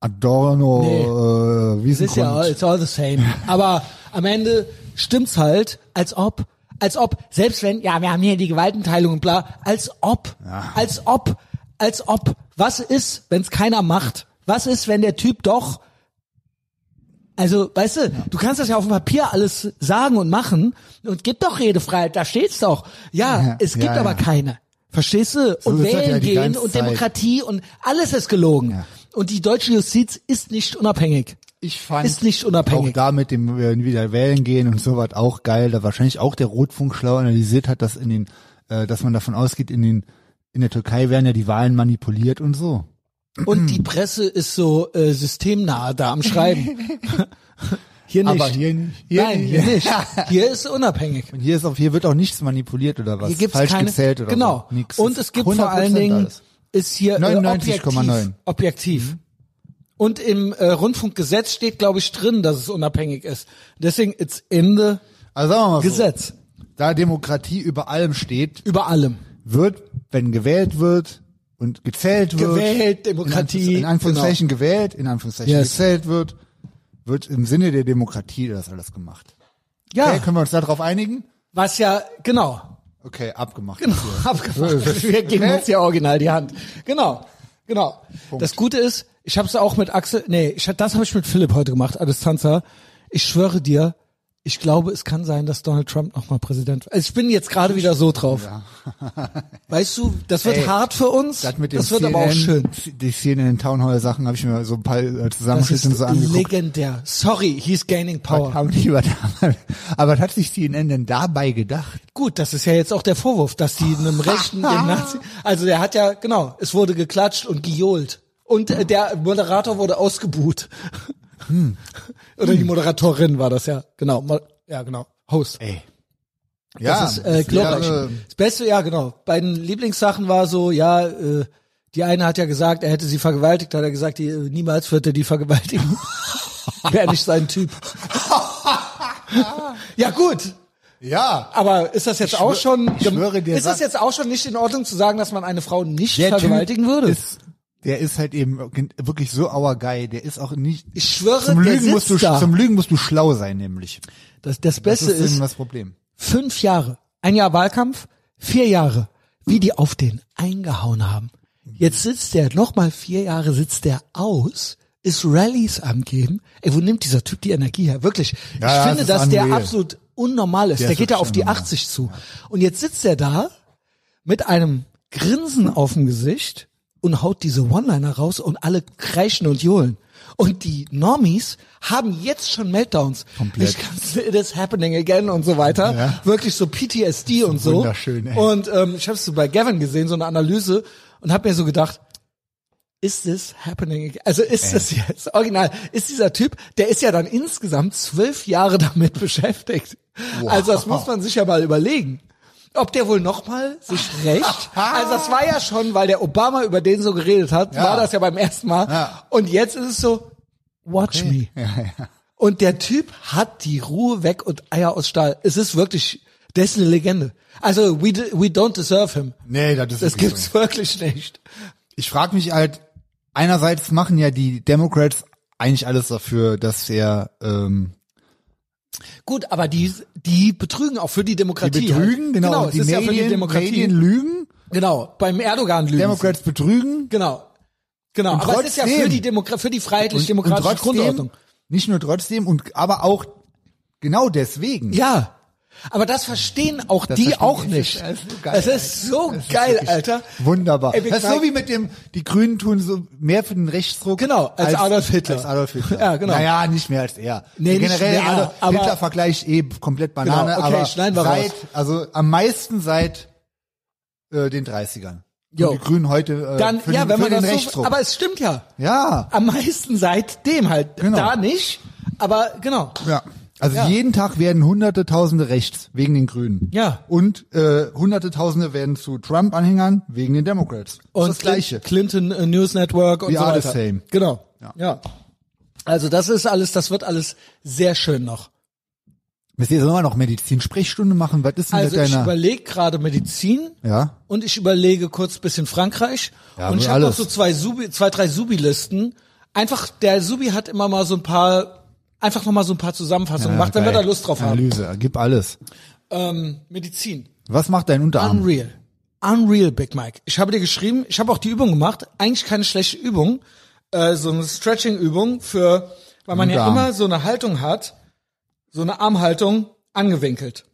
Speaker 2: Adorno äh,
Speaker 1: Es ist ja,
Speaker 2: Wiesengrund.
Speaker 1: it's all the same. Aber am Ende stimmt's halt, als ob, als ob, selbst wenn, ja, wir haben hier die Gewaltenteilung und bla, als ob,
Speaker 2: Ja.
Speaker 1: als ob, als ob, was ist, wenn's keiner macht? Was ist, wenn der Typ doch, also, weißt du, du kannst das ja auf dem Papier alles sagen und machen und gibt doch Redefreiheit, da steht's doch. Ja,
Speaker 2: Ja,
Speaker 1: es gibt
Speaker 2: ja,
Speaker 1: aber
Speaker 2: ja.
Speaker 1: keine. Verstehst du? und
Speaker 2: ist das
Speaker 1: wählen
Speaker 2: ja die
Speaker 1: gehen
Speaker 2: ganze
Speaker 1: und
Speaker 2: Zeit.
Speaker 1: Demokratie und alles ist gelogen.
Speaker 2: Ja.
Speaker 1: Und die deutsche Justiz ist nicht unabhängig.
Speaker 2: Ich fand
Speaker 1: Ist nicht unabhängig.
Speaker 2: auch da mit dem äh, wieder wählen gehen und so was auch geil. Da wahrscheinlich auch der Rotfunk schlau analysiert hat, dass in den, äh, dass man davon ausgeht, in den in der Türkei werden ja die Wahlen manipuliert und so.
Speaker 1: Und
Speaker 2: Hm.
Speaker 1: die Presse ist so äh, systemnah da am Schreiben. hier nicht.
Speaker 2: Aber hier nicht. Hier
Speaker 1: Nein,
Speaker 2: nicht.
Speaker 1: hier nicht. Hier ist unabhängig.
Speaker 2: Und hier ist auf hier wird auch nichts manipuliert oder was?
Speaker 1: Hier gibt's
Speaker 2: Falsch
Speaker 1: keine,
Speaker 2: gezählt oder
Speaker 1: genau.
Speaker 2: so. Nix.
Speaker 1: Und
Speaker 2: Das
Speaker 1: es
Speaker 2: ist
Speaker 1: gibt vor allen
Speaker 2: 100%
Speaker 1: Dingen
Speaker 2: alles.
Speaker 1: ist hier äh,
Speaker 2: 99,9.
Speaker 1: objektiv. objektiv.
Speaker 2: Mhm.
Speaker 1: Und im äh, Rundfunkgesetz steht, glaube ich, drin, dass es unabhängig ist. Deswegen it's in the
Speaker 2: Also sagen wir mal so,
Speaker 1: Gesetz
Speaker 2: da Demokratie über allem steht,
Speaker 1: über allem.
Speaker 2: wird, wenn gewählt wird und gezählt wird.
Speaker 1: Gewählt, Demokratie, genau.
Speaker 2: In, Anführungs- in Anführungszeichen gewählt, in Anführungszeichen
Speaker 1: Yes.
Speaker 2: gezählt wird, wird im Sinne der Demokratie das alles gemacht.
Speaker 1: Ja,
Speaker 2: Okay, können wir uns darauf einigen?
Speaker 1: was ja genau.
Speaker 2: Okay, abgemacht.
Speaker 1: Genau, abgefahren. Wir geben uns ja original die Hand. Genau, genau. Das Gute ist, ich habe es auch mit Axel, nee, ich, hab- das habe ich mit Philipp heute gemacht, Adistanza. Ich schwöre dir, ich glaube, es kann sein, dass Donald Trump nochmal Präsident wird. Also ich bin jetzt gerade wieder so drauf. Weißt du, das wird
Speaker 2: Ey,
Speaker 1: hart für uns,
Speaker 2: Das
Speaker 1: das,
Speaker 2: mit dem
Speaker 1: wird
Speaker 2: CNN,
Speaker 1: aber auch schön.
Speaker 2: Die Szene in den Town Hall Sachen habe ich mir so ein paar äh,
Speaker 1: Das ist
Speaker 2: Zusammenschnitte und so angeguckt.
Speaker 1: legendär. Sorry, he's gaining
Speaker 2: Was
Speaker 1: power.
Speaker 2: haben die über Aber was hat sich CNN denn dabei gedacht?
Speaker 1: Gut, das ist ja jetzt auch der Vorwurf, dass die einem Rechten, dem Nazi, also der hat ja, genau, es wurde geklatscht und gejohlt. Und äh, der Moderator wurde ausgebuht.
Speaker 2: Hm.
Speaker 1: Oder die Moderatorin war das ja, genau, Mo- ja genau, Host.
Speaker 2: Ey.
Speaker 1: Das
Speaker 2: Ja,
Speaker 1: ist äh, glorreich.
Speaker 2: wäre-
Speaker 1: das Beste, ja genau, bei den Lieblingssachen war so, ja, äh, die eine hat ja gesagt, er hätte sie vergewaltigt, hat er gesagt, die, äh, niemals wird er die vergewaltigen. Wäre nicht sein Typ. ja gut,
Speaker 2: ja.
Speaker 1: aber ist das jetzt auch schon,
Speaker 2: ich schwöre dir,
Speaker 1: ist das
Speaker 2: sag-
Speaker 1: jetzt auch schon nicht in Ordnung zu sagen, dass man eine Frau nicht
Speaker 2: Der Typ
Speaker 1: vergewaltigen würde?
Speaker 2: Ist, der ist halt eben wirklich so our guy. Der ist auch nicht.
Speaker 1: ich schwöre,
Speaker 2: Zum
Speaker 1: der
Speaker 2: Lügen,
Speaker 1: sitzt
Speaker 2: musst du,
Speaker 1: da.
Speaker 2: zum Lügen musst du schlau sein, nämlich.
Speaker 1: das, das Beste
Speaker 2: das
Speaker 1: ist,
Speaker 2: eben das Problem.
Speaker 1: fünf Jahre, ein Jahr Wahlkampf, vier Jahre, wie die auf den eingehauen haben. Jetzt sitzt der, nochmal vier Jahre sitzt der aus, ist Rallies am Geben. Ey, wo nimmt dieser Typ die Energie her? Wirklich. Ich
Speaker 2: Ja, ja,
Speaker 1: finde,
Speaker 2: das ist
Speaker 1: dass der
Speaker 2: unreal.
Speaker 1: absolut unnormal ist. Der,
Speaker 2: Der ist
Speaker 1: geht ja
Speaker 2: wirklich
Speaker 1: auf die
Speaker 2: unnormal.
Speaker 1: 80 zu. Und jetzt sitzt er da mit einem Grinsen auf dem Gesicht und haut diese One-Liner raus und alle kreischen und johlen. Und die Normies haben jetzt schon Meltdowns.
Speaker 2: Komplett.
Speaker 1: Ich kann's, it is happening again und so weiter.
Speaker 2: Ja.
Speaker 1: Wirklich so PTSD und so.
Speaker 2: wunderschön, ey.
Speaker 1: Und ähm, ich habe es so bei Gavin gesehen, so eine Analyse und habe mir so gedacht, ist this happening? again? Also ist das jetzt original? Ist dieser Typ, der ist ja dann insgesamt zwölf Jahre damit beschäftigt. Also das muss man sich ja mal überlegen. Ob der wohl nochmal sich rächt? Also das war ja schon, weil der Obama über den so geredet hat,
Speaker 2: Ja.
Speaker 1: war das ja beim ersten Mal.
Speaker 2: Ja.
Speaker 1: Und jetzt ist es so, watch me. Und der Typ hat die Ruhe weg und Eier aus Stahl. Es ist wirklich, der ist eine Legende. Also we, we don't deserve him.
Speaker 2: Nee, das ist
Speaker 1: Das
Speaker 2: wirklich
Speaker 1: gibt's
Speaker 2: so.
Speaker 1: wirklich nicht.
Speaker 2: Ich frage mich halt, einerseits machen ja die Democrats eigentlich alles dafür, dass er ähm,
Speaker 1: Gut, aber die, die betrügen auch für die
Speaker 2: die
Speaker 1: Demokratie.
Speaker 2: betrügen,
Speaker 1: halt.
Speaker 2: genau,
Speaker 1: genau
Speaker 2: und
Speaker 1: es
Speaker 2: die
Speaker 1: ist ja für die
Speaker 2: Medien,
Speaker 1: Demokratie.
Speaker 2: Medien lügen,
Speaker 1: Genau, beim Erdogan lügen. sie.
Speaker 2: Democrats betrügen
Speaker 1: Genau. Genau, aber es ist ja für
Speaker 2: trotzdem-
Speaker 1: die, Demokra für die
Speaker 2: und, und
Speaker 1: freiheitlich-demokratische
Speaker 2: trotzdem,
Speaker 1: Grundordnung.
Speaker 2: nicht nur trotzdem, und aber auch genau deswegen.
Speaker 1: Ja. Aber das verstehen auch die
Speaker 2: verstehen
Speaker 1: auch
Speaker 2: die-
Speaker 1: nicht.
Speaker 2: Das ist so geil,
Speaker 1: Es ist so
Speaker 2: Das ist
Speaker 1: geil,
Speaker 2: wirklich
Speaker 1: Alter.
Speaker 2: Wunderbar.
Speaker 1: Ey, wir
Speaker 2: das ist so
Speaker 1: zeigen-
Speaker 2: wie mit dem, die Grünen tun so mehr für den Rechtsdruck.
Speaker 1: Genau, als Adolf Hitler.
Speaker 2: Als Adolf Hitler.
Speaker 1: Ja, genau.
Speaker 2: Naja, nicht mehr als er.
Speaker 1: Nee, nicht
Speaker 2: Generell
Speaker 1: mehr,
Speaker 2: Adolf
Speaker 1: aber-
Speaker 2: Hitler vergleich eh komplett Banane,
Speaker 1: Genau, okay,
Speaker 2: aber
Speaker 1: schneiden wir
Speaker 2: seit,
Speaker 1: raus.
Speaker 2: also am meisten seit äh, den 30ern. Und
Speaker 1: Jo.
Speaker 2: Die Grünen heute äh,
Speaker 1: Dann,
Speaker 2: für,
Speaker 1: ja,
Speaker 2: den,
Speaker 1: wenn
Speaker 2: für
Speaker 1: man
Speaker 2: den
Speaker 1: das so,
Speaker 2: Rechtsdruck.
Speaker 1: aber es stimmt ja.
Speaker 2: ja,
Speaker 1: Am meisten seitdem halt.
Speaker 2: Genau.
Speaker 1: Da nicht, aber genau.
Speaker 2: ja. Also
Speaker 1: Ja.
Speaker 2: jeden Tag werden hunderte, tausende rechts wegen den Grünen.
Speaker 1: Ja.
Speaker 2: Und äh, hunderte, tausende werden zu Trump-Anhängern wegen den Democrats.
Speaker 1: Und
Speaker 2: das Gleiche.
Speaker 1: Clinton äh, News Network und
Speaker 2: We
Speaker 1: so
Speaker 2: are the
Speaker 1: weiter.
Speaker 2: same.
Speaker 1: Genau.
Speaker 2: Ja.
Speaker 1: ja. Also das ist alles, das wird alles sehr schön noch.
Speaker 2: Müsst ihr immer noch Medizin-Sprechstunde machen? Was ist denn
Speaker 1: Also
Speaker 2: mit
Speaker 1: ich
Speaker 2: deiner...
Speaker 1: überlege gerade Medizin
Speaker 2: Ja.
Speaker 1: und ich überlege kurz ein bisschen Frankreich
Speaker 2: Ja,
Speaker 1: und
Speaker 2: wohl
Speaker 1: ich habe noch
Speaker 2: alles.
Speaker 1: so zwei Subi, zwei drei Subi-Listen. Einfach der Subi hat immer mal so ein paar, einfach noch mal so ein paar Zusammenfassungen gemacht, wenn wir da Lust drauf haben.
Speaker 2: Analyse, gib alles.
Speaker 1: Ähm, Medizin,
Speaker 2: Was macht dein Unterarm?
Speaker 1: Unreal, Unreal, Big Mike. Ich habe dir geschrieben, ich habe auch die Übung gemacht. Eigentlich keine schlechte Übung, äh, so eine Stretching-Übung für, weil man ja
Speaker 2: Unterarm.
Speaker 1: immer so eine Haltung hat, so eine Armhaltung angewinkelt.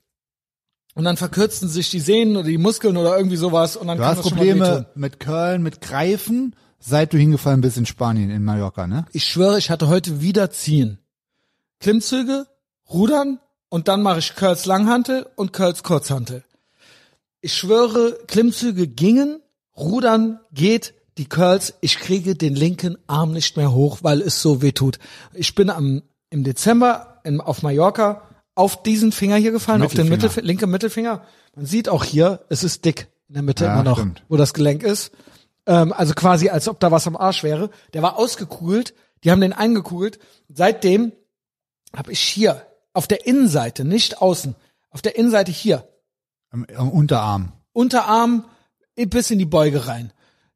Speaker 1: Und dann verkürzen sich die Sehnen oder die Muskeln oder irgendwie sowas und dann
Speaker 2: du
Speaker 1: kann
Speaker 2: hast
Speaker 1: das schon mal wehtun.
Speaker 2: Probleme mit Curlen, mit Greifen, seit du hingefallen bist in Spanien, in Mallorca, ne?
Speaker 1: ich schwöre, ich hatte heute wieder ziehen. Klimmzüge, Rudern und dann mache ich Curls Langhantel und Curls Kurzhantel. Ich schwöre, Klimmzüge gingen, Rudern geht, die Curls, ich kriege den linken Arm nicht mehr hoch, weil es so weh tut. Ich bin am, im Dezember in, auf Mallorca auf diesen Finger hier gefallen, auf den
Speaker 2: Mittelfinger.
Speaker 1: Mittelf linken Mittelfinger. Man sieht auch hier, es ist dick in der Mitte
Speaker 2: Ja,
Speaker 1: immer noch,
Speaker 2: stimmt.
Speaker 1: wo das Gelenk ist. Ähm, also quasi, als ob da was am Arsch wäre. Der war ausgekugelt, die haben den eingekugelt. Seitdem habe ich hier auf der Innenseite, nicht außen, auf der Innenseite hier
Speaker 2: Am, am Unterarm.
Speaker 1: Unterarm bis in die Beuge rein.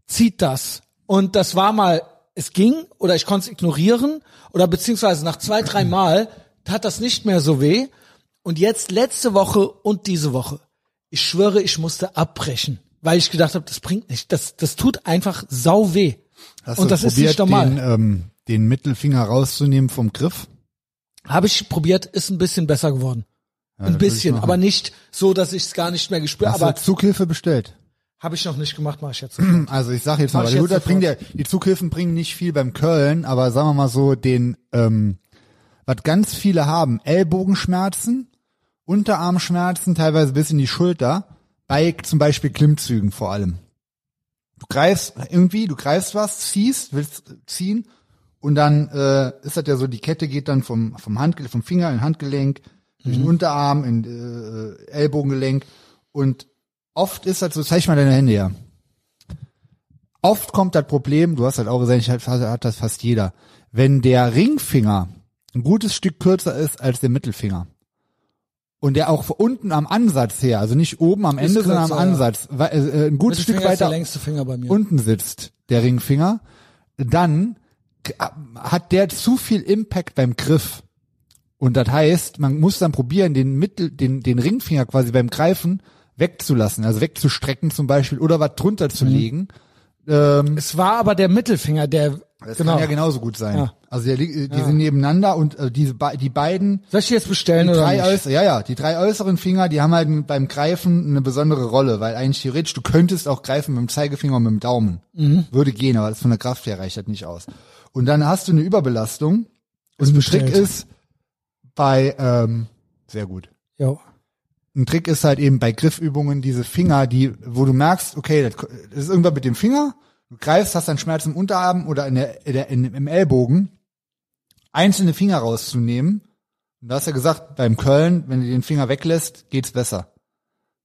Speaker 1: Zieht das. Und das war mal, es ging oder ich konnte es ignorieren oder beziehungsweise nach zwei, drei Mal tat das nicht mehr so weh. Und jetzt letzte Woche und diese Woche. Ich schwöre, ich musste abbrechen, weil ich gedacht habe, das bringt nicht. Das, das tut einfach sau weh.
Speaker 2: Hast
Speaker 1: und
Speaker 2: du
Speaker 1: das ist
Speaker 2: probiert,
Speaker 1: nicht normal.
Speaker 2: Den, ähm, den Mittelfinger rauszunehmen vom Griff?
Speaker 1: Habe ich probiert, ist ein bisschen besser geworden. ein
Speaker 2: äh, das würd ich
Speaker 1: bisschen,
Speaker 2: machen.
Speaker 1: aber nicht so, dass ich es gar nicht mehr gespürt
Speaker 2: Hast du
Speaker 1: Aber
Speaker 2: Zughilfe bestellt?
Speaker 1: habe ich noch nicht gemacht, mache ich jetzt.
Speaker 2: Also ich sag jetzt mal,
Speaker 1: Mach ich jetzt
Speaker 2: weil gut, das
Speaker 1: sofort.
Speaker 2: bringt ja, die Zughilfen bringen nicht viel beim Curlen, aber sagen wir mal so, den, ähm, was ganz viele haben, Ellbogenschmerzen, Unterarmschmerzen, teilweise bis in die Schulter, bei zum Beispiel Klimmzügen vor allem. Du greifst irgendwie, du greifst was, ziehst, willst ziehen und dann äh, ist das ja so, die Kette geht dann vom, vom, Handge vom Finger in den Handgelenk, durch
Speaker 1: Mhm.
Speaker 2: den Unterarm, in äh, Ellbogengelenk und oft ist das so, zeig mal deine Hände ja oft kommt das Problem, du hast halt auch gesagt, ich hat, hat das fast jeder, wenn der Ringfinger ein gutes Stück kürzer ist als der Mittelfinger und der auch von unten am Ansatz her, also nicht oben am Ende, sondern am
Speaker 1: kürzer, ja.
Speaker 2: Ansatz, wei- äh, ein gutes Stück
Speaker 1: Mittelfinger ist der
Speaker 2: weiter
Speaker 1: längste Finger bei mir.
Speaker 2: unten sitzt, der Ringfinger, dann k- hat der zu viel Impact beim Griff. Und das heißt, man muss dann probieren, den Mittel, den, den Ringfinger quasi beim Greifen wegzulassen, also wegzustrecken zum Beispiel oder was drunter zu legen. Ähm,
Speaker 1: Es war aber der Mittelfinger, der
Speaker 2: das
Speaker 1: genau.
Speaker 2: kann ja genauso gut sein.
Speaker 1: Ja.
Speaker 2: Also der, li- die sind nebeneinander und äh, diese be- die beiden
Speaker 1: Soll ich die jetzt bestellen
Speaker 2: die
Speaker 1: oder
Speaker 2: drei
Speaker 1: nicht?
Speaker 2: äußer, ja ja die drei äußeren Finger, die haben halt beim Greifen eine besondere Rolle, weil eigentlich theoretisch du könntest auch greifen mit dem Zeigefinger und mit dem Daumen, würde gehen, aber das von der Kraft her reicht das nicht aus. Und dann hast du eine Überbelastung.
Speaker 4: Ist
Speaker 2: Und ein Trick
Speaker 4: bestellt.
Speaker 2: ist bei, ähm, sehr gut.
Speaker 4: Jo.
Speaker 2: Ein Trick ist halt eben bei Griffübungen diese Finger, die, wo du merkst, okay, das das ist irgendwas mit dem Finger, du greifst, hast dann Schmerz im Unterarm oder in der, in der, in, im Ellbogen, einzelne Finger rauszunehmen. Und da hast ja gesagt, beim Köln, wenn du den Finger weglässt, geht's besser.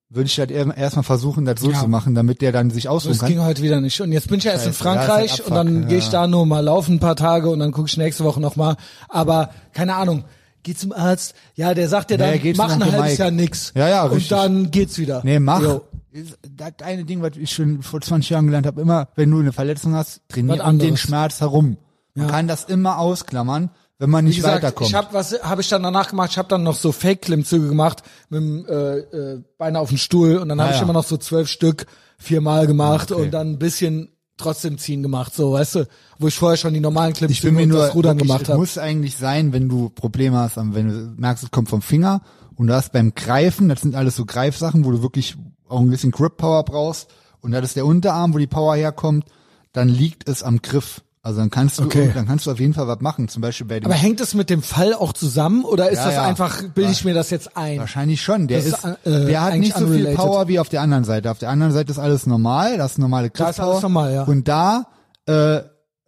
Speaker 2: Würde ich halt eher- erstmal versuchen, das so
Speaker 1: Ja.
Speaker 2: zu machen, damit der dann sich ausruhen
Speaker 1: Das
Speaker 2: kann.
Speaker 1: ging heute wieder nicht. Und jetzt bin ich ja erst in
Speaker 2: Scheiße, ja, ist
Speaker 1: Frankreich
Speaker 2: ein
Speaker 1: und dann
Speaker 2: Abfuck,
Speaker 1: gehe ich
Speaker 2: ja.
Speaker 1: da nur mal laufen ein paar Tage und dann gucke ich nächste Woche nochmal. Aber keine Ahnung, geh zum Arzt. Ja, der sagt dir
Speaker 2: Nee,
Speaker 1: dann,
Speaker 2: geh zu
Speaker 1: mach ein
Speaker 2: Onkel
Speaker 1: halbes
Speaker 2: Mike.
Speaker 1: Jahr nix.
Speaker 2: Ja, ja,
Speaker 1: Und
Speaker 2: richtig.
Speaker 1: dann geht's wieder.
Speaker 2: Nee, mach.
Speaker 1: Jo.
Speaker 2: Ist- Das eine Ding, was ich schon vor 20 Jahren gelernt habe, immer, wenn du eine Verletzung hast,
Speaker 1: Was
Speaker 2: trainier um
Speaker 1: anderes.
Speaker 2: den Schmerz herum. Man
Speaker 1: Ja.
Speaker 2: kann das immer ausklammern, wenn man
Speaker 1: Wie
Speaker 2: nicht
Speaker 1: gesagt,
Speaker 2: weiterkommt.
Speaker 1: ich habe was habe ich dann danach gemacht. Ich habe dann noch so Fake-Klimmzüge gemacht mit dem äh, äh, Beine auf den Stuhl und dann habe
Speaker 2: Ah,
Speaker 1: ich
Speaker 2: ja.
Speaker 1: immer noch so zwölf Stück viermal gemacht
Speaker 2: Okay.
Speaker 1: und dann ein bisschen trotzdem ziehen gemacht, so weißt du, wo ich vorher schon die normalen
Speaker 2: ich
Speaker 1: Klimmzüge
Speaker 2: bin mir
Speaker 1: und
Speaker 2: nur,
Speaker 1: das Rudern
Speaker 2: wirklich,
Speaker 1: gemacht
Speaker 2: es
Speaker 1: habe.
Speaker 2: muss eigentlich sein, wenn du Probleme hast, am- wenn du merkst, es kommt vom Finger und du hast beim Greifen, das sind alles so Greifsachen, wo du wirklich auch ein bisschen Grip Power brauchst und das ist der Unterarm, wo die Power herkommt, dann liegt es am Griff. Also dann kannst du,
Speaker 1: Okay.
Speaker 2: dann kannst du auf jeden Fall was machen. Zum Beispiel bei dem
Speaker 1: Aber hängt es mit dem Fall auch zusammen oder ist
Speaker 2: Ja,
Speaker 1: das
Speaker 2: ja.
Speaker 1: einfach, bilde ich mir das jetzt ein?
Speaker 2: Wahrscheinlich schon. Der
Speaker 1: Das ist,
Speaker 2: ist,
Speaker 1: äh,
Speaker 2: der hat
Speaker 1: eigentlich
Speaker 2: nicht so viel
Speaker 1: unrelated.
Speaker 2: Power wie auf der anderen Seite. Auf der anderen Seite ist alles normal, das ist normale
Speaker 1: Da
Speaker 2: Kraftpower.
Speaker 1: ist alles normal, ja.
Speaker 2: Und da äh,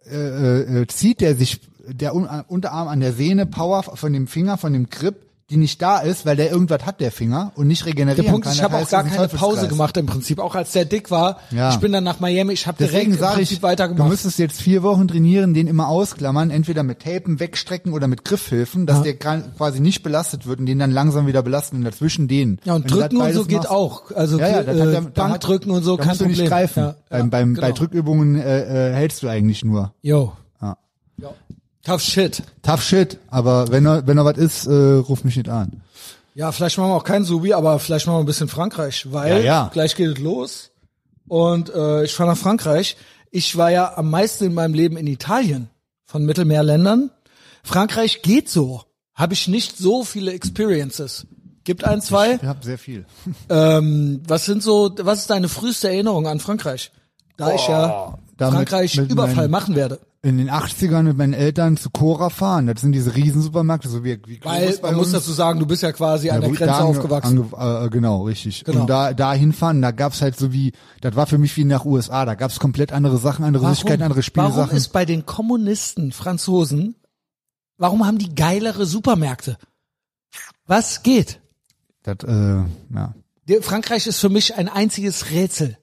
Speaker 2: äh, äh, zieht der sich der Un äh, Unterarm an der Sehne Power von dem Finger, von dem Grip, die nicht da ist, weil der irgendwas hat der Finger und nicht regenerieren
Speaker 1: Der Punkt
Speaker 2: kann.
Speaker 1: ist, ich
Speaker 2: Das
Speaker 1: habe auch
Speaker 2: heißt,
Speaker 1: gar
Speaker 2: es ist ein
Speaker 1: keine Pause
Speaker 2: Teufelskreis.
Speaker 1: gemacht im Prinzip, auch als der dick war.
Speaker 2: Ja.
Speaker 1: Ich bin dann nach Miami, ich habe direkt
Speaker 2: Deswegen
Speaker 1: im
Speaker 2: sage
Speaker 1: Prinzip
Speaker 2: ich, du
Speaker 1: weitergemacht.
Speaker 2: müsstest jetzt vier Wochen trainieren, den immer ausklammern, entweder mit Tapen wegstrecken oder mit Griffhilfen, dass
Speaker 1: Ja.
Speaker 2: der gra- quasi nicht belastet wird und den dann langsam wieder belasten und dazwischen den.
Speaker 1: Ja, und
Speaker 2: Wenn du das
Speaker 1: drücken und so
Speaker 2: beides
Speaker 1: geht
Speaker 2: machst-
Speaker 1: auch. Also
Speaker 2: ja, ja, das hat,
Speaker 1: äh,
Speaker 2: ja- da hat-
Speaker 1: Bankdrücken und so,
Speaker 2: da
Speaker 1: kein
Speaker 2: musst du
Speaker 1: Problem.
Speaker 2: nicht greifen.
Speaker 1: Ja,
Speaker 2: beim, beim, Bei
Speaker 1: genau.
Speaker 2: Drückübungen äh, äh, hältst du eigentlich nur.
Speaker 1: Jo.
Speaker 2: Ja.
Speaker 1: Jo. Tough shit.
Speaker 2: Tough shit, aber wenn er, wenn er was ist, äh, ruf mich nicht an.
Speaker 1: Ja, vielleicht machen wir auch keinen Subi, aber vielleicht machen wir ein bisschen Frankreich, weil
Speaker 2: Ja, ja.
Speaker 1: gleich geht es los. Und äh, ich fahre nach Frankreich. Ich war ja am meisten in meinem Leben in Italien von Mittelmeerländern. Frankreich geht so. Habe ich nicht so viele Experiences. Gibt ein, zwei.
Speaker 2: Ich hab sehr viel.
Speaker 1: Ähm, was sind so, was ist deine früheste Erinnerung an Frankreich? Da ich ja
Speaker 2: damit-
Speaker 1: Frankreich
Speaker 2: mit
Speaker 1: Überfall
Speaker 2: meinen-
Speaker 1: machen werde.
Speaker 2: In den 80ern mit meinen Eltern zu Cora fahren, das sind diese Riesensupermärkte, so wie, wie
Speaker 1: Weil
Speaker 2: groß bei
Speaker 1: man muss
Speaker 2: uns.
Speaker 1: dazu sagen, du bist ja quasi an
Speaker 2: Ja,
Speaker 1: der
Speaker 2: wo-
Speaker 1: Grenze
Speaker 2: da ange-
Speaker 1: aufgewachsen.
Speaker 2: ange- äh, genau, richtig.
Speaker 1: Genau.
Speaker 2: Und da, da hinfahren, da gab's halt so wie, das war für mich wie nach USA, da gab's komplett andere Sachen, andere Süßigkeiten, andere
Speaker 1: warum
Speaker 2: Spielsachen.
Speaker 1: ist bei den Kommunisten Franzosen, warum haben die geilere Supermärkte? Was geht?
Speaker 2: Das, äh, ja.
Speaker 1: Der- Frankreich ist für mich ein einziges Rätsel.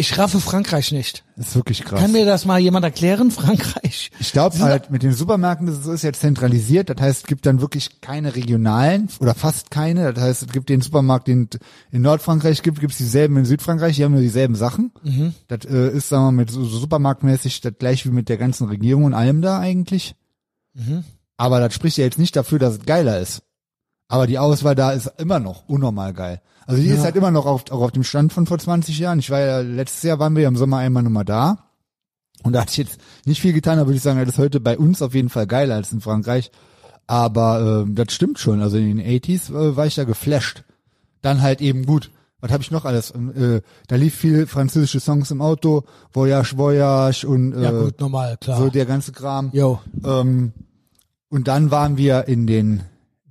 Speaker 1: Ich raffe Frankreich nicht.
Speaker 2: Ist wirklich krass.
Speaker 1: Kann mir das mal jemand erklären, Frankreich?
Speaker 2: Ich glaube halt, mit den Supermärkten das ist es jetzt zentralisiert. Das heißt, es gibt dann wirklich keine regionalen oder fast keine. Das heißt, es gibt den Supermarkt, den t- in Nordfrankreich gibt, gibt's dieselben in Südfrankreich. Die haben nur dieselben Sachen.
Speaker 1: Mhm.
Speaker 2: Das äh, ist, sagen wir mal, mit so, so supermarktmäßig das gleich wie mit der ganzen Regierung und allem da eigentlich. Aber das spricht ja jetzt nicht dafür, dass es geiler ist. Aber die Auswahl da ist immer noch unnormal geil. Also die ist halt immer noch auf, auch auf dem Stand von vor 20 Jahren. Ich war ja, letztes Jahr waren wir ja im Sommer einmal nochmal da. Und da hat sich jetzt nicht viel getan, aber würde ich sagen, das ist heute bei uns auf jeden Fall geiler als in Frankreich. Aber ähm, das stimmt schon. Also in den 80s äh, war ich da geflasht. Dann halt eben gut. Was habe ich noch alles? Ähm, Äh, da lief viel französische Songs im Auto, Voyage, Voyage und äh,
Speaker 1: Ja gut, normal, klar.
Speaker 2: so der ganze Kram.
Speaker 1: Jo.
Speaker 2: Ähm, und dann waren wir in den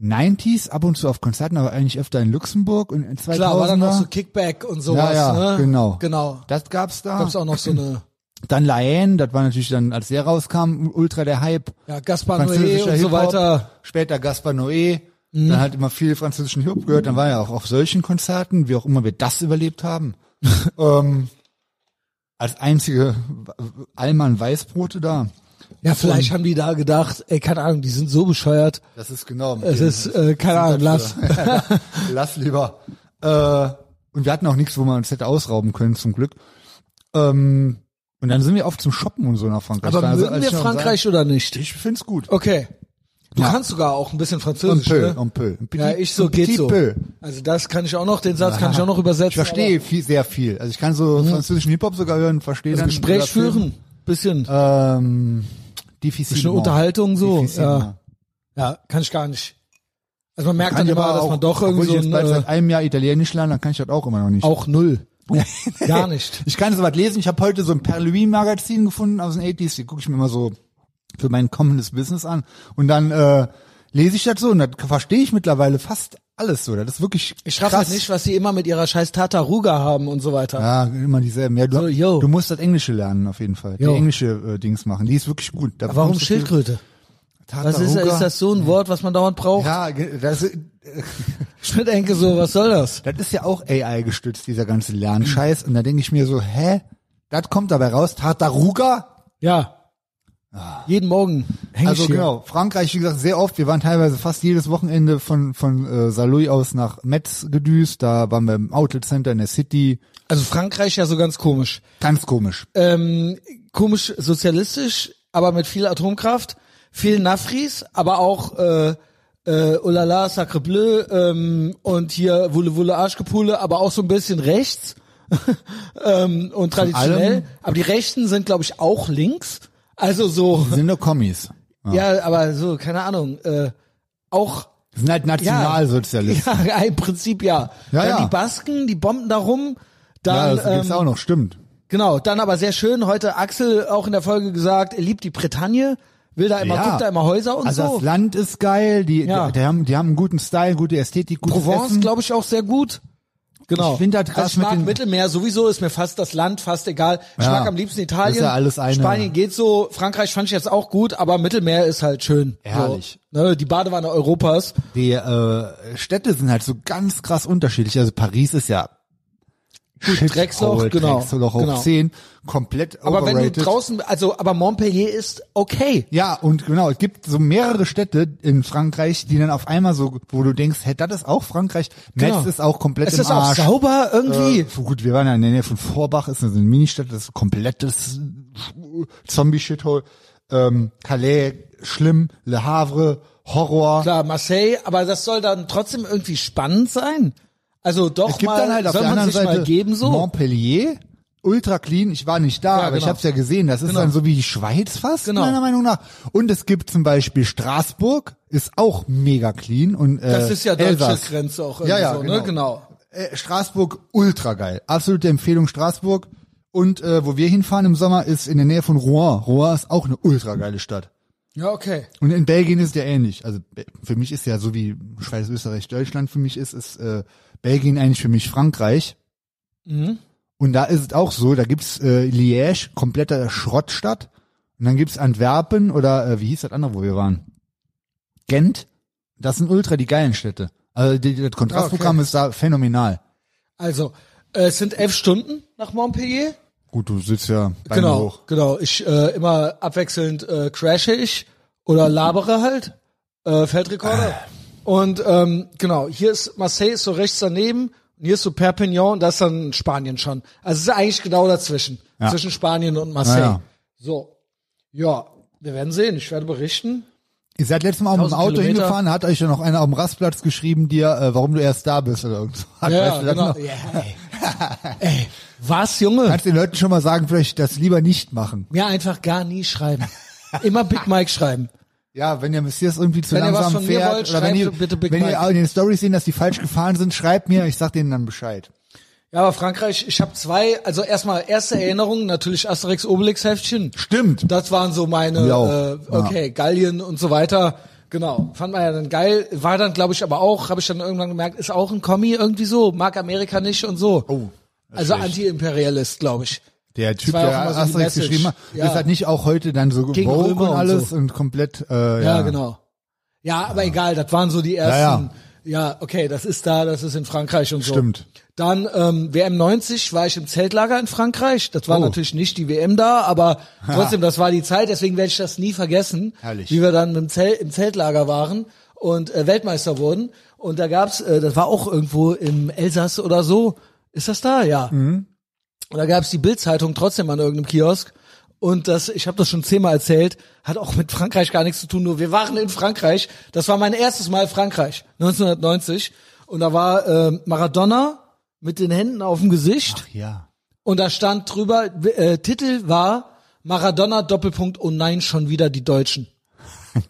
Speaker 2: 90s ab und zu auf Konzerten, aber eigentlich öfter in Luxemburg und in 2000er.
Speaker 1: Klar, war dann auch so Kickback und sowas,
Speaker 2: Ja, ja,
Speaker 1: ne?
Speaker 2: genau.
Speaker 1: Genau.
Speaker 2: das gab's da.
Speaker 1: Gab's auch noch so eine,
Speaker 2: Dann Laen, das war natürlich dann, als der rauskam, ultra der Hype.
Speaker 1: ja, Gaspar Noé
Speaker 2: Französischer
Speaker 1: und so
Speaker 2: Hip-Hop,
Speaker 1: weiter. Mhm.
Speaker 2: später Gaspar Noé, dann halt immer viel französischen Hip-Hop gehört, dann war ja auch auf solchen Konzerten, wie auch immer wir das überlebt haben. ähm, als einzige Allmann Weißbrote da.
Speaker 1: Ja, vielleicht haben die da gedacht, ey, keine Ahnung, die sind so bescheuert.
Speaker 2: Das ist genau. mit
Speaker 1: Es
Speaker 2: dem-
Speaker 1: ist, äh, keine Ahnung, lass.
Speaker 2: Lass lieber. Äh, und wir hatten auch nichts, wo man uns hätte ausrauben können, zum Glück. Ähm, und dann sind wir oft zum Shoppen und so nach Frankreich.
Speaker 1: Aber
Speaker 2: Also,
Speaker 1: mögen
Speaker 2: als
Speaker 1: wir
Speaker 2: ich schon Äh,
Speaker 1: Frankreich oder
Speaker 2: sag-
Speaker 1: nicht?
Speaker 2: Ich find's gut.
Speaker 1: Okay. Du
Speaker 2: Ja.
Speaker 1: kannst sogar auch ein bisschen
Speaker 2: Un
Speaker 1: Französisch,
Speaker 2: peu,
Speaker 1: ne?
Speaker 2: un peu. Un petit-
Speaker 1: Ja, ich so
Speaker 2: un
Speaker 1: geht
Speaker 2: petit
Speaker 1: so.
Speaker 2: peu.
Speaker 1: Also das kann ich auch noch, den Satz kann ich auch noch übersetzen.
Speaker 2: Ich verstehe viel, sehr viel. Also ich kann so französischen Hip-Hop sogar hören, verstehe
Speaker 1: aber
Speaker 2: dann.
Speaker 1: Mhm. Das also Gespräch
Speaker 2: oder Film. Äh,
Speaker 1: führen, bisschen,
Speaker 2: Ähm, difficile.
Speaker 1: bisschen Unterhaltung so.
Speaker 2: Difficile.
Speaker 1: Ja. ja, kann ich gar nicht. Also man merkt
Speaker 2: Kann
Speaker 1: dann
Speaker 2: ich
Speaker 1: immer,
Speaker 2: aber
Speaker 1: dass
Speaker 2: auch,
Speaker 1: man doch irgendwie
Speaker 2: obwohl
Speaker 1: so
Speaker 2: ich jetzt
Speaker 1: ein,
Speaker 2: bald
Speaker 1: äh,
Speaker 2: seit einem Jahr Italienisch lerne, dann kann ich das auch immer noch nicht.
Speaker 1: auch null. gar nicht.
Speaker 2: Ich kann sowas lesen. Ich habe heute so ein Perluin-Magazin gefunden aus den 80s. Die gucke ich mir immer so für mein kommendes Business an. Und dann äh, lese ich das so und dann verstehe ich mittlerweile fast alles so. Das ist wirklich
Speaker 1: Ich raff halt
Speaker 2: krass.
Speaker 1: nicht, was sie immer mit ihrer scheiß Tartaruga haben und so weiter.
Speaker 2: Ja, immer dieselben. Ja, du,
Speaker 1: So, yo.
Speaker 2: du musst das Englische lernen auf jeden Fall.
Speaker 1: Yo.
Speaker 2: Die englische äh, Dings machen. Die ist wirklich gut. Da
Speaker 1: Warum
Speaker 2: kommst du viel-
Speaker 1: Schildkröte? Was
Speaker 2: Tartaruga.
Speaker 1: ist, ist das so ein Wort, was man dauernd braucht?
Speaker 2: Ja, ge- das, äh,
Speaker 1: Ich mir denke so, was soll das?
Speaker 2: das ist ja auch AI gestützt, dieser ganze Lernscheiß. Und da denke ich mir so, hä? Das kommt dabei raus. Tartaruga?
Speaker 1: Ja. Jeden Morgen häng
Speaker 2: Also
Speaker 1: Ah. ich hier.
Speaker 2: genau, Frankreich, wie gesagt, sehr oft. Wir waren teilweise fast jedes Wochenende von, von äh, Saarlouis aus nach Metz gedüst. Da waren wir im Outlet Center in der City.
Speaker 1: Also Frankreich ja so ganz komisch.
Speaker 2: Ganz komisch.
Speaker 1: Ähm, komisch sozialistisch, aber mit viel Atomkraft, viel Nafris, aber auch äh, äh, Olala, Sacre Bleu ähm, und hier Wulle Wulle Arschgepule, aber auch so ein bisschen rechts ähm, und traditionell.
Speaker 2: allem-
Speaker 1: Aber die Rechten sind, glaube ich, auch links. Also so,
Speaker 2: Die sind nur Kommis.
Speaker 1: ja, aber so, keine Ahnung. Äh, auch
Speaker 2: Die sind halt Nationalsozialisten.
Speaker 1: Ja, ja, im Prinzip ja.
Speaker 2: Ja,
Speaker 1: dann
Speaker 2: ja.
Speaker 1: die Basken, die bomben da rum.
Speaker 2: Ja,
Speaker 1: Dann,
Speaker 2: das gibt's
Speaker 1: ähm,
Speaker 2: auch noch, stimmt.
Speaker 1: genau, dann aber sehr schön, heute Axel auch in der Folge gesagt, er liebt die Bretagne, will da immer,
Speaker 2: Ja.
Speaker 1: guckt da immer Häuser und
Speaker 2: Also
Speaker 1: so.
Speaker 2: das Land ist geil, die,
Speaker 1: Ja.
Speaker 2: die, die, haben, die haben einen guten Style, gute Ästhetik, gutes
Speaker 1: Provence,
Speaker 2: Essen.
Speaker 1: glaube ich, auch sehr gut. Genau.
Speaker 2: Ich find das krass
Speaker 1: also ich mag
Speaker 2: mit den-
Speaker 1: Mittelmeer sowieso, ist mir fast das Land fast egal. Ich
Speaker 2: Ja.
Speaker 1: mag am liebsten Italien.
Speaker 2: Das ist ja alles eine-
Speaker 1: Spanien geht so, Frankreich fand ich jetzt auch gut, aber Mittelmeer ist halt schön.
Speaker 2: Herrlich.
Speaker 1: So, ne, die Badewanne Europas.
Speaker 2: die äh, Städte sind halt so ganz krass unterschiedlich. Also Paris ist ja Shit,
Speaker 1: Drecksloch,
Speaker 2: Hole,
Speaker 1: genau,
Speaker 2: Drecksloch auf
Speaker 1: genau.
Speaker 2: 10, komplett
Speaker 1: Aber wenn du
Speaker 2: overrated.
Speaker 1: draußen, also, aber Montpellier ist okay.
Speaker 2: ja, und genau, es gibt so mehrere Städte in Frankreich, die dann auf einmal so, wo du denkst, hey, das ist auch Frankreich, Metz
Speaker 1: Genau.
Speaker 2: ist auch komplett
Speaker 1: Es
Speaker 2: im
Speaker 1: ist auch
Speaker 2: Arsch.
Speaker 1: sauber irgendwie.
Speaker 2: Äh, gut, wir waren ja in der Nähe von Vorbach, ist eine so eine Ministadt, das ist ein komplettes Zombie-Shithole. Ähm, Calais, schlimm, Le Havre, Horror.
Speaker 1: Klar, Marseille, aber das soll dann trotzdem irgendwie spannend sein. Also doch
Speaker 2: es gibt
Speaker 1: mal,
Speaker 2: dann halt auf
Speaker 1: soll
Speaker 2: der
Speaker 1: man
Speaker 2: anderen
Speaker 1: sich
Speaker 2: Seite
Speaker 1: mal geben so.
Speaker 2: Montpellier, ultra clean, ich war nicht da,
Speaker 1: Ja,
Speaker 2: aber ich
Speaker 1: genau.
Speaker 2: habe es ja gesehen, das ist
Speaker 1: Genau.
Speaker 2: dann so wie die Schweiz fast,
Speaker 1: Genau.
Speaker 2: meiner Meinung nach. Und es gibt zum Beispiel Straßburg, ist auch mega clean und äh,
Speaker 1: das ist ja deutsche
Speaker 2: Elsass.
Speaker 1: Grenze auch irgendwie
Speaker 2: Ja, ja,
Speaker 1: so,
Speaker 2: genau.
Speaker 1: ne? Genau.
Speaker 2: Äh, Straßburg ultra geil. Absolute Empfehlung Straßburg. Und äh, wo wir hinfahren im Sommer ist in der Nähe von Rouen. Rouen ist auch eine ultra geile Stadt.
Speaker 1: Ja, okay.
Speaker 2: Und in Belgien ist ja ähnlich. Also Be- für mich ist ja so wie Schweiz, Österreich, Deutschland für mich ist, ist äh, Belgien eigentlich für mich Frankreich.
Speaker 1: Mhm.
Speaker 2: Und da ist es auch so, da gibt's äh, Liège, kompletter Schrottstadt. Und dann gibt's Antwerpen oder äh, wie hieß das andere, wo wir waren? Gent. Das sind ultra die geilen Städte. Also die, das Kontrastprogramm
Speaker 1: Ah, Okay.
Speaker 2: ist da phänomenal.
Speaker 1: Also, äh, es sind elf Stunden nach Montpellier.
Speaker 2: Gut, du sitzt ja Beine
Speaker 1: genau,
Speaker 2: hoch.
Speaker 1: genau. Ich äh, immer abwechselnd äh, crashe ich oder labere halt, äh, Feldrekorder.
Speaker 2: Ah.
Speaker 1: Und ähm, genau, hier ist Marseille ist so rechts daneben und hier ist so Perpignan und das ist dann Spanien schon. Also es ist eigentlich genau dazwischen,
Speaker 2: Ja.
Speaker 1: zwischen Spanien und Marseille.
Speaker 2: Ja, ja.
Speaker 1: So, ja, wir werden sehen. Ich werde berichten.
Speaker 2: Ihr seid letztes Mal auch mit dem
Speaker 1: 1000
Speaker 2: Auto
Speaker 1: Kilometer.
Speaker 2: hingefahren, hat euch ja noch einer auf dem Rastplatz geschrieben, dir, äh, warum du erst da bist oder irgendwas.
Speaker 1: Ja,
Speaker 2: Weißt Ah, du das
Speaker 1: genau.
Speaker 2: noch?
Speaker 1: Ja, ey. ey, was, Junge?
Speaker 2: Kannst den Leuten schon mal sagen, vielleicht das lieber nicht machen.
Speaker 1: Mir einfach gar nie schreiben. Immer Big Mike schreiben.
Speaker 2: Ja, wenn der Messias irgendwie zu
Speaker 1: Wenn ihr was
Speaker 2: langsam
Speaker 1: von mir
Speaker 2: fährt
Speaker 1: wollt,
Speaker 2: oder wenn
Speaker 1: schreibt
Speaker 2: ihr,
Speaker 1: bitte Big
Speaker 2: wenn
Speaker 1: Mike.
Speaker 2: ihr auch in den Stories sehen, dass die falsch gefahren sind, schreibt mir, ich sag denen dann Bescheid.
Speaker 1: Ja, aber Frankreich, ich habe zwei, also erstmal erste Erinnerung, natürlich Asterix Obelix Heftchen.
Speaker 2: Stimmt.
Speaker 1: Das waren so meine,
Speaker 2: Wir auch,
Speaker 1: äh, okay, Gallien und so weiter. Genau, fand man ja dann geil. War dann, glaube ich, aber auch, habe ich dann irgendwann gemerkt, ist auch ein Kommi irgendwie so, mag Amerika nicht und so.
Speaker 2: Oh, das ist
Speaker 1: also
Speaker 2: schlecht.
Speaker 1: antiimperialist, glaube ich.
Speaker 2: Der Typ,
Speaker 1: war ja
Speaker 2: der
Speaker 1: auch immer so die
Speaker 2: Asterix
Speaker 1: Message.
Speaker 2: geschrieben hat,
Speaker 1: Ja.
Speaker 2: ist halt nicht auch heute dann so
Speaker 1: Gegen
Speaker 2: woke
Speaker 1: Römer
Speaker 2: und
Speaker 1: und
Speaker 2: alles
Speaker 1: so.
Speaker 2: und komplett, äh,
Speaker 1: Ja,
Speaker 2: ja.
Speaker 1: genau. Ja, aber egal, das waren so die ersten. Ja, okay, das ist da, das ist in Frankreich und so.
Speaker 2: Stimmt.
Speaker 1: Dann ähm, WM 90 war ich im Zeltlager in Frankreich. Das war
Speaker 2: Oh.
Speaker 1: natürlich nicht die WM da, aber trotzdem, das war die Zeit. Deswegen werde ich das nie vergessen,
Speaker 2: Herrlich.
Speaker 1: wie wir dann im, Zel im Zeltlager waren und äh, Weltmeister wurden. Und da gab's, äh, das war auch irgendwo im Elsass oder so. Ist das da? Ja. Und da gab's die Bildzeitung trotzdem an irgendeinem Kiosk. Und das, ich habe das schon zehnmal erzählt, hat auch mit Frankreich gar nichts zu tun. Nur wir waren in Frankreich. Das war mein erstes Mal Frankreich, 1990. Und da war äh, Maradona mit den Händen auf dem Gesicht.
Speaker 2: Ja.
Speaker 1: Und da stand drüber, äh, Titel war Maradona Doppelpunkt, oh nein, schon wieder die Deutschen.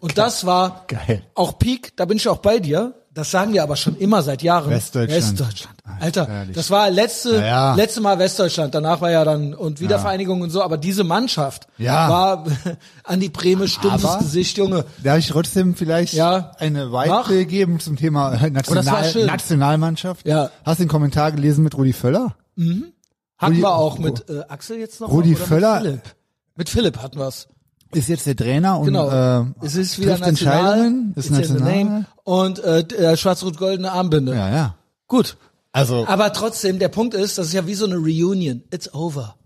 Speaker 1: Und das war
Speaker 2: Geil.
Speaker 1: auch Peak, da bin ich auch bei dir. Das sagen wir aber schon immer seit Jahren.
Speaker 2: Westdeutschland.
Speaker 1: Westdeutschland. Alter,
Speaker 2: Ehrlich.
Speaker 1: das war letzte,
Speaker 2: Ja, ja.
Speaker 1: letzte Mal Westdeutschland. Danach war ja dann und Wiedervereinigung und so. Aber diese Mannschaft
Speaker 2: Ja.
Speaker 1: war an die Breme stumpfes
Speaker 2: Aber-
Speaker 1: Gesicht, Junge.
Speaker 2: Darf ich trotzdem vielleicht
Speaker 1: Ja.
Speaker 2: eine
Speaker 1: Mach. Oh,
Speaker 2: Weite geben zum Thema äh,
Speaker 1: das war
Speaker 2: National
Speaker 1: schön.
Speaker 2: Nationalmannschaft?
Speaker 1: Ja.
Speaker 2: Hast du den Kommentar gelesen mit Rudi Völler?
Speaker 1: Hatten
Speaker 2: Rudi-
Speaker 1: wir auch mit äh, Axel jetzt noch?
Speaker 2: Rudi
Speaker 1: oder
Speaker 2: Völler-
Speaker 1: Mit Philipp, mit Philipp hatten wir's.
Speaker 2: Ist jetzt der Trainer und
Speaker 1: Genau.
Speaker 2: äh,
Speaker 1: es ist wieder
Speaker 2: trifft
Speaker 1: national.
Speaker 2: Entscheidungen, ist
Speaker 1: It's in the
Speaker 2: national.
Speaker 1: name. Und äh, der schwarz-rot-goldene Armbinde.
Speaker 2: Ja, ja.
Speaker 1: Gut.
Speaker 2: Also,
Speaker 1: Aber trotzdem, der Punkt ist, das ist ja wie so eine Reunion. It's over.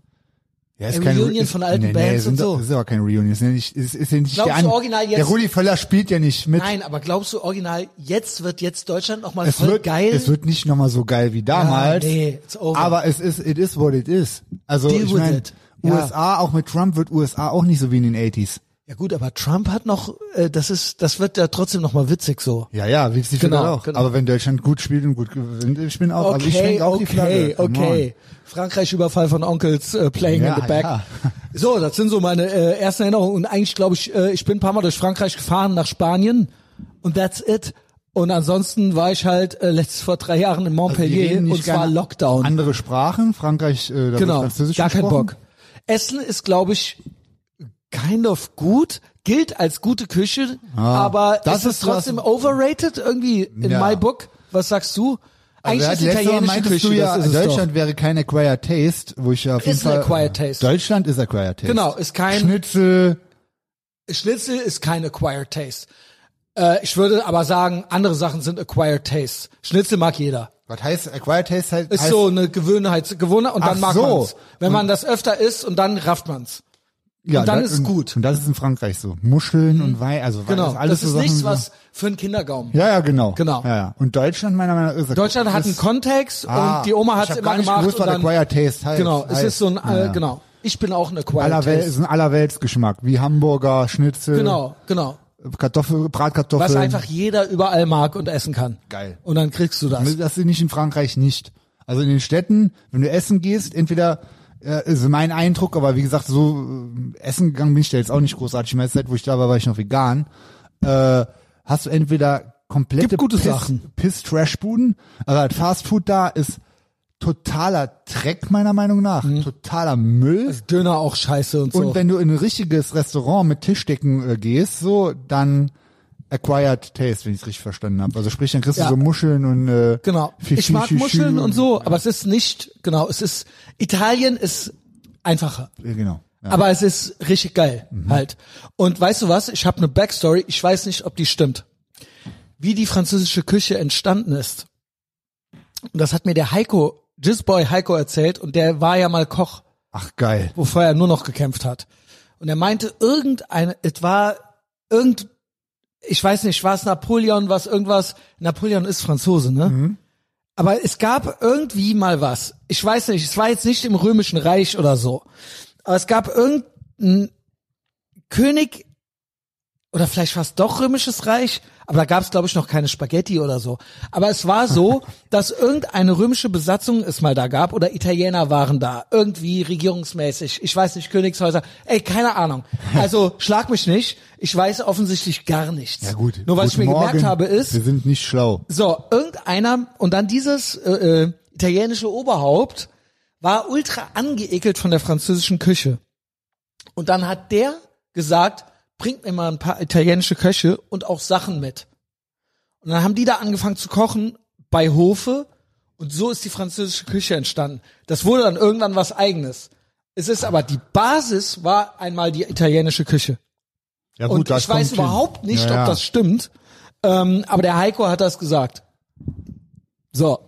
Speaker 2: ja, ist
Speaker 1: eine
Speaker 2: kein
Speaker 1: Reunion
Speaker 2: ist,
Speaker 1: von alten Bands
Speaker 2: sind
Speaker 1: und
Speaker 2: doch-
Speaker 1: so.
Speaker 2: Ist aber kein Reunion, ist ja nicht, ist, ne? ist ja nicht
Speaker 1: Glaubst
Speaker 2: der
Speaker 1: du
Speaker 2: an-
Speaker 1: original jetzt-
Speaker 2: Der Rudi Völler spielt ja nicht mit.
Speaker 1: Nein, aber glaubst du original, jetzt wird jetzt Deutschland nochmal
Speaker 2: es
Speaker 1: voll
Speaker 2: wird
Speaker 1: geil?
Speaker 2: Es wird nicht nochmal so geil wie damals.
Speaker 1: nee, it's over.
Speaker 2: Aber es ist, it is what it is. Also
Speaker 1: Deal
Speaker 2: ich
Speaker 1: with
Speaker 2: meine,
Speaker 1: it. Ja.
Speaker 2: USA auch mit Trump wird USA auch nicht so wie in den 80s.
Speaker 1: ja gut, aber Trump hat noch, äh, das ist, das wird ja trotzdem nochmal witzig so.
Speaker 2: Ja, ja, witzig
Speaker 1: Genau,
Speaker 2: genau, auch.
Speaker 1: genau.
Speaker 2: Aber wenn Deutschland gut spielt und gut gewinnt, ich bin auch. aber ich
Speaker 1: Okay,
Speaker 2: schwenke auch die
Speaker 1: okay,
Speaker 2: Flagge. Come
Speaker 1: okay. Frankreich-Überfall von Onkels äh, Playing
Speaker 2: Ja,
Speaker 1: in the Back.
Speaker 2: ja.
Speaker 1: So, das sind so meine äh, ersten Erinnerungen. Und eigentlich glaube ich, äh, ich bin ein paar Mal durch Frankreich gefahren nach Spanien und that's it. Und ansonsten war ich halt äh, letzt vor drei Jahren in
Speaker 2: on. Also Die
Speaker 1: Montpellier
Speaker 2: reden nicht
Speaker 1: und zwar
Speaker 2: gerne
Speaker 1: Lockdown.
Speaker 2: Andere Sprachen, Frankreich, äh, da wird
Speaker 1: genau,
Speaker 2: Französisch
Speaker 1: gar kein
Speaker 2: gesprochen.
Speaker 1: Bock. Essen ist, glaube ich, kind of gut, gilt als gute Küche, aber
Speaker 2: Ah, das
Speaker 1: ist es
Speaker 2: ist
Speaker 1: trotzdem
Speaker 2: was-
Speaker 1: overrated irgendwie in
Speaker 2: Ja.
Speaker 1: my book. Was sagst du?
Speaker 2: Also
Speaker 1: Eigentlich
Speaker 2: ja,
Speaker 1: ist
Speaker 2: letztes Mal
Speaker 1: italienische
Speaker 2: meintest
Speaker 1: Küche,
Speaker 2: du
Speaker 1: das
Speaker 2: ja,
Speaker 1: ist es doch.
Speaker 2: Deutschland wäre kein Acquired Taste, wo ich ja auf
Speaker 1: Ist
Speaker 2: jeden
Speaker 1: ein
Speaker 2: Fall.
Speaker 1: Acquired Taste.
Speaker 2: Deutschland ist Acquired Taste.
Speaker 1: Genau, ist kein-
Speaker 2: Schnitzel.
Speaker 1: Schnitzel ist kein acquired taste. Äh, ich würde aber sagen, andere Sachen sind acquired taste. Schnitzel mag jeder.
Speaker 2: Was heißt Acquired Taste? Heißt,
Speaker 1: Ist
Speaker 2: heißt
Speaker 1: so eine Gewohnheit, Gewohnheit und dann mag
Speaker 2: Ach so.
Speaker 1: man's. Wenn man das öfter isst und dann rafft man's.
Speaker 2: ja,
Speaker 1: und dann
Speaker 2: das-
Speaker 1: ist gut. Mhm.
Speaker 2: Und das ist in Frankreich so. Muscheln und Wein, also Wein
Speaker 1: Genau.
Speaker 2: ist alles
Speaker 1: das ist
Speaker 2: so Sachen,
Speaker 1: nichts,
Speaker 2: so-
Speaker 1: was für einen Kindergaumen.
Speaker 2: Ja, ja, genau.
Speaker 1: Genau.
Speaker 2: Ja, ja. Und Deutschland meiner Meinung nach ist
Speaker 1: Deutschland hat einen
Speaker 2: ist-
Speaker 1: Kontext
Speaker 2: Ah,
Speaker 1: und die Oma hat's
Speaker 2: ich hab
Speaker 1: immer
Speaker 2: gar nicht
Speaker 1: gemacht.
Speaker 2: gewusst,
Speaker 1: und
Speaker 2: was
Speaker 1: dann,
Speaker 2: Acquired Taste heißt.
Speaker 1: genau, es
Speaker 2: heißt.
Speaker 1: ist so ein, äh, genau. Ich bin auch ein acquired
Speaker 2: Allerwelt,
Speaker 1: taste.
Speaker 2: ist ein Allerweltsgeschmack, wie Hamburger, Schnitzel,
Speaker 1: Genau, genau.
Speaker 2: Kartoffel, Bratkartoffeln.
Speaker 1: Was einfach jeder überall mag und essen kann.
Speaker 2: Geil.
Speaker 1: Und dann kriegst du das.
Speaker 2: Das ist nicht in Frankreich nicht. Also in den Städten, wenn du essen gehst, entweder äh, ist mein Eindruck, aber wie gesagt, so äh, essen gegangen bin ich da jetzt auch nicht großartig. Die meiste Zeit, wo ich da war, war ich noch vegan. Äh, hast du entweder komplette
Speaker 1: Gibt gute
Speaker 2: Piss-
Speaker 1: Sachen.
Speaker 2: Piss-Trash-Buden, aber das Fastfood da ist totaler Dreck meiner Meinung nach,
Speaker 1: Mhm.
Speaker 2: totaler Müll.
Speaker 1: Döner auch scheiße und so.
Speaker 2: Und wenn du in ein richtiges Restaurant mit Tischdecken äh, gehst, so, dann acquired taste, wenn ich es richtig verstanden habe. Also sprich, dann kriegst
Speaker 1: Ja.
Speaker 2: du so Muscheln und äh,
Speaker 1: Genau.
Speaker 2: Fisch-
Speaker 1: ich mag
Speaker 2: Fisch-
Speaker 1: Muscheln
Speaker 2: Fisch-
Speaker 1: und so, aber es ist nicht, genau, es ist, Italien ist einfacher.
Speaker 2: Ja, genau. Ja.
Speaker 1: Aber es ist richtig geil, halt. Und weißt du was? Ich habe eine Backstory, ich weiß nicht, ob die stimmt. Wie die französische Küche entstanden ist. Und das hat mir der Heiko, Jizzboy Heiko erzählt und der war ja mal Koch
Speaker 2: Ach geil.
Speaker 1: wovor er nur noch gekämpft hat. Und er meinte, irgendeine, es war irgend, ich weiß nicht, war es Napoleon, was irgendwas, Napoleon ist Franzose, ne? Aber es gab irgendwie mal was. Ich weiß nicht, es war jetzt nicht im Römischen Reich oder so. Aber es gab irgendeinen König, oder vielleicht war es doch Römisches Reich, aber da gab es, glaube ich, noch keine Spaghetti oder so. Aber es war so, dass irgendeine römische Besatzung es mal da gab oder Italiener waren da, irgendwie regierungsmäßig, ich weiß nicht, Königshäuser, ey, keine Ahnung. Also schlag mich nicht, ich weiß offensichtlich gar nichts.
Speaker 2: Ja gut.
Speaker 1: Nur was ich
Speaker 2: Guten
Speaker 1: mir
Speaker 2: Morgen.
Speaker 1: gemerkt habe ist,
Speaker 2: Wir sind nicht schlau.
Speaker 1: so, irgendeiner und dann dieses äh, äh, italienische Oberhaupt war ultra angeekelt von der französischen Küche. Und dann hat der gesagt, bringt mir mal ein paar italienische Köche und auch Sachen mit. Und dann haben die da angefangen zu kochen bei Hofe und so ist die französische Küche entstanden. Das wurde dann irgendwann was eigenes. Es ist aber die Basis war einmal die italienische Küche.
Speaker 2: Ja
Speaker 1: Und
Speaker 2: das
Speaker 1: ich weiß
Speaker 2: kommt hin.
Speaker 1: überhaupt nicht,
Speaker 2: ja, ja.
Speaker 1: ob das stimmt. Ähm, aber der Heiko hat das gesagt. So,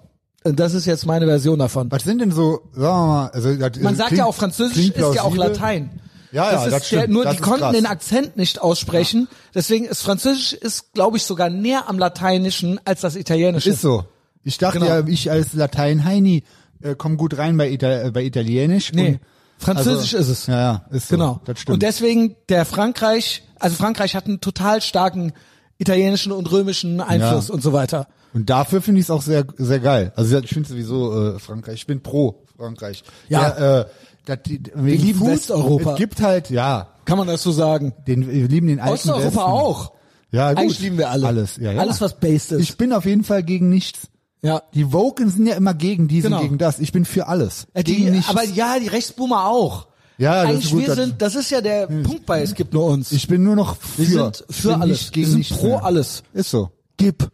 Speaker 1: und das ist jetzt meine Version davon.
Speaker 2: Was sind denn so, sagen wir mal, also das-
Speaker 1: Man sagt
Speaker 2: klingt-
Speaker 1: ja auch, Französisch
Speaker 2: klingt
Speaker 1: ist ja auch
Speaker 2: plausibel.
Speaker 1: Latein.
Speaker 2: Ja, ja,
Speaker 1: das ist
Speaker 2: das stimmt.
Speaker 1: der- nur
Speaker 2: Das
Speaker 1: die
Speaker 2: ist
Speaker 1: konnten
Speaker 2: krass.
Speaker 1: den Akzent nicht aussprechen. Deswegen ist Französisch ist, glaube ich, sogar näher am Lateinischen als das Italienische.
Speaker 2: Ist so. Ich dachte
Speaker 1: Genau.
Speaker 2: ja, ich als Latein-Heini äh, komme gut rein bei, Ita äh, bei Italienisch.
Speaker 1: Nee,
Speaker 2: Und,
Speaker 1: Französisch
Speaker 2: also,
Speaker 1: ist es.
Speaker 2: Ja, ja, ist so.
Speaker 1: Genau.
Speaker 2: Das stimmt.
Speaker 1: Und deswegen der Frankreich, also Frankreich hat einen total starken italienischen und römischen Einfluss
Speaker 2: Ja.
Speaker 1: und so weiter.
Speaker 2: Und dafür finde ich es auch sehr, sehr geil. Also ich finde sowieso äh, Frankreich. Ich bin pro Frankreich.
Speaker 1: Ja.
Speaker 2: äh, dat, die, wir
Speaker 1: lieben Westeuropa.
Speaker 2: Es gibt halt, ja,
Speaker 1: Kann man das so sagen?
Speaker 2: Den, wir lieben den alten Westen.
Speaker 1: Osteuropa auch.
Speaker 2: Ja, gut.
Speaker 1: Eigentlich lieben wir alle.
Speaker 2: Alles, ja, ja.
Speaker 1: Alles, was based ist.
Speaker 2: Ich bin auf jeden Fall gegen nichts.
Speaker 1: ja.
Speaker 2: Die Woken sind ja immer gegen diesen,
Speaker 1: Genau.
Speaker 2: gegen das. Ich bin für alles.
Speaker 1: Äh,
Speaker 2: gegen
Speaker 1: Die,
Speaker 2: nichts.
Speaker 1: aber ja, die Rechtsboomer auch.
Speaker 2: Ja, das
Speaker 1: Eigentlich
Speaker 2: ist gut,
Speaker 1: wir
Speaker 2: das- Hm.
Speaker 1: sind, das ist ja der Punkt bei, es gibt nur uns.
Speaker 2: ich bin nur noch für.
Speaker 1: wir sind
Speaker 2: Ich
Speaker 1: für
Speaker 2: bin
Speaker 1: alles.
Speaker 2: Nicht gegen
Speaker 1: wir sind
Speaker 2: nichts
Speaker 1: pro
Speaker 2: mehr.
Speaker 1: alles.
Speaker 2: Ist so.
Speaker 1: Gib.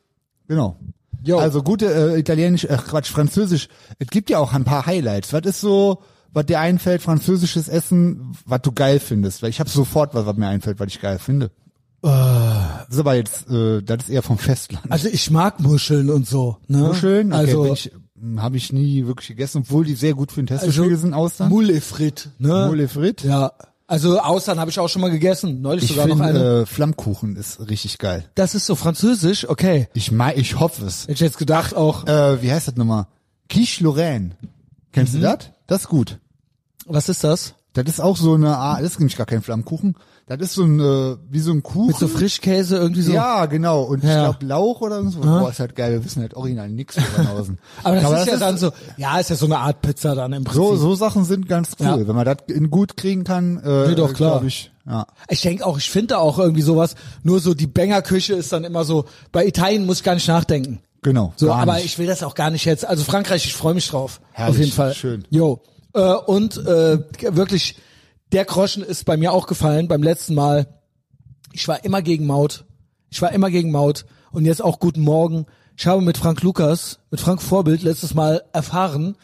Speaker 2: Genau.
Speaker 1: Jo.
Speaker 2: Also gute äh, italienisch, äh, Quatsch, französisch. Es gibt ja auch ein paar Highlights. Was ist so, was dir einfällt, französisches Essen, was du geil findest? Weil ich habe sofort was, was mir einfällt, was ich geil finde. Das ist aber jetzt, äh, das ist eher vom Festland.
Speaker 1: Also ich mag Muscheln und so. Ne?
Speaker 2: Muscheln, okay,
Speaker 1: also
Speaker 2: bin ich, habe ich nie wirklich gegessen, obwohl die sehr gut für den
Speaker 1: also
Speaker 2: Testspiegel sind, Austern.
Speaker 1: Mullefrit. Ne?
Speaker 2: Moule frites.
Speaker 1: Ja. Also Austern habe ich auch schon mal gegessen. Neulich
Speaker 2: Ich
Speaker 1: sogar noch eine.
Speaker 2: finde, äh, Flammkuchen ist richtig geil.
Speaker 1: das ist so französisch. Okay.
Speaker 2: Ich mei, ich hoffe es.
Speaker 1: Hätte ich jetzt gedacht auch.
Speaker 2: Äh, wie heißt das nochmal? Quiche Lorraine. Kennst
Speaker 1: Mhm.
Speaker 2: du das? Das ist gut.
Speaker 1: Was ist das?
Speaker 2: Das ist auch so eine, Art- das ist nämlich gar kein Flammkuchen. Das ist so ein, äh, wie so ein Kuchen.
Speaker 1: Mit so Frischkäse irgendwie so.
Speaker 2: Ja, genau. Und
Speaker 1: Ja.
Speaker 2: ich glaube Lauch oder so. Boah, ist halt geil. Wir wissen halt original nix von draußen.
Speaker 1: Aber das ist ja dann so. Ja, ist ja so eine Art Pizza dann im Prinzip.
Speaker 2: So, so Sachen sind ganz cool.
Speaker 1: Ja.
Speaker 2: Wenn man das in gut kriegen kann, äh,
Speaker 1: Nee, doch, klar.
Speaker 2: glaub ich, ja.
Speaker 1: Ich denke auch, ich finde auch irgendwie sowas. Nur so die Bängerküche ist dann immer so. Bei Italien muss ich gar nicht nachdenken.
Speaker 2: Genau.
Speaker 1: So,
Speaker 2: gar
Speaker 1: aber
Speaker 2: nicht.
Speaker 1: ich will das auch gar nicht jetzt. Also Frankreich, ich freue mich drauf.
Speaker 2: Herrlich,
Speaker 1: auf jeden Fall.
Speaker 2: schön.
Speaker 1: Jo. Äh, und äh, wirklich, der Groschen ist bei mir auch gefallen beim letzten Mal. Ich war immer gegen Maut. Ich war immer gegen Maut. Und jetzt auch guten Morgen. Ich habe mit Frank Lukas, mit Frank Vorbild letztes Mal erfahren,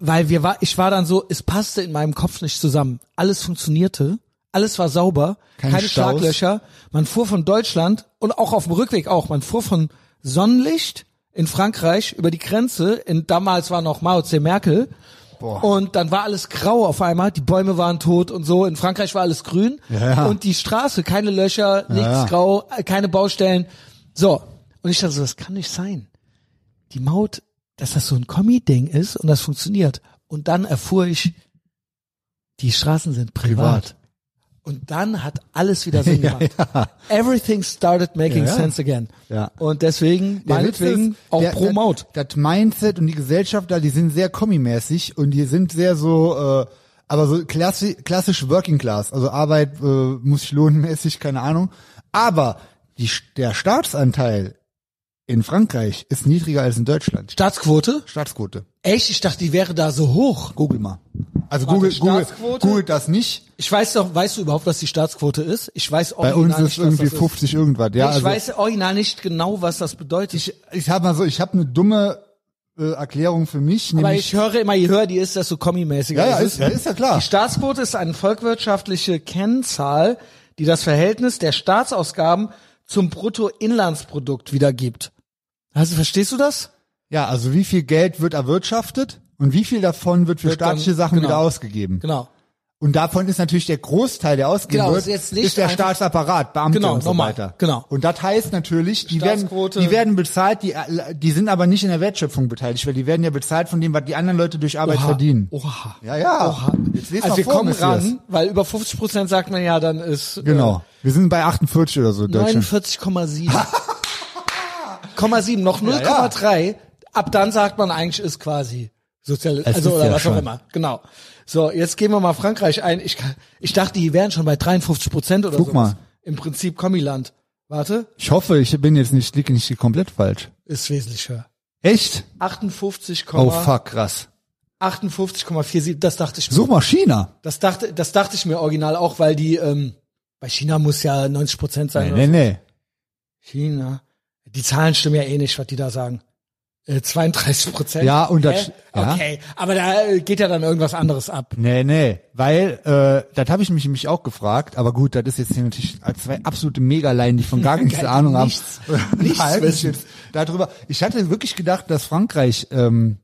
Speaker 1: weil wir war, ich war dann so, es passte in meinem Kopf nicht zusammen. Alles funktionierte, alles war sauber,
Speaker 2: Keine
Speaker 1: keine,
Speaker 2: Staus.
Speaker 1: Schlaglöcher. Man fuhr von Deutschland und auch auf dem Rückweg auch. Man fuhr von Sonnenlicht in Frankreich über die Grenze. In, damals war noch Mao C. Merkel.
Speaker 2: Boah.
Speaker 1: Und dann war alles grau auf einmal. Die Bäume waren tot und so. In Frankreich war alles grün
Speaker 2: Ja, ja.
Speaker 1: und die Straße, keine Löcher, nichts
Speaker 2: ja.
Speaker 1: grau, äh, keine Baustellen. So und ich dachte so, das kann nicht sein die Maut, dass das so ein Kommi-Ding ist und das funktioniert. Und dann erfuhr ich, die Straßen sind privat.
Speaker 2: Privat.
Speaker 1: Und dann hat alles wieder Sinn
Speaker 2: Ja,
Speaker 1: gemacht. Everything started making
Speaker 2: Ja, ja.
Speaker 1: sense again.
Speaker 2: Ja.
Speaker 1: Und deswegen,
Speaker 2: Der Witz
Speaker 1: meinetwegen,
Speaker 2: ist,
Speaker 1: auch
Speaker 2: der-
Speaker 1: pro Maut.
Speaker 2: Das, das Mindset und die Gesellschaft da, die sind sehr kommimäßig und die sind sehr so, äh, aber so klassi klassisch Working Class, also Arbeit äh, muss ich lohnmäßig, keine Ahnung. Aber die, der Staatsanteil in Frankreich ist niedriger als in Deutschland.
Speaker 1: Staatsquote?
Speaker 2: Staatsquote.
Speaker 1: Echt? Ich dachte, die wäre da so hoch.
Speaker 2: Google mal.
Speaker 1: Warte,
Speaker 2: Also Google, Google,
Speaker 1: Staatsquote?
Speaker 2: Google das nicht.
Speaker 1: Ich weiß doch, weißt du überhaupt, was die Staatsquote ist? Ich weiß
Speaker 2: Bei
Speaker 1: original
Speaker 2: uns ist
Speaker 1: nicht, was
Speaker 2: irgendwie
Speaker 1: das ist.
Speaker 2: 50 irgendwas. Ja,
Speaker 1: ich
Speaker 2: also,
Speaker 1: weiß original nicht genau, was das bedeutet.
Speaker 2: ich, ich habe mal so, ich habe eine dumme äh, Erklärung für mich,
Speaker 1: Aber
Speaker 2: nämlich
Speaker 1: ich höre immer, je höher die ist, desto kommimäßiger
Speaker 2: Ja, ja,
Speaker 1: ist es.
Speaker 2: ist- ja, ist ja klar.
Speaker 1: Die Staatsquote ist eine volkswirtschaftliche Kennzahl, die das Verhältnis der Staatsausgaben zum Bruttoinlandsprodukt wiedergibt. Also verstehst du das?
Speaker 2: Ja, also wie viel Geld wird erwirtschaftet und wie viel davon wird für
Speaker 1: Wird dann-
Speaker 2: staatliche Sachen
Speaker 1: genau.
Speaker 2: wieder ausgegeben.
Speaker 1: Genau.
Speaker 2: Und davon ist natürlich der Großteil, der ausgegeben
Speaker 1: Genau,
Speaker 2: wird,
Speaker 1: ist jetzt nicht
Speaker 2: ist der
Speaker 1: einfach-
Speaker 2: Staatsapparat, Beamte
Speaker 1: Genau,
Speaker 2: und so
Speaker 1: nochmal,
Speaker 2: weiter.
Speaker 1: genau.
Speaker 2: Und das heißt natürlich, die werden,
Speaker 1: Staatsquote-
Speaker 2: die werden bezahlt, die, die sind aber nicht in der Wertschöpfung beteiligt, weil die werden ja bezahlt von dem, was die anderen Leute durch Arbeit verdienen.
Speaker 1: Oha.
Speaker 2: Ja, ja.
Speaker 1: Oha.
Speaker 2: Jetzt lest mal
Speaker 1: also wir
Speaker 2: vor,
Speaker 1: kommen
Speaker 2: Messias.
Speaker 1: ran, weil über 50 Prozent sagt man ja, dann ist
Speaker 2: Genau. Wir sind bei 48 oder so,
Speaker 1: äh,
Speaker 2: Deutschland.
Speaker 1: 49,7. 0,7, noch 0,3. Ab dann sagt man eigentlich ist quasi sozial,
Speaker 2: Es
Speaker 1: also
Speaker 2: ist
Speaker 1: oder
Speaker 2: ja
Speaker 1: was
Speaker 2: schon.
Speaker 1: auch immer. Genau. So, jetzt gehen wir mal Frankreich ein. Ich, kann- ich dachte, die wären schon bei 53 Prozent oder so.
Speaker 2: Guck mal.
Speaker 1: Im Prinzip Kommiland. Warte,
Speaker 2: Ich hoffe, ich bin jetzt nicht, liege nicht komplett falsch.
Speaker 1: ist wesentlich höher.
Speaker 2: Echt?
Speaker 1: 58,
Speaker 2: Oh fuck, krass.
Speaker 1: 58,47, das dachte ich mir.
Speaker 2: Such mal China.
Speaker 1: Das dachte, das dachte ich mir original auch, weil die, ähm, bei China muss ja 90 Prozent sein.
Speaker 2: Nee,
Speaker 1: oder
Speaker 2: nee, nee.
Speaker 1: China. Die Zahlen stimmen ja eh nicht, was die da sagen. Äh, 32 Prozent.
Speaker 2: Ja, und das- ja.
Speaker 1: Okay, aber da äh, geht ja dann irgendwas anderes ab.
Speaker 2: Nee, nee, weil äh, das habe ich mich nämlich auch gefragt, aber gut, das ist jetzt hier natürlich zwei absolute Megaleien, die von gar nichts
Speaker 1: Geil,
Speaker 2: Ahnung haben.
Speaker 1: nichts, nichts
Speaker 2: Halten sich
Speaker 1: wissen.
Speaker 2: jetzt darüber. Ich hatte wirklich gedacht, dass Frankreich, ähm,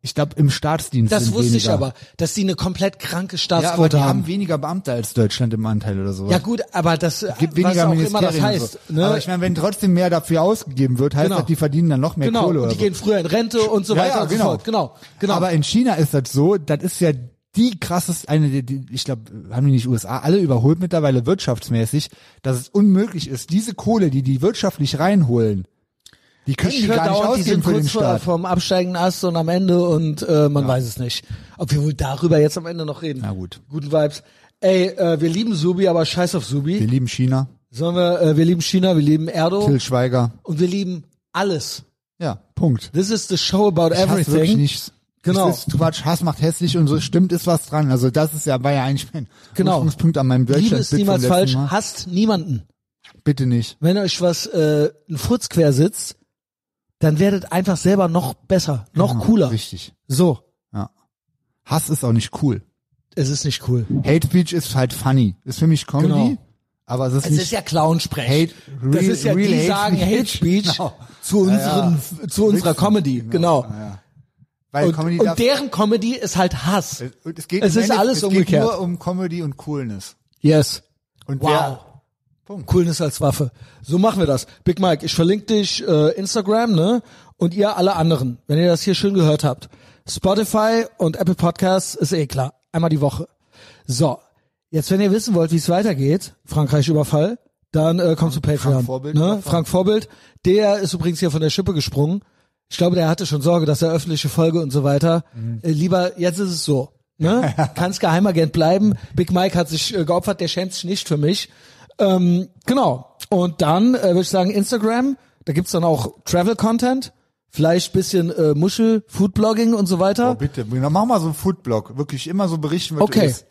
Speaker 2: ich glaube, im Staatsdienst
Speaker 1: Das
Speaker 2: sind
Speaker 1: wusste
Speaker 2: weniger.
Speaker 1: ich aber, dass die eine komplett kranke
Speaker 2: Ja, aber die
Speaker 1: Staatsquote
Speaker 2: haben.
Speaker 1: haben.
Speaker 2: weniger Beamte als Deutschland im Anteil oder sowas.
Speaker 1: Ja gut, aber das, äh,
Speaker 2: gibt
Speaker 1: was
Speaker 2: weniger
Speaker 1: auch immer
Speaker 2: Ministerien.
Speaker 1: das heißt.
Speaker 2: und so.
Speaker 1: Ne?
Speaker 2: Aber ich meine, wenn trotzdem mehr dafür ausgegeben wird, heißt
Speaker 1: Genau.
Speaker 2: das, die verdienen dann noch mehr
Speaker 1: genau,
Speaker 2: Kohle
Speaker 1: und
Speaker 2: oder
Speaker 1: die
Speaker 2: so.
Speaker 1: gehen früher in Rente und so
Speaker 2: Ja,
Speaker 1: weiter
Speaker 2: ja,
Speaker 1: und
Speaker 2: genau.
Speaker 1: so fort. Genau, genau.
Speaker 2: Aber in China ist das so, das ist ja die krasseste, eine, die, die, ich glaube, haben die nicht USA alle überholt mittlerweile wirtschaftsmäßig, dass es unmöglich ist, diese Kohle, die die wirtschaftlich reinholen, die können
Speaker 1: ich
Speaker 2: die
Speaker 1: höre
Speaker 2: gar nicht
Speaker 1: dauernd, die
Speaker 2: ausgeben
Speaker 1: sind
Speaker 2: für den
Speaker 1: kurz vor,
Speaker 2: Staat.
Speaker 1: vom absteigenden Ast und am Ende und äh, man weiß es nicht. Ob wir wohl darüber jetzt am Ende noch reden.
Speaker 2: Na gut.
Speaker 1: Guten Vibes. Ey, äh, wir lieben Subi, aber scheiß auf
Speaker 2: Wir
Speaker 1: Subi.
Speaker 2: lieben China,
Speaker 1: Sollen wir, äh, wir lieben China, wir lieben Erdo
Speaker 2: Hm. Till Schweiger.
Speaker 1: und wir lieben alles.
Speaker 2: Ja, Punkt.
Speaker 1: This is the show about
Speaker 2: Ich hasse wirklich
Speaker 1: everything.
Speaker 2: nichts.
Speaker 1: Genau.
Speaker 2: Das ist Quatsch, Hass macht hässlich und so stimmt ist was dran. Also das ist ja, war ja eigentlich mein
Speaker 1: Genau.
Speaker 2: Ursprungspunkt an meinem
Speaker 1: Liebe ist
Speaker 2: Deutschlandbild vom
Speaker 1: niemals
Speaker 2: letzten
Speaker 1: falsch,
Speaker 2: Mal.
Speaker 1: hasst niemanden.
Speaker 2: Bitte nicht.
Speaker 1: Wenn euch was äh, ein Furz quer sitzt, dann werdet einfach selber noch besser, noch
Speaker 2: Genau,
Speaker 1: cooler.
Speaker 2: Richtig.
Speaker 1: So,
Speaker 2: Hass ist auch nicht cool.
Speaker 1: es ist nicht cool.
Speaker 2: Hate Speech ist halt funny. Ist für mich Comedy,
Speaker 1: Genau.
Speaker 2: aber es ist
Speaker 1: Es
Speaker 2: nicht
Speaker 1: ist ja Clown-Sprech.
Speaker 2: Hate, real,
Speaker 1: das ist ja
Speaker 2: real
Speaker 1: die
Speaker 2: hate
Speaker 1: sagen
Speaker 2: Speech.
Speaker 1: Hate Speech
Speaker 2: Genau.
Speaker 1: zu unseren, zu unserer
Speaker 2: Witzen.
Speaker 1: Comedy, genau.
Speaker 2: Ja, ja. Weil
Speaker 1: Und,
Speaker 2: Comedy darf,
Speaker 1: und deren Comedy ist halt Hass.
Speaker 2: und es geht
Speaker 1: es
Speaker 2: im
Speaker 1: ist
Speaker 2: Endeffekt-
Speaker 1: alles
Speaker 2: es
Speaker 1: umgekehrt.
Speaker 2: Geht nur um Comedy und Coolness.
Speaker 1: Yes.
Speaker 2: Und
Speaker 1: Wow.
Speaker 2: wer- Punkt.
Speaker 1: Coolness als Waffe. So machen wir das. Big Mike, ich verlinke dich äh, Instagram, ne? Und ihr alle anderen, wenn ihr das hier schön gehört habt. Spotify und Apple Podcasts ist eh klar. Einmal die Woche. So, jetzt wenn ihr wissen wollt, wie es weitergeht, Frankreich Überfall, dann äh, kommt zu Patreon.
Speaker 2: Frank Vorbild
Speaker 1: ne?
Speaker 2: Überfall.
Speaker 1: Frank Vorbild, der ist übrigens hier von der Schippe gesprungen. Ich glaube, der hatte schon Sorge, dass er öffentliche Folge und so weiter.
Speaker 2: Mhm.
Speaker 1: Äh, lieber, jetzt ist es so. Ne? Kannst Geheimagent bleiben. Big Mike hat sich äh, geopfert, der schämt sich nicht für mich. Ähm, genau. Und dann äh, würde ich sagen, Instagram, da gibt's dann auch Travel-Content, vielleicht bisschen äh, Muschel, Food-Blogging und so
Speaker 2: Oh,
Speaker 1: weiter.
Speaker 2: bitte, dann mach mal so einen Foodblog. Wirklich immer so berichten, was
Speaker 1: Okay.
Speaker 2: du isst.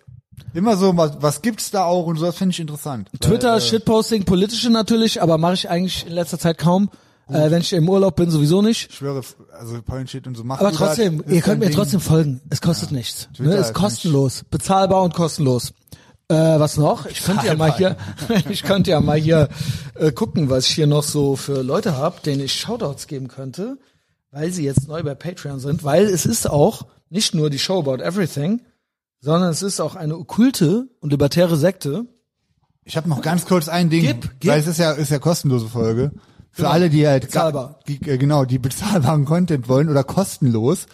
Speaker 2: Immer so, was, was gibt's da auch und so, das finde ich interessant.
Speaker 1: Twitter, Shitposting, politische natürlich, aber mache ich eigentlich in letzter Zeit kaum. Äh, wenn ich im Urlaub bin, sowieso nicht.
Speaker 2: Ich schwöre, also Pollen Shit und so macht
Speaker 1: Aber
Speaker 2: du
Speaker 1: trotzdem,
Speaker 2: das, ist
Speaker 1: ihr könnt
Speaker 2: dein
Speaker 1: mir
Speaker 2: Ding.
Speaker 1: trotzdem folgen. Es kostet nichts. Ne?
Speaker 2: Twitter
Speaker 1: Ist
Speaker 2: ist
Speaker 1: kostenlos. Bezahlbar und kostenlos. Äh, was noch? Ich könnte ja mal hier, ich könnte ja mal hier äh, gucken, was ich hier noch so für Leute habe, denen ich Shoutouts geben könnte, weil sie jetzt neu bei Patreon sind, weil es ist auch nicht nur die Show about everything, sondern es ist auch eine okkulte und libertäre Sekte.
Speaker 2: Ich habe noch ganz kurz ein Ding,
Speaker 1: Gib, gib. Genau.
Speaker 2: weil es ist ja ist ja kostenlose Folge für alle, die halt ga-
Speaker 1: Bezahlbar.
Speaker 2: die, äh, genau die bezahlbaren Content wollen oder kostenlos.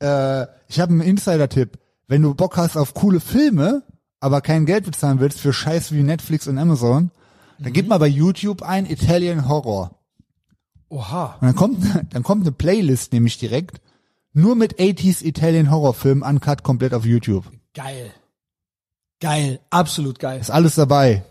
Speaker 2: Äh, ich habe einen Insider-Tipp: Wenn du Bock hast auf coole Filme, aber kein Geld bezahlen willst für Scheiß wie Netflix und Amazon, dann
Speaker 1: Mhm.
Speaker 2: gib mal bei YouTube ein Italian Horror.
Speaker 1: Oha.
Speaker 2: Und dann kommt, dann kommt eine Playlist nämlich direkt, nur mit 80s Italian Horrorfilmen, uncut komplett auf YouTube.
Speaker 1: Geil. Geil. Absolut geil.
Speaker 2: Ist alles dabei.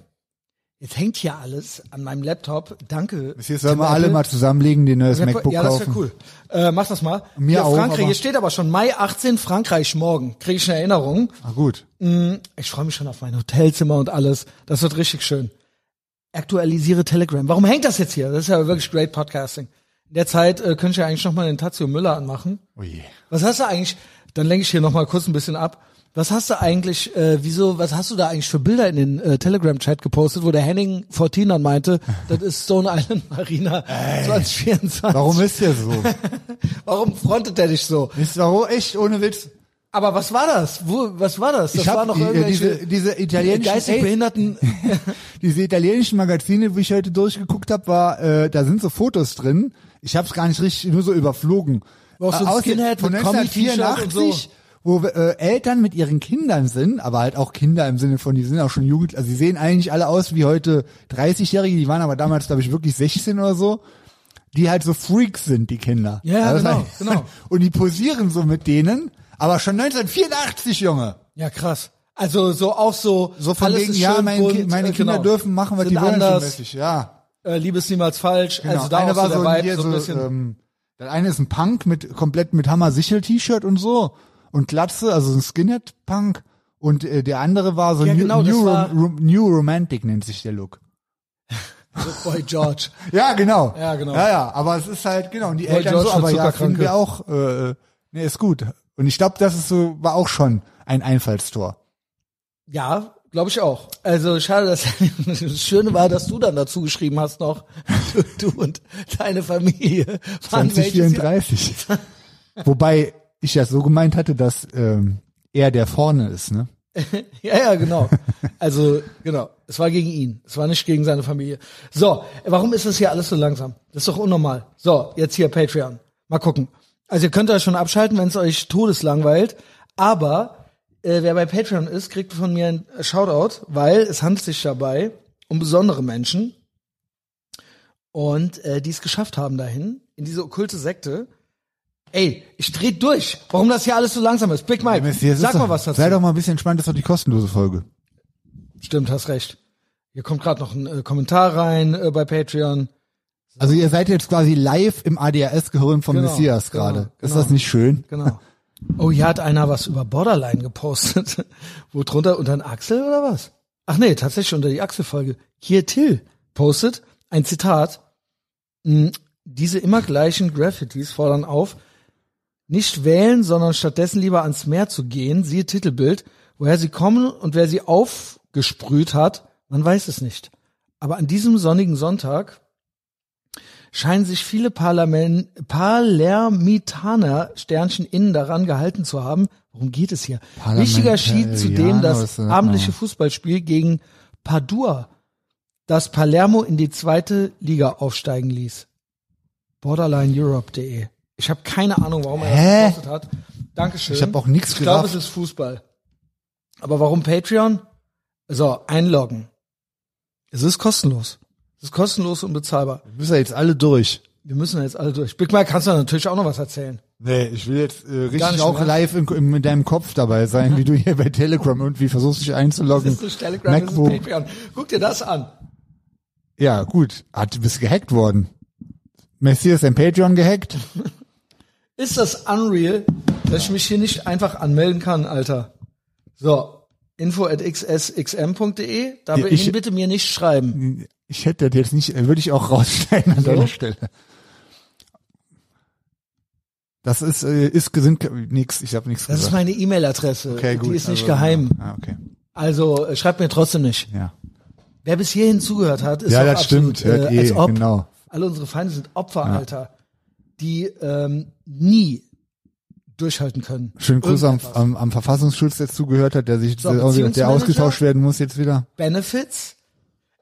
Speaker 1: Jetzt hängt hier alles an meinem Laptop. Danke.
Speaker 2: Jetzt sollen wir
Speaker 1: Tim
Speaker 2: alle
Speaker 1: Apple.
Speaker 2: mal zusammenlegen, die neues
Speaker 1: Ja,
Speaker 2: MacBook
Speaker 1: ja, das
Speaker 2: kaufen.
Speaker 1: wäre cool. Äh, mach das mal.
Speaker 2: Mir
Speaker 1: Hier,
Speaker 2: auch,
Speaker 1: Frankreich,
Speaker 2: aber-
Speaker 1: hier steht aber schon Mai 18, Frankreich morgen. Kriege ich eine Erinnerung.
Speaker 2: Ah, gut.
Speaker 1: Ich freue mich schon auf mein Hotelzimmer und alles. Das wird richtig schön. Aktualisiere Telegram. Warum hängt das jetzt hier? Das ist ja wirklich great Podcasting. In der Zeit äh, könnte ich ja eigentlich nochmal den Tazio Müller anmachen.
Speaker 2: Oh je.
Speaker 1: Was hast du eigentlich, dann lenke ich hier nochmal kurz ein bisschen ab. Was hast du eigentlich, äh, wieso, was hast du da eigentlich für Bilder in den äh, Telegram-Chat gepostet, wo der Henning 14 dann meinte, das ist Stone Island Marina 2024.
Speaker 2: Warum ist der so?
Speaker 1: Warum frontet er dich so?
Speaker 2: ist warum echt ohne Witz?
Speaker 1: Aber was war das? Wo, was war das? Das
Speaker 2: Ich
Speaker 1: war
Speaker 2: habe
Speaker 1: noch
Speaker 2: die, äh, diese,
Speaker 1: irgendwelche
Speaker 2: diese italienischen
Speaker 1: geistig
Speaker 2: ey,
Speaker 1: behinderten.
Speaker 2: diese italienischen Magazine, wie ich heute durchgeguckt habe, war äh, da sind so Fotos drin. Ich habe es gar nicht richtig nur so überflogen.
Speaker 1: War auch so ein
Speaker 2: Äh, außer-
Speaker 1: Skinhead
Speaker 2: von
Speaker 1: mit Kombi-T-Shirt und so.
Speaker 2: 1984, wo äh, Eltern mit ihren Kindern sind, aber halt auch Kinder im Sinne von, die sind auch schon Jugend, also sie sehen eigentlich alle aus wie heute 30-Jährige, die waren aber damals, glaube ich, wirklich 16 oder so, die halt so Freaks sind, die Kinder.
Speaker 1: Ja, ja,
Speaker 2: Also das
Speaker 1: genau,
Speaker 2: heißt-
Speaker 1: genau.
Speaker 2: Und die posieren so mit denen, aber schon 1984, Junge.
Speaker 1: Ja, krass. Also so auch so,
Speaker 2: So von
Speaker 1: alles
Speaker 2: wegen,
Speaker 1: ist
Speaker 2: ja,
Speaker 1: schön
Speaker 2: mein
Speaker 1: bunt,
Speaker 2: Ki- meine
Speaker 1: äh,
Speaker 2: Kinder
Speaker 1: genau.
Speaker 2: dürfen machen, was
Speaker 1: Sind
Speaker 2: die wollen,
Speaker 1: anders,
Speaker 2: mäßig, Genau. ja.
Speaker 1: äh, Liebe ist niemals falsch. Also da
Speaker 2: eine
Speaker 1: war so der
Speaker 2: ein-
Speaker 1: Vibe
Speaker 2: hier
Speaker 1: so ein bisschen.
Speaker 2: Ähm, der eine ist ein Punk mit komplett mit Hammer Sichel T-Shirt und so und Glatze, also ein Skinhead Punk und äh, der andere war so
Speaker 1: Ja,
Speaker 2: New,
Speaker 1: genau, das
Speaker 2: New,
Speaker 1: war-
Speaker 2: Rom- New Romantic nennt sich der Look.
Speaker 1: so Boy George.
Speaker 2: Ja, genau.
Speaker 1: Ja, genau.
Speaker 2: Ja, ja, aber es ist halt genau und die
Speaker 1: Boy
Speaker 2: Eltern
Speaker 1: George
Speaker 2: so,
Speaker 1: für
Speaker 2: aber ja,
Speaker 1: Zuckerkranke.
Speaker 2: finden wir auch äh, nee, ist gut. Und ich glaube, das ist so war auch schon ein Einfallstor.
Speaker 1: Ja, glaube ich auch. Also schade, dass das Schöne war, dass du dann dazu geschrieben hast noch, du, du und deine Familie. Wann, welches Jahr?
Speaker 2: 2034. Wobei ich das so gemeint hatte, dass ähm, er der vorne ist, ne?
Speaker 1: Ja, ja, genau. Also, genau. Es war gegen ihn. Es war nicht gegen seine Familie. So, warum ist das hier alles so langsam? Das ist doch unnormal. So, jetzt hier Patreon. Mal gucken. Also ihr könnt da schon abschalten, wenn es euch todeslangweilt. Aber äh, wer bei Patreon ist, kriegt von mir ein Shoutout, weil es handelt sich dabei um besondere Menschen und äh, die es geschafft haben dahin, in diese okkulte Sekte. Ey, ich dreh durch. Warum das hier alles so langsam ist. Big Mike,
Speaker 2: Mist, hier ist
Speaker 1: Halt, sag
Speaker 2: doch,
Speaker 1: mal was dazu.
Speaker 2: Sei doch mal ein bisschen entspannt, das ist doch die kostenlose Folge.
Speaker 1: Stimmt, hast recht. Hier kommt gerade noch ein äh, Kommentar rein äh, bei Patreon.
Speaker 2: Also ihr seid jetzt quasi live im ADHS-Gehirn vom
Speaker 1: Genau,
Speaker 2: Messias
Speaker 1: genau,
Speaker 2: gerade. Ist
Speaker 1: genau.
Speaker 2: das nicht schön?
Speaker 1: Genau. Oh, hier hat einer was über Borderline gepostet. Wo drunter? Unter den Axel oder was? Ach nee, tatsächlich unter die Axel-Folge. Hier Till postet ein Zitat. "Mm, Diese immer gleichen Graffitis fordern auf, nicht wählen, sondern stattdessen lieber ans Meer zu gehen. Siehe Titelbild. Woher sie kommen und wer sie aufgesprüht hat, man weiß es nicht. Aber an diesem sonnigen Sonntag scheinen sich viele Parlamen Palermitaner Sternchen innen daran gehalten zu haben. Worum geht es hier? Wichtiger schied zudem das
Speaker 2: Parlamentarianer, was-
Speaker 1: abendliche Fußballspiel gegen Padua, das Palermo in die zweite Liga aufsteigen ließ. Borderlineeurope.de. E. Ich habe keine Ahnung, warum er
Speaker 2: Hä?
Speaker 1: das gepostet hat. Dankeschön.
Speaker 2: Ich hab auch nix
Speaker 1: Ich glaube, es
Speaker 2: gerafft.
Speaker 1: ist Fußball. Aber warum Patreon? So, einloggen. Es ist kostenlos. Es ist kostenlos und bezahlbar.
Speaker 2: Müssen wir jetzt alle durch.
Speaker 1: Wir müssen jetzt alle durch. Big Mike, kannst du natürlich auch noch was erzählen?
Speaker 2: Nee, ich will jetzt äh,
Speaker 1: nicht
Speaker 2: richtig auch
Speaker 1: mehr.
Speaker 2: live in, in, in deinem Kopf dabei sein, wie du hier bei Telegram irgendwie versuchst, dich einzuloggen.
Speaker 1: Das ist Telegram,
Speaker 2: Hm. MacBook.
Speaker 1: das ist Patreon. Guck dir das an.
Speaker 2: Ja, gut. Hat, du bist gehackt worden. Messias ist ein Patreon gehackt.
Speaker 1: Ist das unreal, dass ich mich hier nicht einfach anmelden kann, Alter? So, info at xsxm.de. E. Da
Speaker 2: Ja, ich-
Speaker 1: ich, bitte mir nicht schreiben.
Speaker 2: Ich hätte das jetzt nicht, äh, würde ich auch rausschneiden an
Speaker 1: So?
Speaker 2: deiner Stelle. Das ist, äh, ist gesinnt, nix, ich habe nichts
Speaker 1: Das
Speaker 2: gesagt.
Speaker 1: ist meine E-Mail-Adresse.
Speaker 2: okay, gut.
Speaker 1: Die ist nicht
Speaker 2: also,
Speaker 1: geheim.
Speaker 2: Ah, okay.
Speaker 1: Also äh, schreibt mir trotzdem nicht.
Speaker 2: Ja.
Speaker 1: Wer bis hierhin zugehört hat, ist
Speaker 2: Ja,
Speaker 1: doch
Speaker 2: das
Speaker 1: absolut,
Speaker 2: stimmt. Hört
Speaker 1: äh,
Speaker 2: eh,
Speaker 1: als ob.
Speaker 2: genau.
Speaker 1: Alle unsere Feinde sind Opfer, Alter, die ähm, nie durchhalten können.
Speaker 2: Schönen Gruß am, am, am Verfassungsschutz, der zugehört hat, der sich,
Speaker 1: So,
Speaker 2: der, der
Speaker 1: Beziehungsmanager?
Speaker 2: ausgetauscht werden muss jetzt wieder.
Speaker 1: Benefits.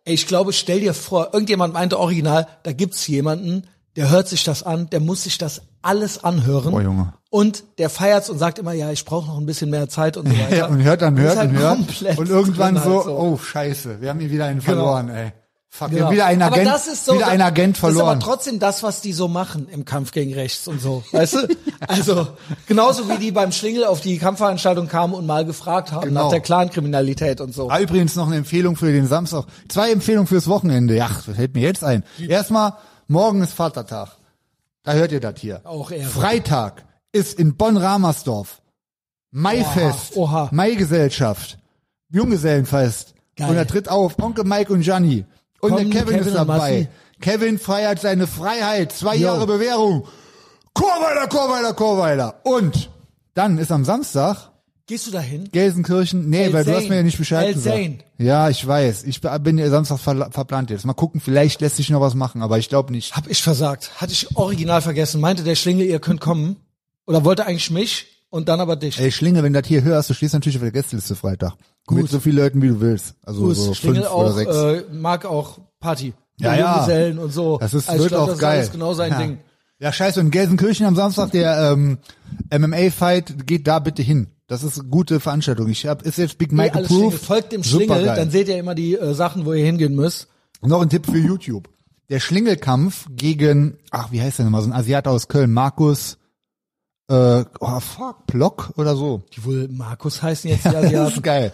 Speaker 1: Ey, ich glaube, stell dir vor, irgendjemand meinte original, da gibt's jemanden, der hört sich das an, der muss sich das alles anhören.
Speaker 2: Boah, Junge.
Speaker 1: Und der feiert's und sagt immer, ja, ich brauche noch ein bisschen mehr Zeit und so weiter.
Speaker 2: Ja, und hört dann,
Speaker 1: Das ist
Speaker 2: hört
Speaker 1: halt
Speaker 2: und hört.
Speaker 1: komplett
Speaker 2: Und irgendwann
Speaker 1: drin
Speaker 2: so,
Speaker 1: halt
Speaker 2: oh scheiße, wir haben hier wieder einen verloren, ey. Fuck, wir
Speaker 1: Genau.
Speaker 2: haben wieder einen
Speaker 1: Aber
Speaker 2: Agent,
Speaker 1: das ist so,
Speaker 2: wieder einen
Speaker 1: Das
Speaker 2: Agent
Speaker 1: ist aber
Speaker 2: verloren.
Speaker 1: trotzdem das, was die so machen im Kampf gegen rechts und so, weißt du? Also genauso wie die beim Schlingel auf die Kampfveranstaltung kamen und mal gefragt haben
Speaker 2: Genau.
Speaker 1: nach der Clan-Kriminalität und so.
Speaker 2: Ah, übrigens noch eine Empfehlung für den Samstag. Zwei Empfehlungen fürs Wochenende. Ja, das fällt mir jetzt ein. Erstmal, morgen ist Vatertag. Da hört ihr das hier.
Speaker 1: Auch Ehre.
Speaker 2: Freitag ist in Bonn-Ramersdorf Maifest,
Speaker 1: Oha, oha.
Speaker 2: Maigesellschaft, Junggesellenfest.
Speaker 1: Geil.
Speaker 2: Und da tritt auf Onkel Mike und Gianni. Und der
Speaker 1: Kommen
Speaker 2: Kevin,
Speaker 1: Kevin
Speaker 2: ist
Speaker 1: und
Speaker 2: dabei.
Speaker 1: Massi.
Speaker 2: Kevin feiert seine Freiheit. Zwei
Speaker 1: Jo.
Speaker 2: Jahre Bewährung. Chorweiler, Chorweiler, Chorweiler. Und dann ist am Samstag
Speaker 1: Gehst du dahin?
Speaker 2: Gelsenkirchen? Nee,
Speaker 1: El
Speaker 2: weil du hast
Speaker 1: Zain.
Speaker 2: mir ja nicht Bescheid
Speaker 1: El
Speaker 2: gesagt.
Speaker 1: Zain.
Speaker 2: Ja, ich weiß. Ich bin ja Samstag verla- verplant jetzt. Mal gucken, vielleicht lässt sich noch was machen, aber ich glaube nicht.
Speaker 1: Hab ich versagt. Hatte ich original vergessen. Meinte der Schlingel, ihr könnt kommen. Oder wollte eigentlich mich und dann aber dich.
Speaker 2: Ey, Schlinge, wenn du das hier hörst, du stehst natürlich auf der Gästeliste Freitag. Mit so vielen Leuten, wie du willst. Also
Speaker 1: Fuß.
Speaker 2: so
Speaker 1: Schlingel
Speaker 2: fünf oder
Speaker 1: auch,
Speaker 2: sechs.
Speaker 1: äh, mag auch Party.
Speaker 2: Ja,
Speaker 1: Mit
Speaker 2: ja.
Speaker 1: Junggesellen und so.
Speaker 2: das ist,
Speaker 1: Also ich
Speaker 2: wird
Speaker 1: glaub,
Speaker 2: auch
Speaker 1: das ist
Speaker 2: geil.
Speaker 1: alles genau sein
Speaker 2: ja.
Speaker 1: Ding.
Speaker 2: Ja, scheiße. Und Gelsenkirchen am Samstag, der ähm, MMA-Fight, geht da bitte hin. Das ist eine gute Veranstaltung. Ich hab, ist jetzt Big
Speaker 1: Hey,
Speaker 2: Mike
Speaker 1: alles Schlingel.
Speaker 2: approved.
Speaker 1: Folgt dem
Speaker 2: Supergeil.
Speaker 1: Schlingel, dann seht ihr immer die äh, Sachen, wo ihr hingehen müsst.
Speaker 2: Noch ein Tipp für YouTube. Der Schlingelkampf gegen, ach, wie heißt der nochmal, so ein Asiate aus Köln, Markus, äh, oh, fuck, Block oder so.
Speaker 1: Die wohl Markus heißen jetzt die Asiaten.
Speaker 2: Das ist geil.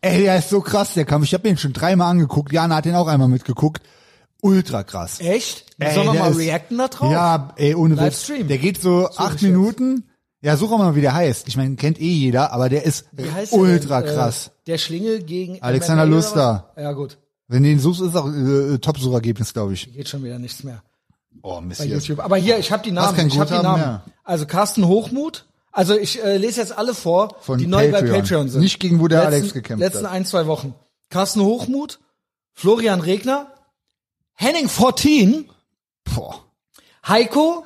Speaker 2: Ey, der ist so krass, der Kampf. Ich habe ihn schon dreimal angeguckt. Jana hat ihn auch einmal mitgeguckt. Ultra krass.
Speaker 1: Echt?
Speaker 2: Ey,
Speaker 1: Sollen wir
Speaker 2: der
Speaker 1: mal
Speaker 2: ist-
Speaker 1: reacten da drauf?
Speaker 2: Ja, ey, ohne Witz.
Speaker 1: Livestream.
Speaker 2: Der geht so
Speaker 1: ich
Speaker 2: acht
Speaker 1: jetzt.
Speaker 2: Minuten. Ja, such auch mal, wie der heißt. Ich meine, kennt eh jeder, aber der ist
Speaker 1: Wie heißt der
Speaker 2: ultra
Speaker 1: denn? Äh,
Speaker 2: krass.
Speaker 1: Der Schlingel gegen
Speaker 2: Alexander
Speaker 1: MMA oder
Speaker 2: Luster.
Speaker 1: was? Ja gut,
Speaker 2: Wenn du ihn suchst, ist auch äh, Top-Suchergebnis, glaube ich.
Speaker 1: geht schon wieder nichts mehr.
Speaker 2: Oh, Mist.
Speaker 1: bei YouTube. Aber hier, ich habe die Namen.
Speaker 2: kein
Speaker 1: Ich habe die
Speaker 2: Guthaben
Speaker 1: Namen.
Speaker 2: mehr.
Speaker 1: Also Carsten Hochmut. Also ich äh, lese jetzt alle vor,
Speaker 2: Von
Speaker 1: die neu bei
Speaker 2: Patreon.
Speaker 1: Patreon sind.
Speaker 2: Nicht gegen wo der
Speaker 1: letzten,
Speaker 2: Alex gekämpft
Speaker 1: letzten
Speaker 2: hat.
Speaker 1: ein, zwei Wochen. Carsten Hochmut, Florian Regner, Henning 14,
Speaker 2: Boah.
Speaker 1: Heiko,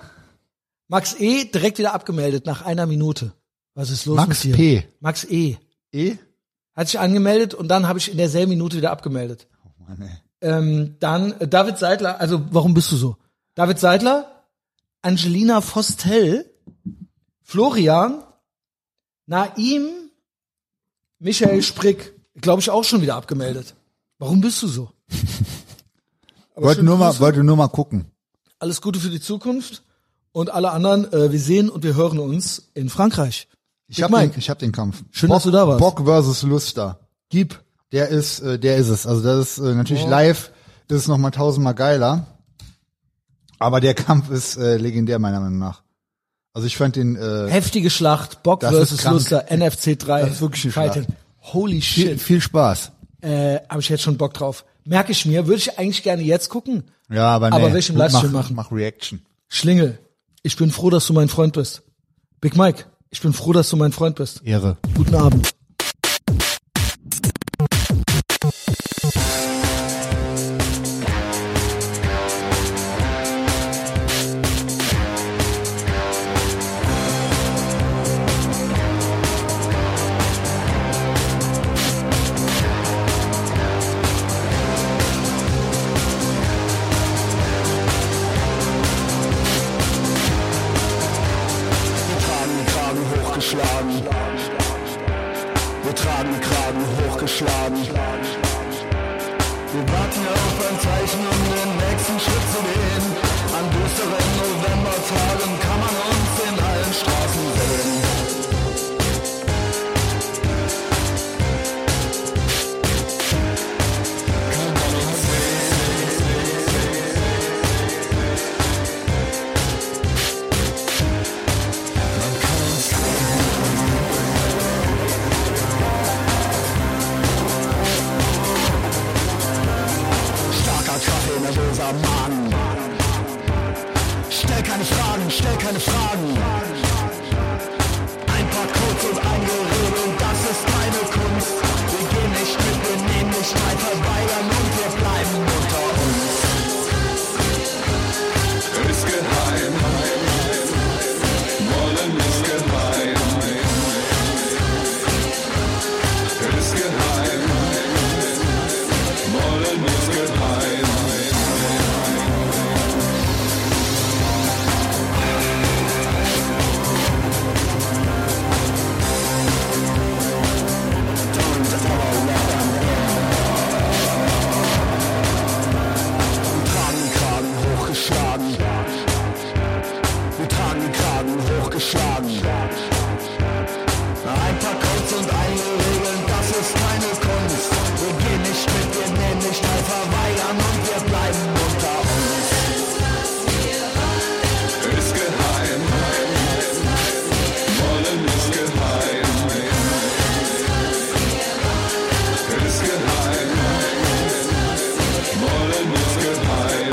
Speaker 1: Max E. direkt wieder abgemeldet nach einer Minute. Was ist los
Speaker 2: Max
Speaker 1: mit dir?
Speaker 2: P.
Speaker 1: Max E.
Speaker 2: E?
Speaker 1: Hat sich angemeldet und dann habe ich in derselben Minute wieder abgemeldet.
Speaker 2: Oh, Mann, ey.
Speaker 1: Ähm, dann äh, David Seidler, also warum bist du so? David Seidler, Angelina Vostell, Florian, Naim, Michael Sprick, glaube ich auch schon wieder abgemeldet. Warum bist du so? Aber
Speaker 2: Wollte
Speaker 1: schöne
Speaker 2: nur, mal,
Speaker 1: Grüße,
Speaker 2: wollte nur mal gucken.
Speaker 1: alles Gute für die Zukunft und alle anderen, äh, wir sehen und wir hören uns in Frankreich.
Speaker 2: Ich
Speaker 1: Big
Speaker 2: hab
Speaker 1: Mike.
Speaker 2: den, ich hab den Kampf.
Speaker 1: Schön, dass du da warst.
Speaker 2: Bock versus Luster. Gib. Der ist, äh, der ist es. Also das ist äh, natürlich live, das ist nochmal tausendmal geiler. Aber der Kampf ist äh, legendär meiner Meinung nach. Also ich fand den äh,
Speaker 1: Heftige Schlacht, Bock
Speaker 2: Das ist
Speaker 1: versus
Speaker 2: krank.
Speaker 1: Luster, NFC 3.
Speaker 2: Das ist wirklich eine Schlacht.
Speaker 1: Fighting. Holy
Speaker 2: viel,
Speaker 1: shit.
Speaker 2: viel Spaß.
Speaker 1: Äh, Habe ich jetzt schon Bock drauf. Merke ich mir, würde ich eigentlich gerne jetzt gucken.
Speaker 2: Ja, aber nee.
Speaker 1: Aber will ich im Livestream
Speaker 2: mach,
Speaker 1: machen.
Speaker 2: Mach Reaction.
Speaker 1: Schlingel, ich bin froh, dass du mein Freund bist. Big Mike, ich bin froh, dass du mein Freund bist.
Speaker 2: Ehre.
Speaker 1: Guten Abend.
Speaker 4: Wir tragen den Kragen hochgeschlagen. Wir tragen den Kragen hochgeschlagen. Wir warten auf ein Zeichen, um den nächsten Schritt zu gehen. An düsteren Novembertagen kann man uns in allen Straßen sehen. Starker Kaffee, nervöser Magen. Stell keine Fragen, stell keine Fragen. Ein paar Codes und ein Gerede, und das ist keine Kunst. Wir gehen nicht mit, wir nehmen nicht teil, verweigern und wir bleiben unter uns.
Speaker 5: ist geheim. Wollen ist geheim. Ist geheim. Wollen ist geheim.
Speaker 4: tragen den Kragen hochgeschlagen. Wir tragen den Kragen hochgeschlagen. Ein paar Codes und einige Regeln, das ist keine Kunst. Wir gehen nicht mit, wir nehmen nicht teil, verweigern und wir bleiben unter uns.
Speaker 5: Ist geheim. Wollen ist geheim. Ist geheim. Wollen ist geheim.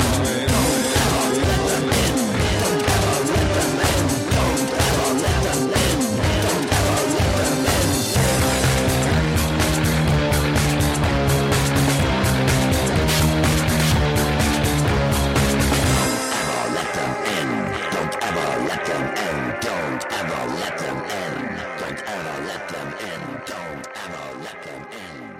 Speaker 4: Don't ever let them in.